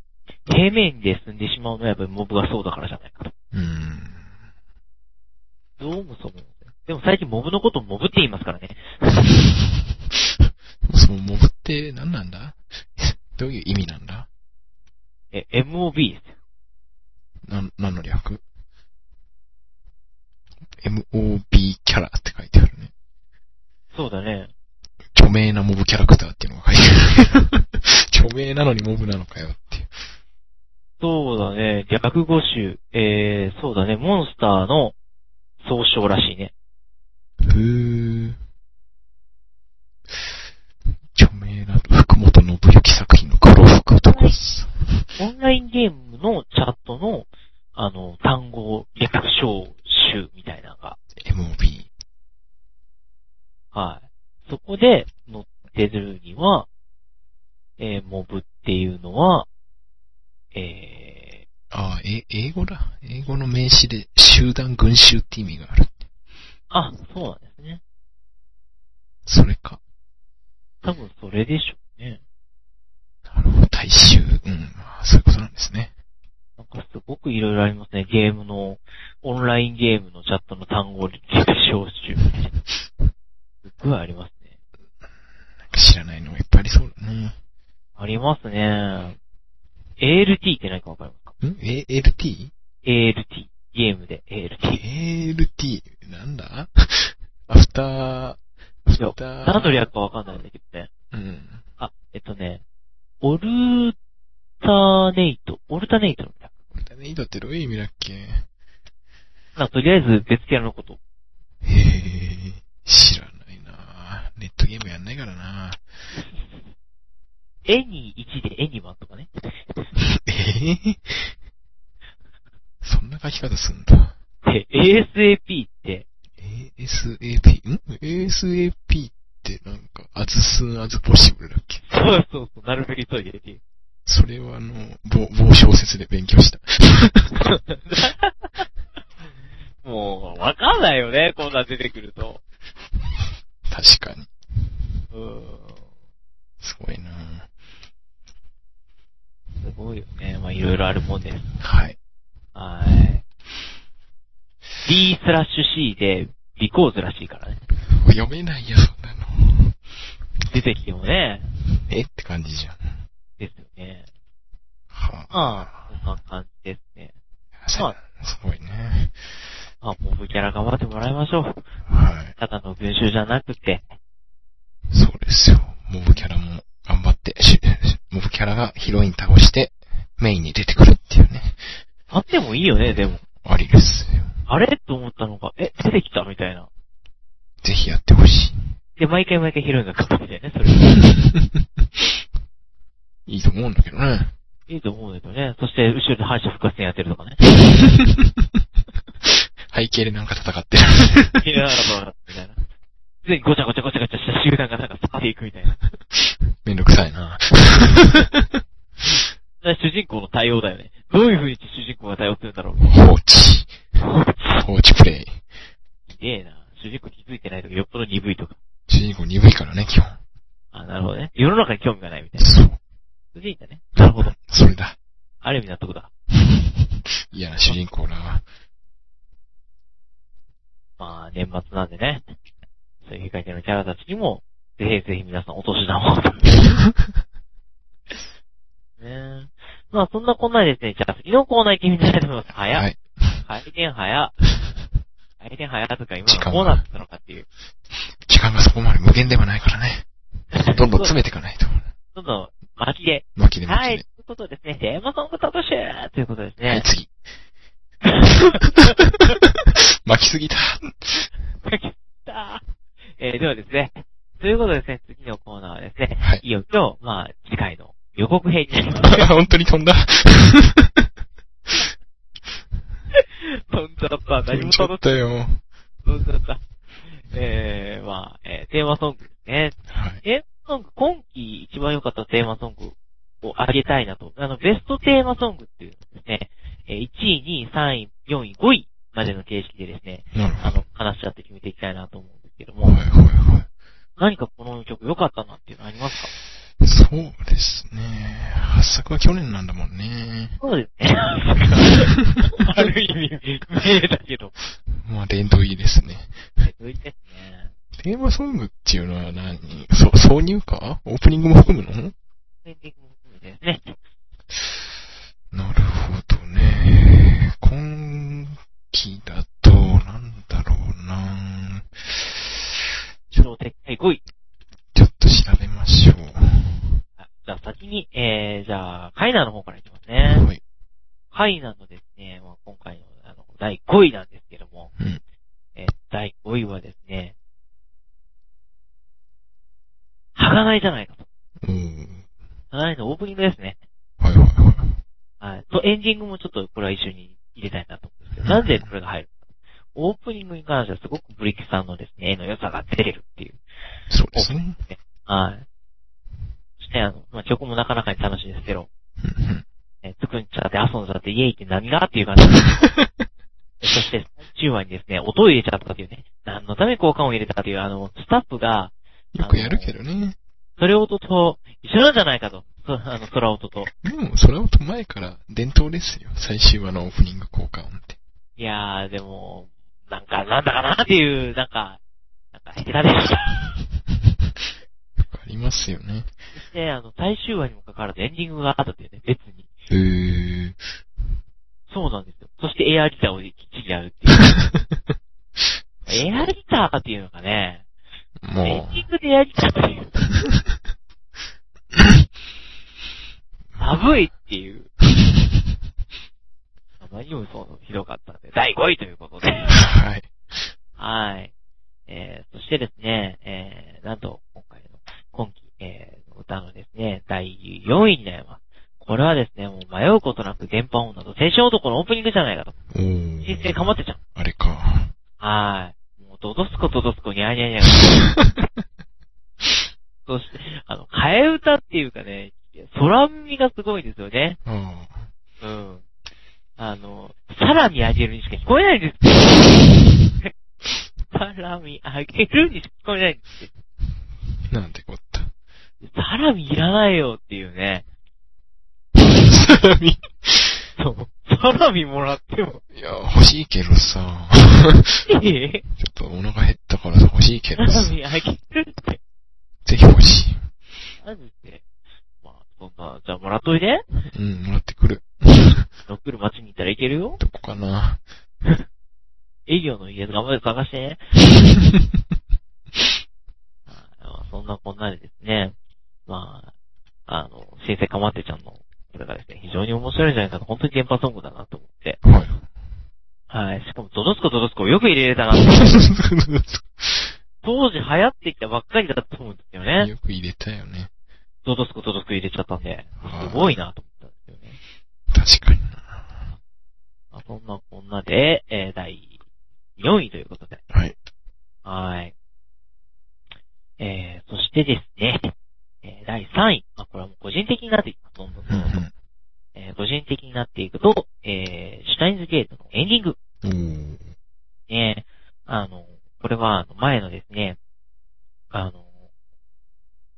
平面で進んでしまうのはやっぱりモブがそうだからじゃないかと。うん。どうもそう思うんですよ。でも最近モブのことモブって言いますからね。そも そもモブって何なんだ どういう意味なんだえ、MOB ですよ。なん、何の略 ?MOB キャラって書いてあるね。そうだね。著名なモブキャラクターっていうのが書いてある。 著名なのにモブなのかよっていう。そうだね。逆語集。えー、そうだね。モンスターの総称らしいね。ふー。著名な福本信之作品の黒服とかさ。オンラインゲームのチャットの、あの、単語、略称集みたいなのが。 MOB。はい。そこで載ってるには、えー、モブっていうのは、えああ、え、英語だ。英語の名詞で集団群衆って意味がある。ー、あ、そうなんですね。それか。多分それでしょうね。なるほど。大衆。うん。まあそういうことなんですね。なんかすごくいろいろありますね。ゲームの、オンラインゲームのチャットの単語、略称集。すごいありますね。なんか知らないのがいっぱいありそうだね。ありますね。ALT って何かわかりますかんえ ?LT? ?ALT。ゲームで ALT。 ALT? なんだアフター、アフター。何の略かわかんないんだけどね。うん。あ、えっとね、オルタネイト。オルタネイトの略。だね、だってどういう意味だっけへなんかとりあえず別キャラのこと。え、知らないなネットゲームやんないからなエニ1でエニマンとかね。えーそんな書き方すんだ。で、ASAP って、 ASAP? ん ?ASAP ってなんか、アズスンアズポッシブルだっけそうそうそう、なるべく急いでるっていう。それはあの、某、某小説で勉強した。もう、わかんないよね、こんなん出てくると。確かに。うーん。すごいなすごいよね。まあ、いろいろあるもんです。はい。はい。D スラッシュ C で、リコーズらしいからね。読めないよ、そんなの。出てきてもね。えって感じじゃん。ですよね。はああ。そんな感じですね。あ。さすごいね。まあ、モブキャラ頑張ってもらいましょう。はい。ただの群衆じゃなくて。そうですよ。モブキャラも頑張って、しモブキャラがヒロイン倒して、メインに出てくるっていうね。あってもいいよね、でも。ありですよ。あれと思ったのが、え、出てきたみたいな。ぜひやってほしい。で、毎回毎回ヒロインが変わるみたいなね、 それ。いいと思うんだけどね。いいと思うんだけどね。そして、後ろで敗者復活戦やってるとかね。背景でなんか戦ってる。いやみたいな。で、ごちゃごちゃごちゃごちゃした集団がなんか去っていくみたいな。 めんどくさいな。だから主人公の対応だよね。どういう風にして主人公が対応するんだろう。放置。放置プレイ。すげえな。主人公気づいてないとか、よっぽど鈍いとか。主人公鈍いからね、基本。あ、なるほどね。世の中に興味がないみたいな。そう。主人だね。なるほど。それだ。ある意味納得だ。嫌な主人公だわ。まあ、年末なんでね。そういう光のキャラたちにも、ぜひぜひ皆さんお年玉を。ねえ。まあ、そんなこんなでですね。じゃあ次のコーナー行ってみたいと思います。早っ。はい。回転早っ。回転早とか今のこうなってたのかっていう。時間がそこまで無限ではないからね。どんどん詰めていかないと。どんどん巻きで。巻きで巻はきい、で。ということですね。テーマソング特集と いうことですはい、ね。次。 巻きすぎた。やったーえー、ではですね。ということでですね、次のコーナーはですね、はい いよいよ、まあ、次回の予告編になります。本当に飛 んだ。飛んじゃった。何飛んもじゃ楽っしくたよ。飛んじゃった。えー、まあ、えー、テーマソングですね。はい。テーマソング、今季一番良かったテーマソングをあげたいなと。あの、ベストテーマソングっていうのをですね、えー1位、2位、3位、4位、5位までの形式でですね、なるあほどの、話し合って決めていきたいなと思うんですけど。はいも、はいはい。何かこの曲良かったなっていうのありますかそうですね。発作は去年なんだもんね。 そうですね。ある意味、見えたけど。まあ、殿堂いいですね。続いてですね。テーマソングっていうのは何そ、挿入歌オープニングも含むのエンディングも含めてですね。なるほどね。今期だと、なんだろうな。超でっかい5位。ちょっと調べましょう。あじゃあ先に、えー、じゃあ、カイナの方からいきますね。はい。カイナのですね、まあ、今回のあの第5位なんですけども、うんえー第5位はですね、はがないじゃないかと。おーはがないのオープニングですね。はいはいはい。はい。と、エンディングもちょっとこれは一緒に入れたいなと思うんですけど、なんでこれが入るのか。オープニングに関してはすごくブリキさんのですね、絵の良さが出てるっていう。そうですね。はい。そして、あの、まあ、曲もなかなかに楽しいですけど、うんうんえー、作っちゃって、遊んじゃって、家行って何がっていう感じ。そして、最中話にですね、音を入れちゃったというね、何のため交換を入れたかという、あの、スタッフが、よくやるけどね。それ音と一緒なんじゃないかと。そあの、空音と。でも、それはと前から伝統ですよ。最終話のオープニング効果音って。いやー、でも、なんか、なんだかなっていう、なんか、なんか、下手でした。よくありますよね。そして、あの、最終話にもかかわらずエンディングがあったというね、別に。えー。そうなんですよ。そして、エアギターをきっちりやるっていう。エアギターっていうのがね、エもンディングでエアギターっていう。寒いっていう。あまりにもそう、ひどかったんで、第5位ということで。う、はい。はい。えー、そしてですね、えー、なんと、今回の、今期、えー、歌のですね、第4位になります。これはですね、もう迷うことなく電波女と青春男のオープニングじゃないかと。おー。人生かまってちゃん。あれか。 はーい。もう、ドドスコドドスコにゃにゃにゃ。そして、あの、替え歌っていうかね、空耳がすごいですよね。あうん。あの、さらにあげるにしか聞こえないんですよ。さらにあげるにしか聞こえないんですよ。あ。なんてこった。サラミいらないよっていうね。サラミ。そう。サラミもらっても。いや、欲しいけどさ。ええちょっとお腹減ったからさ、欲しいけサどさラ。ミあげるって。ぜひ欲しい。マジで。まあ、そんな、じゃあもらっといで。うん、もらってく る。ロックル街に行ったらいけるよ。どこか な。営業の家頑張って探してね。あのそんなこんなでですね、まあ、あの、新生かまってちゃんの、これがですね、非常に面白いんじゃないかと、本当に電波ソングだなと思って。はい。はい。しかも、ドドスコドドスコをよく入れれたな って。当時流行ってきたばっかりだと思うんですよね。よく入れたよね。ドドスコドドスコ入れちゃったんで、はいすごいなと思ったんですよね。確かにまあ、そんなこんなで、えー第4位ということで。はい。はい。えー、そしてですね、えー第3位。まあ、これはもう個人的になっていきます。どんどんどんどん。な。えー個人的になっていくと、えーシュタインズゲートのエンディング。うんうん。ね、あの、これは、あの前のですね、あの、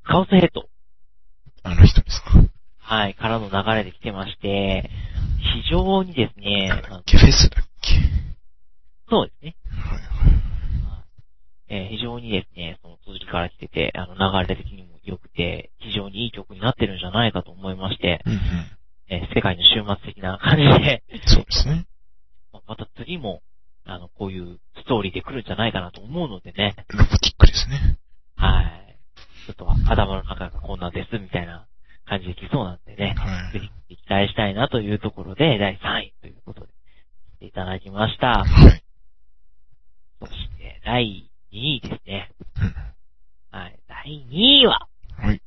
カオスヘッド、おー。あの人ですか。はい、からの流れで来てまして、非常にですね、あのケフェスだっけそうですね、はいえー非常にですね、その続きから来てて、あの、流れ的にも良くて、非常にいい曲になってるんじゃないかと思いまして、はい。うんうえー世界の終末的な感じで、 ん。そうですね。まあまた次も、あの、こういうストーりで来るんじゃないかなと思うのでね。ロボティックですね。はい。ちょっと頭の中がこんなんです、みたいな感じで来そうなんでね。はぜい。ひ期待したいなというところで、第3位ということで、いただきました。はい。そして、第2位ですね。うんはい。第2位は、はい。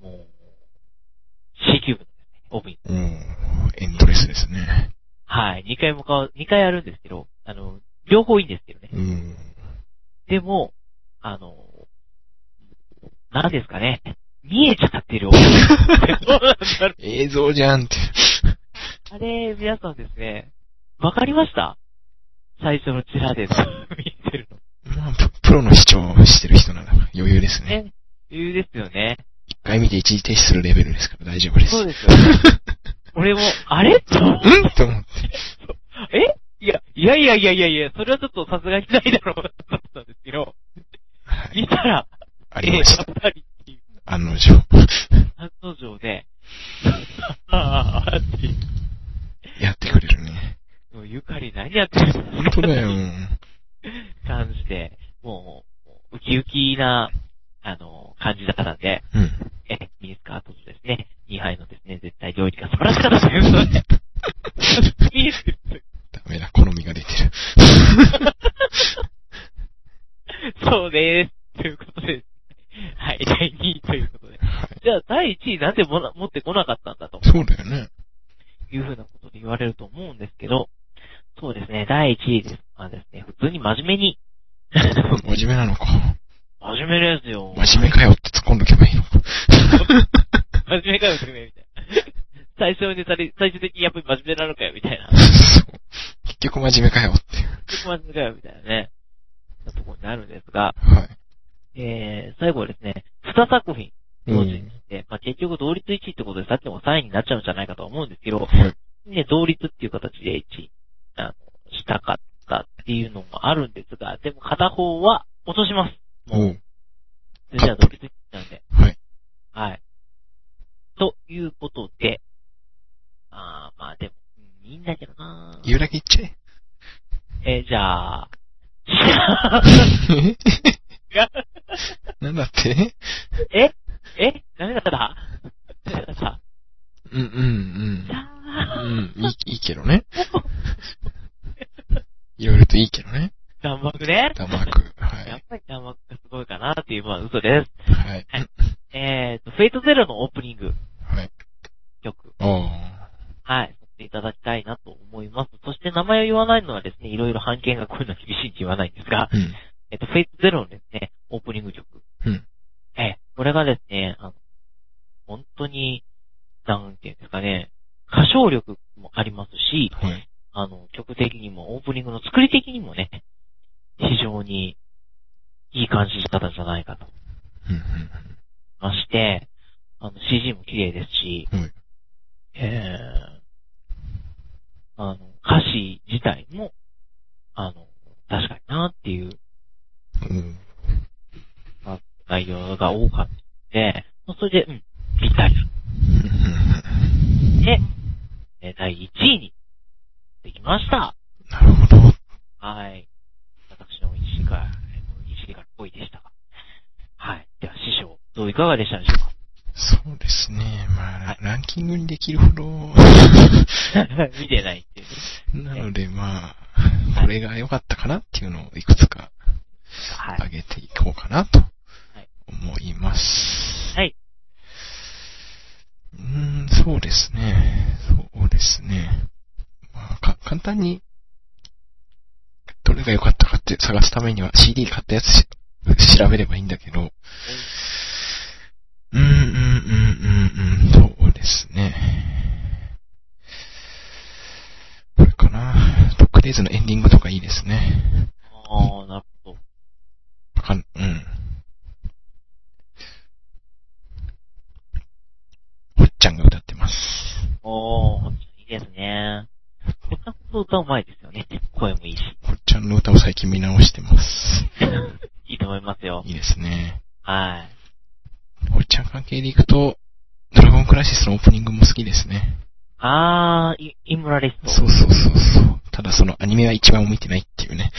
もう、C キューブですね、オーブイン。おー、エンドレスですね。はい。2回も買う、2回あるんですけど、あの、両方いいんですけどねう。ん。でも、あの、何ですかね。見えちゃ ってるオーブイン。どうなんだろう映像じゃんって。あれ、皆さんですね、わかりました最初のチラで 見えてるの。まあ、ププロの視聴してる人なら余裕ですね。ね。理由ですよね。一回見て一時停止するレベルですから大丈夫です。そうでですよね。俺も、あれと思ってす。うんと思って。えいや、いやいやいやいやいや、それはちょっとさすがにないだろうと思ったんですけど、はい。見たら、あえりえましやたっ。ぱりっていう、案の定。案の定で、ああ、っていうやってくれるね。もうゆかり何やってるんです本当だよ。感じで、もう、もうウキウキな、あの、感じだったんで、うん。え、ミニスカートとですね、2杯のですね、絶対料理が素晴らしかったということで、いい ですダメだ、好みが出てる。そうです。ということで、はい、第2位ということで。はい。じゃあ、第1位なんでもな持ってこなかったんだとそうだよね。いうふうなことで言われると思うんですけど、そうですね、第1位です。まあですね、普通に真面目に。真面目なのか。 真面目ですよ。真面目かよって突っ込んどけばいいのか。真面目かよ、君みたいな。最初にされ、最終的にやっぱり真面目なのかよ、みたいな。そう。結局真面目かよっていう。結構真面目かよ、みたいなね。なところになるんですが、はい。えー、最後はですね、2作品、同時うにんして、まあ結局同率1位ってことでさっきも3位になっちゃうんじゃないかとは思うんですけど、はい。ね、同率っていう形で1位、あの、したかったっていうのもあるんですが、でも片方は落とします。おもう、う。全然同率1位なんで。はい。はい。ということで、あーまあでも、うんいいんだけどな言うだけ言っちゃええ。ーじゃ あ、なんだってええダメだったダメだったうんうんじゃ うん。あうん、いい、いいけどね。いろいろといいけどね。弾幕ね。弾幕。はやっい。ぱり弾幕がすごいかなっていう、まあ嘘です。はい。えーと、フェイトゼロのオープニングはい。曲、おー。はい、させていただきたいなと思います。そして名前を言わないのはですね、いろいろ判権がこういうのは厳しいって言わないんですが、 うん。えっと、フェイトゼロのですね、オープニング曲。うん。えーこれがですね、あの、本当に、なんていうんですかね、歌唱力もありますし、はい。あの、曲的にも、オープニングの作り的にもね、非常にいい感じだったんじゃないかと。うんうんまして、あの、CG も綺麗ですし、はいえー、あの、歌詞自体も、あの、確かになっていううん。内容が多かったので、まあそれで、うん、ぴったり。おーで、えー第1位に、できました。なるほど。はい。私の1位から、1位から5位でしたが。はい。では、師匠、どういかがでしたでしょうか そうですね。まあ、ランキングにできるほど、見てないっていう。なのでまあ、これが良かったかなっていうのをいくつかはい。上げていこうかなと思います。はい。うーん、そうですね。そうですね。まあ、か、簡単に、どれが良かったかって探すためには CD 買ったやつし調べればいいんだけど、うーん、うん、うん、うん、うん、そうですね。これかな。ドックデイズのエンディングとかいいですね。ああ、なるほど。わかん、うん。ほっちゃんが歌ってます。おー、いいですね。こんなこと歌うまいですよね。声もいいし。 ほっちゃんの歌を最近見直してます。いいと思いますよ。いいですね。はい。ほっちゃん関係でいくと、ドラゴンクライシスのオープニングも好きですね。あー、イインモラリスト。そうそうそうそう。ただそのアニメは一番見てないっていうね。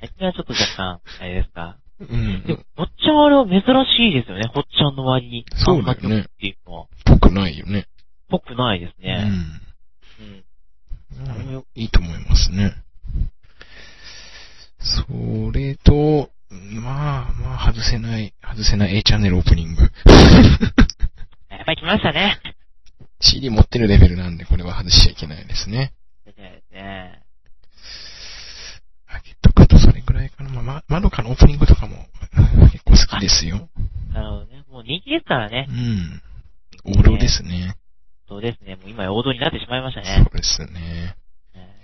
最近はちょっと若干、あれですか。うでもん。、もっちゃんはあれは珍しいですよね。ほっちゃんの割に。そうだよねあんまりっていうのは。ぽくないよね。ぽくないですうね。うん。ん。うんいいと思いますね。それと、まあ、まあ、外せない、外せない A チャンネルオープニング。 やっぱり来ましたね。 CD 持ってるレベルなんで、これは外しちゃいけないですね。みたいですね。あげとくとそれくらいかな。まあ、ま、まどかのオープニングとかも 結構好きですよ。なるほどね。もう人気ですからねう。ん。王道ですね。そうですね。もう今や王道になってしまいましたそね。うですね。ね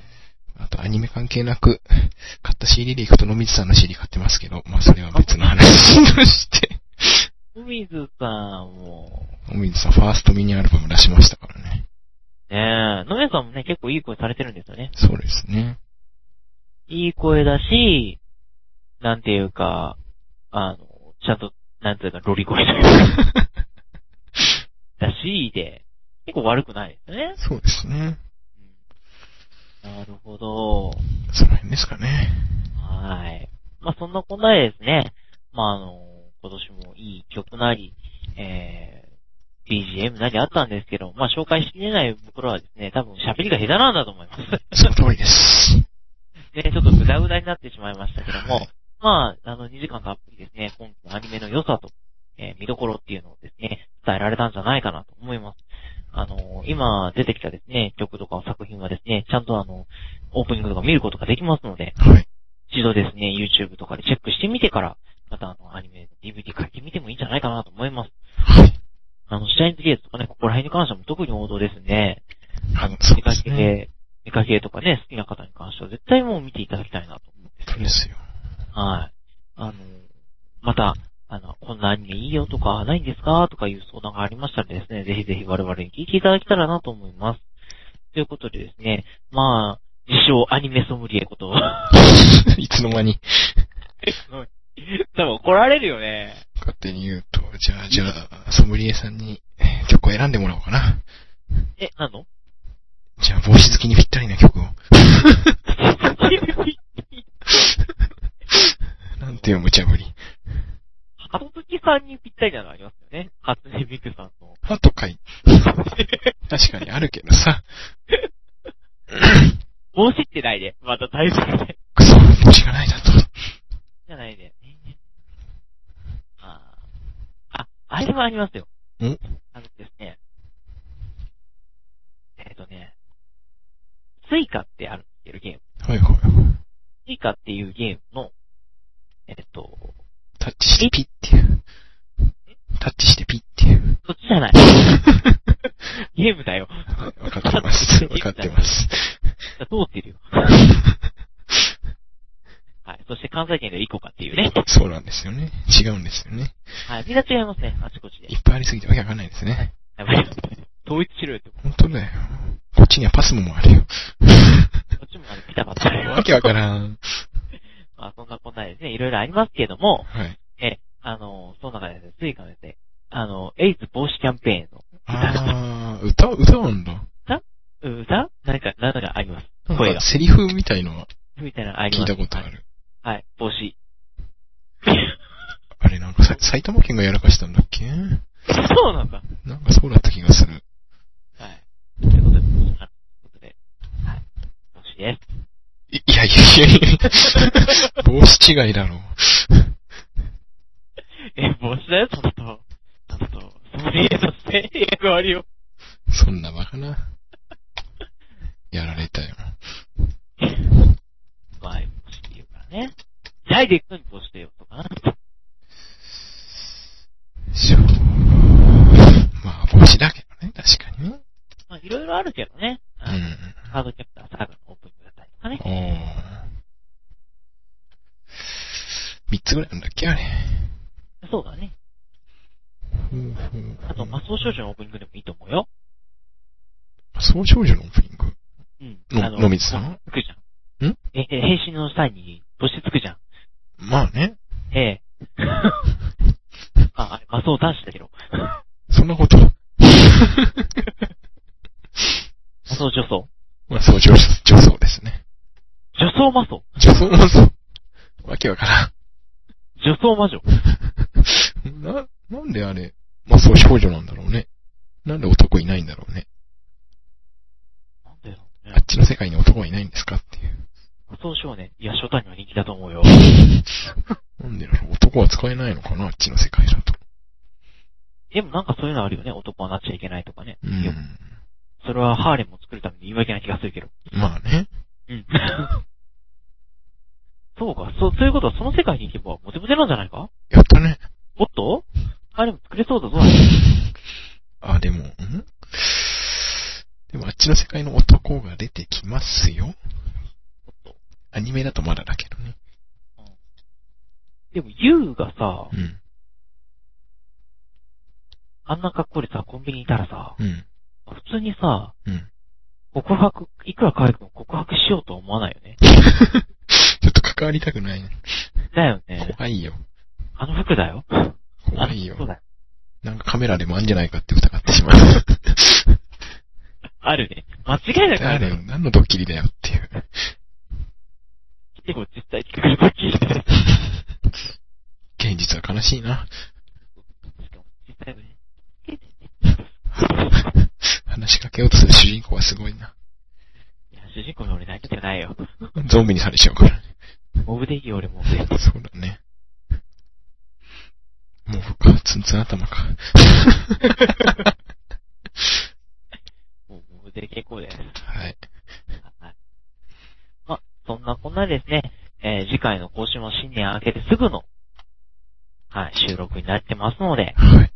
あと、アニメ関係なく、買った CD で行くと、野水さんの CD 買ってますけど、まあ、それは別の話として。小水さんも、おみずさん、ファーストミニアルバム出しましたからね。ねえ、野宮さんもね、結構いい声されてるんですよね。そうですね。いい声だし、なんていうか、あの、ちゃんと、なんていうか、ロリ声というか、だし、で、結構悪くないですよね。そうですね。うんなるほど。その辺ですかね。はい。まあ、そんなこんなでですね、まあ、あの、今年もいい曲なり、えー、BGM なりあったんですけど、まあ、紹介しきれない僕らはですね、多分喋りが下手なんだと思います。その通りです。ね、ちょっとグダグダになってしまいましたけども、 はいまあ、あの、2時間たっぷりですね、今期のアニメの良さと、えー見どころっていうのをですね、伝えられたんじゃないかなと思います。あの、今出てきたですね、曲とか作品はですね、ちゃんとあの、オープニングとか見ることができますので、はい。一度ですね、YouTube とかでチェックしてみてから、またあの、アニメの DVD 書いてみてもいいんじゃないかなと思います。はい。あの、シャインズゲートとかね、ここら辺に関しても特に王道ですね。あの、そ見うでかすけね。系、見かけとかね、好きな方に関しては絶対もう見ていただきたいなと思うんですそけうどで。すよ。 はい。あの、また、あの、こんなアニメいいよとか、ないんですかとかいう相談がありましたらですね、ぜひぜひ我々に聞いていただけたらなと思います。ということでですね、まあ、自称アニメソムリエ こと、いつの間に多分怒られるよね。勝手に言うと、じゃあ、じゃあ、ソムリエさんにえー曲を選んでもらおうかな。え、な のじゃあ、帽子好きにぴったりな曲を。 なんていう無茶ぶり。鳩好きさんにぴったりなのありますよね。初音ミクさん の。ハトかい。確かにあるけど さ。帽子ってないで、 また大丈夫で。クソ、帽子がないだと。じゃないで。あー、ああれはありますよ。んあのですね。えっ、とね、スイカってあるんですけど、ゲーム。はいはいはい。スイカっていうゲームの、えっ、と、タッチしてピッっていう。タッチしてピッっていう。そっちじゃない。ゲームだよ。わかってます。わかってます。通ってるよ。はい。そして関西圏ではイコカっていうね。そうなんですよね。違うんですよね。はい。みんな違いますね。あちこちでい。っぱいありすぎてわけわかんないですね。やばい。統一しろよって。こ本当だよ。こっちにはパスモもあるよ。っちもあの、ピタパタ。 わけわからん。まあ、そんなこんなでですね、いろいろありますけれども、はい。え、あの、その中でですね、スイカのですね、あの、エイズ防止キャンペーンのあー、歌、歌うんだ。うん歌何か、何かあります。なん声かがセリフみたいのはみたいなのあり聞まいす。たことある。はい、防止。あれなんかさ埼玉県がやらかしたんだっけなんそうなんだ。かそうだった気がする。はい。ということで、あということで、はい、防止です。いいやいやいやいや帽子違いだろう。え、防止だよ、ちゃんと。ちゃんと、ソムリエとして役割を。そんなバカな。やられたよ。まあ、防止っていうからね。ジャイデックに防止でよ、とかな。しょまあ、帽子だけどね、確かにね。まあ、いろいろあるけどね。あのうん。ハードキャプター、サーガのオープニングだったりとかね。おー。三つぐらいなんだっけあれ。そうだね。あと、魔装少女のオープニングでもいいと思うよ。そう少女のオープニング。うん。のあのみつさんもうつくじゃん。んえ、え変身の際に、星つくじゃん。まあね。え え。あ、あれ、魔装男子だけど。 そんなこと。魔装女装。まあ、そう、女装、女装ですね。女装魔装女装もそう。わけわから女装魔女ん。 な、なんであれ、まあ、そう少女なんだろうね。なんで男いないんだろうね。なんだよ。ねあっちの世界に男はいないんですかっ ていう。魔装少年。いや、初代には人気だと思うよ。なんでだろう、男は使えないのかな、あっちの世界だと。でもなんかそういうのあるよね。男はなっちゃいけないとかね。うよん。それはハーレムを作るために言い訳な気がするけど。まあね。うん。 そうか。そう、そういうことはその世界に行けばモテモテなんじゃないかやったね。おっとハーレム作れそうだぞ。あ、でも、んでもあっちの世界の男が出てきますよ。アニメだとまだだけどね。でも、ユウがさ、うん。あんな格好でさ、コンビニにいたらさ、うん。普通にさ、うん。 告白、いくら可愛くても告白しようとは思わないよね。ちょっと関わりたくないね。だよね。怖いよ。あの服だよ。あ怖のいよそう。だよ。なんかカメラでもあんじゃないかって疑ってしまう。あるね。間違いなくああるれよ。よ、何のドッキリだよっていう。結構実際聞くときで。現実は悲しいな。しかも実際ね。話しかけようとする主人公はすごいな。いや、主人公に俺泣いてないよ。ゾンビにされちゃうからね。モブでいいよ、俺モブで。そうだね。もう僕はツンツン頭か。 モブで結構です。はい。はいまあ、そんなこんなでですね、えー次回の更新も新年明けてすぐの、はい、収録になってますので、はい。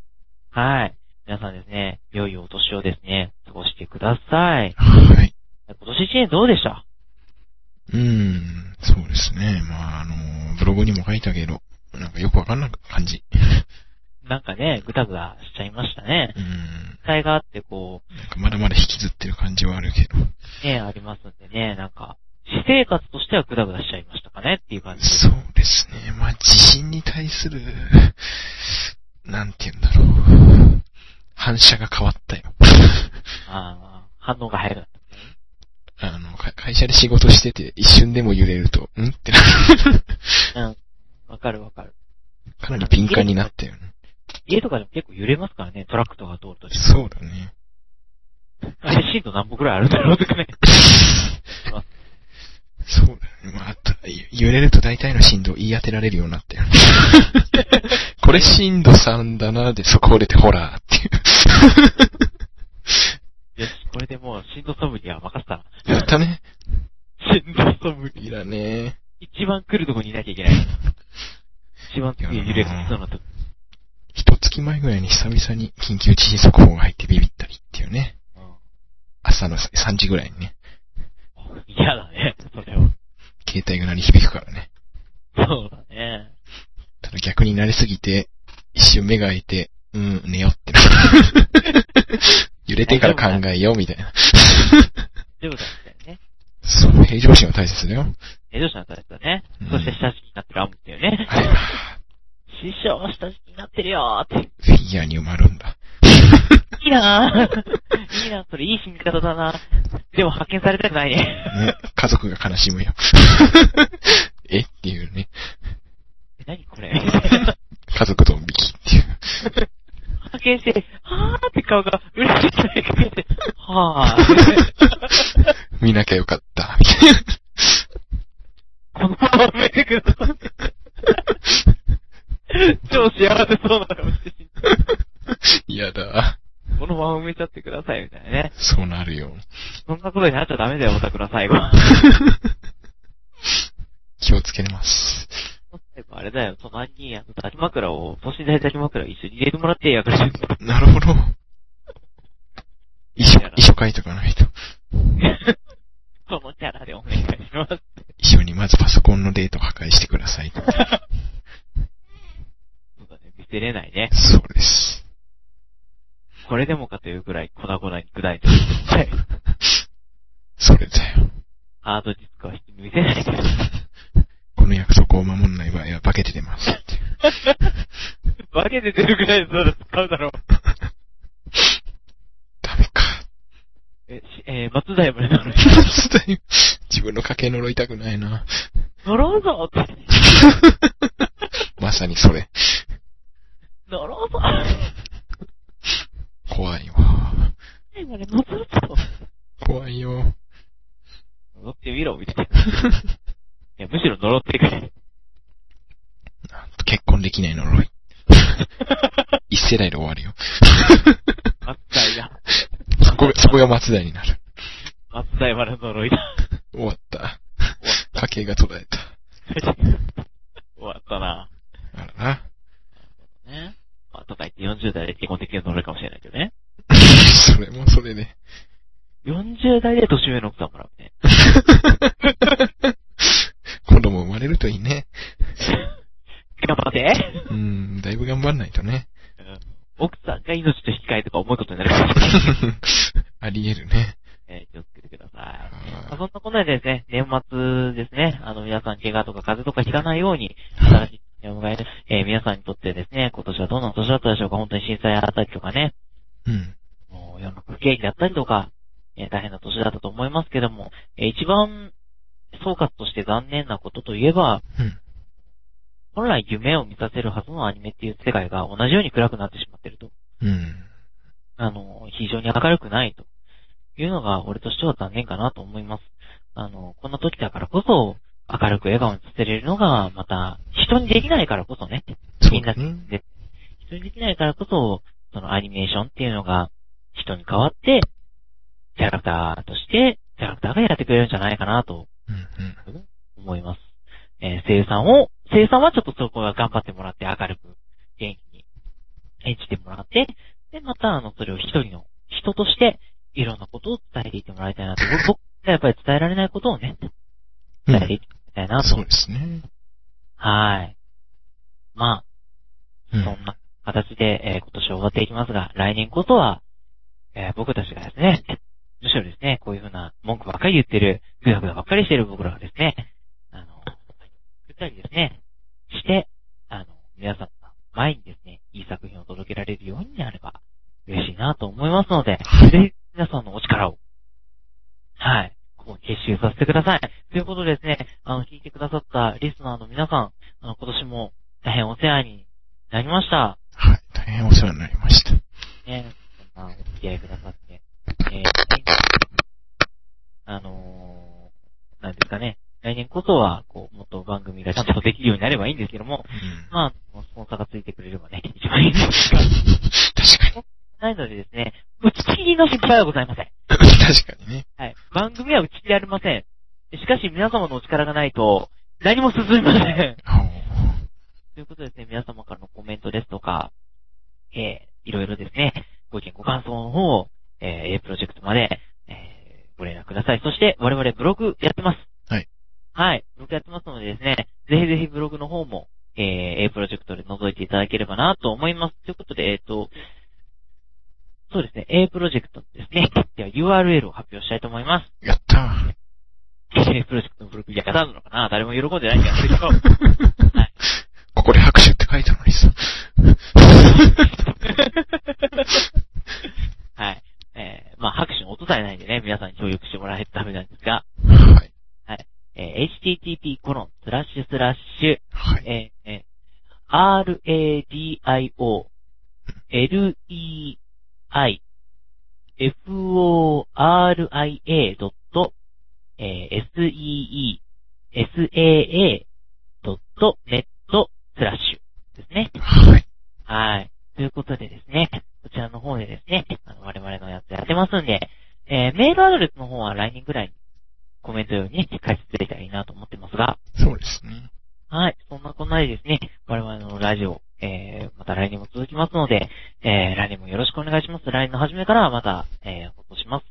はい。皆さんですね、良いお年をですね、過ごしてください。はい。今年一年どうでしたうーん、そうですね。まあ、あの、ブログにも書いたけど、なんかよくわかんなく感じ。なんかね、ぐたぐたしちゃいましたね。うーん、期待があって、こなんかまだまだ引きずってる感じはあるけど。う、ね、ありますんでね、なんか、私生活としてはぐだぐだしちゃいましたかねっていう感じですそうですね。まあ、自信に対する、なんて言うんだろう。反射が変わったよ。 あー反応が早くなった。あの、か会社で仕事してて、一瞬でも揺れると、んってなる。 わかるわかる。かなり敏感になったよね。家とかでも結構揺れますからね、トラックとか通ると。そうだね。 あれ、震度何歩くらいあるんだろうとかね。そうだね。まあ、あとゆ揺れると大体の震度を言い当てられるようになったよね。 これ震度3だな、で、そこ折れてホラーっていう。よし、これでもう、震度サムには任せ たな。やったね。震度サムいいだね。一番来るとこにいなきゃいけない。一番次揺れが来そうなとこ。一月前ぐらいに久々に緊急地震速報が入ってビビったりっていうね。朝の3時ぐらいにね、うん 嫌だね、それは。携帯が鳴り響くからね。そうだね。ただ逆に慣れすぎて、一瞬目が開いて、うん、寝よってな。揺れてから考えようみたいな。ということなんだよね。そう、平常心は大切だよ。江戸市の形だね。うんそして親しきになってるアムっていうね。あれ は師匠、親しきになってるよーって。フィギュアに埋まるんだ。いいな ぁ。いいなぁ、それいい死に方だなでも発見されたくないね。ね、家族が悲しむよ。えっていうね。え何これ家族ドン引きっていう。発見して、はぁーって顔が嬉しくなりかけて、はぁー。 見なきゃよかった。 みたいなこのままめてください。超幸せそうな顔して死んだ、嫌だ。このまま埋めちゃってくださいみたいなね。そうなるよ。そんなことになっちゃダメだよ、オタクの最後。気をつけます。最後あれだよ、隣に、あの、抱き枕を、等身大抱き枕を一緒に入れてもらってやから。なるほど。遺書、遺書書いとかないと。そのキャラでお願いします。 一緒にまずパソコンのデータを破壊してくださいと。そうだね、見せれないね。そうです。これでもかというくらい粉々に砕いてる。それだよ。ハードディスクは人に見せないから。この約束を守んない場合は化けて出ますっていう。化けて出るくらいでそれ使うだろう。ダメか。ええ、しえー松平宗則。自分の賭け呪いたくないな。乗ろうぞって。まさにそれ。乗ろうぞ怖いわ。最後まで乗るぞ怖いよ。乗ってみろ、みたいな。いや、むしろ乗ってく れ。結婚できない呪い。一世代で終わるよ。松代が。そこが、そこが松代になる。松代まで 呪いだ。終わった。終わった家計が途絶えた。 終わったな。あらな。ね。まあ、とか言って40代で結婚できるの乗るかもしれないけどね。それもそれで。 40代で年上の奥さんもらうね。 子供生まれるといいね。頑張ってうん、だいぶ頑張んない とね。奥さんが命と引き換えとか思うことになるかもしれない。あり得るね。えー気をつけてください。まあ、そはんなこんなでですね、年末ですね、あの皆さん怪我とか風邪とかひかないように、新い。しい年を迎える、えー皆さんにとってですね、今年はどんな年だったでしょうか本当に震災あったりとかね、うん。もう世の不景気だったりとか、えー大変な年だったと思いますけども、えー一番総括として残念なことといえば、うん本来夢を満たせるはずのアニメっていう世界が同じように暗くなってしまってると。うん。あの、非常に明るくないというのが、俺としては残念かなと思います。あの、こんな時だからこそ、明るく笑顔にさせれるのが、また、人にできないからこそね。そみうんなだね。人にできないからこそ、そのアニメーションっていうのが、人に代わって、キャラクターとして、キャラクターがやってくれるんじゃないかなとうん思います。えー、生産を、生産はちょっとそこは頑張ってもらって、明るく、元気に演じてもらって、で、また、あの、それを一人の人として、いろんなことを伝えていってもらいたいなと。僕僕がやっぱり伝えられないことをね、うん。伝えていってもらいたいなと。そうですね。はい。まうあ、そんな形で、えー今年終わっていきますが、来年こそは、えー僕たちがですね、むしろですね、こういうふうな文句ばっかり言ってる、ふだふだばっかりしてる僕らがですね、あの、作ったりですね、して、あの、皆さんが前にですね、いい作品を届けられるようになれば、嬉しいなと思いますので、ぜひ皆さんのお力を、はい、ここに結集させてください。ということでですね、あの、聞いてくださったリスナーの皆さん、あの、今年も大変お世話になりました。はい。大変お世話になりました。ね、そんなお付き合いくださって。えー、あのー、なんですかね、来年こそは、こう、もっと番組がちゃんとできるようになればいいんですけども、うん。まあ、スポンサーがついてくれればね、一番いいんですが、確ないのでですね、打ち切りの失敗はございません。かに。確かにね。はい。番組は打ち切られません。しかし皆様のお力がないと、何も進みません。 おーということでですね、皆様からのコメントですとか、えー、いろいろですね、ご意見、ご感想の方を、えー、A プロジェクトまで、えー、ご連絡ください。そして、我々ブログやってます。はい。はい。ブログやってますのでですね、ぜひぜひブログの方も、えー、A プロジェクトで覗いていただければなと思います。ということで、えっ、と、そうですね、A プロジェクトですね。では URL を発表したいと思います。やったー。 A プロジェクトのブログ、いや、方なのかな誰も喜んでないんですけ ど。ここで拍手って書いたのにさ。はい。えー、まあ拍手の音さえないんでね、皆さんに協力してもらえるためなんですが、はい。えー、http コロンスラッシュスラッシはい。ュ、えー、えー、radio, lei, foria. ドットえー see, saa.net スラッシュですね。はい。はい。ということでですね、こちらの方でですね、あの我々のやつやってますんで、えーメールアドレスの方は来年ぐらいにコメント用にね、解説できたらいいなと思ってますが、そうですね。はい。そんなこんなでですね、我々のラジオ、えー、また来年も続きますので、えー、来年もよろしくお願いします。来年の初めからまた、えー、放送します。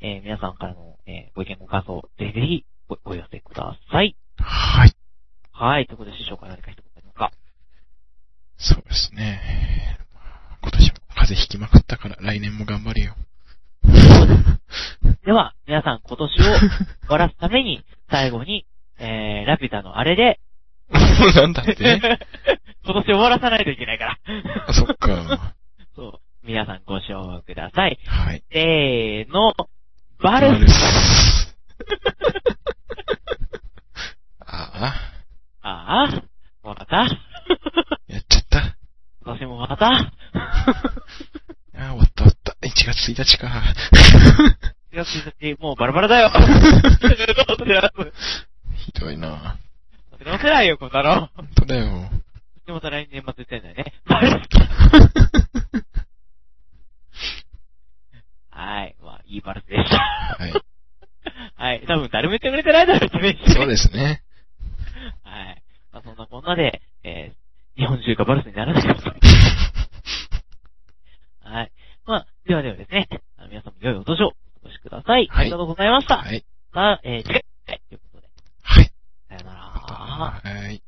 えー、皆さんからの、えー、ご意見ご感想、ぜひぜひごご寄せください。はい。はい。ということで、師匠から何か一言ありますかそうですね。今年も風邪ひきまくったから来年も頑張れよ。 では、皆さん今年を終わらすために、最後に、えー、ラピュタのあれで、なんだっ今て年終わらさないといけないから。あ、そっか。そう。皆さんご賞味ください。はい。せーの、ババルルス。ス。ああ、ああ、またやっちゃった。私もまたああ、終わった終わった。1月1日か。 4月1日、もうバラバラだよどうせなひどいな。どうせないよ、こんなの。本当だよ。でもまた来年末言ってんだよね。バルス。はい。まあ、いいバルスでした。はい。はい。多分誰も言ってくれてないだろう、ね、そうですね。はい。まあ、そんなこんなで、えー、日本中がバルスにならないかもしれない。はい。まあ、ではではですね、あの皆さんも良いお年をお過ごしください。はあいりがとうございました。はい。また、えー、次回ということで、はい。さよなら。はい。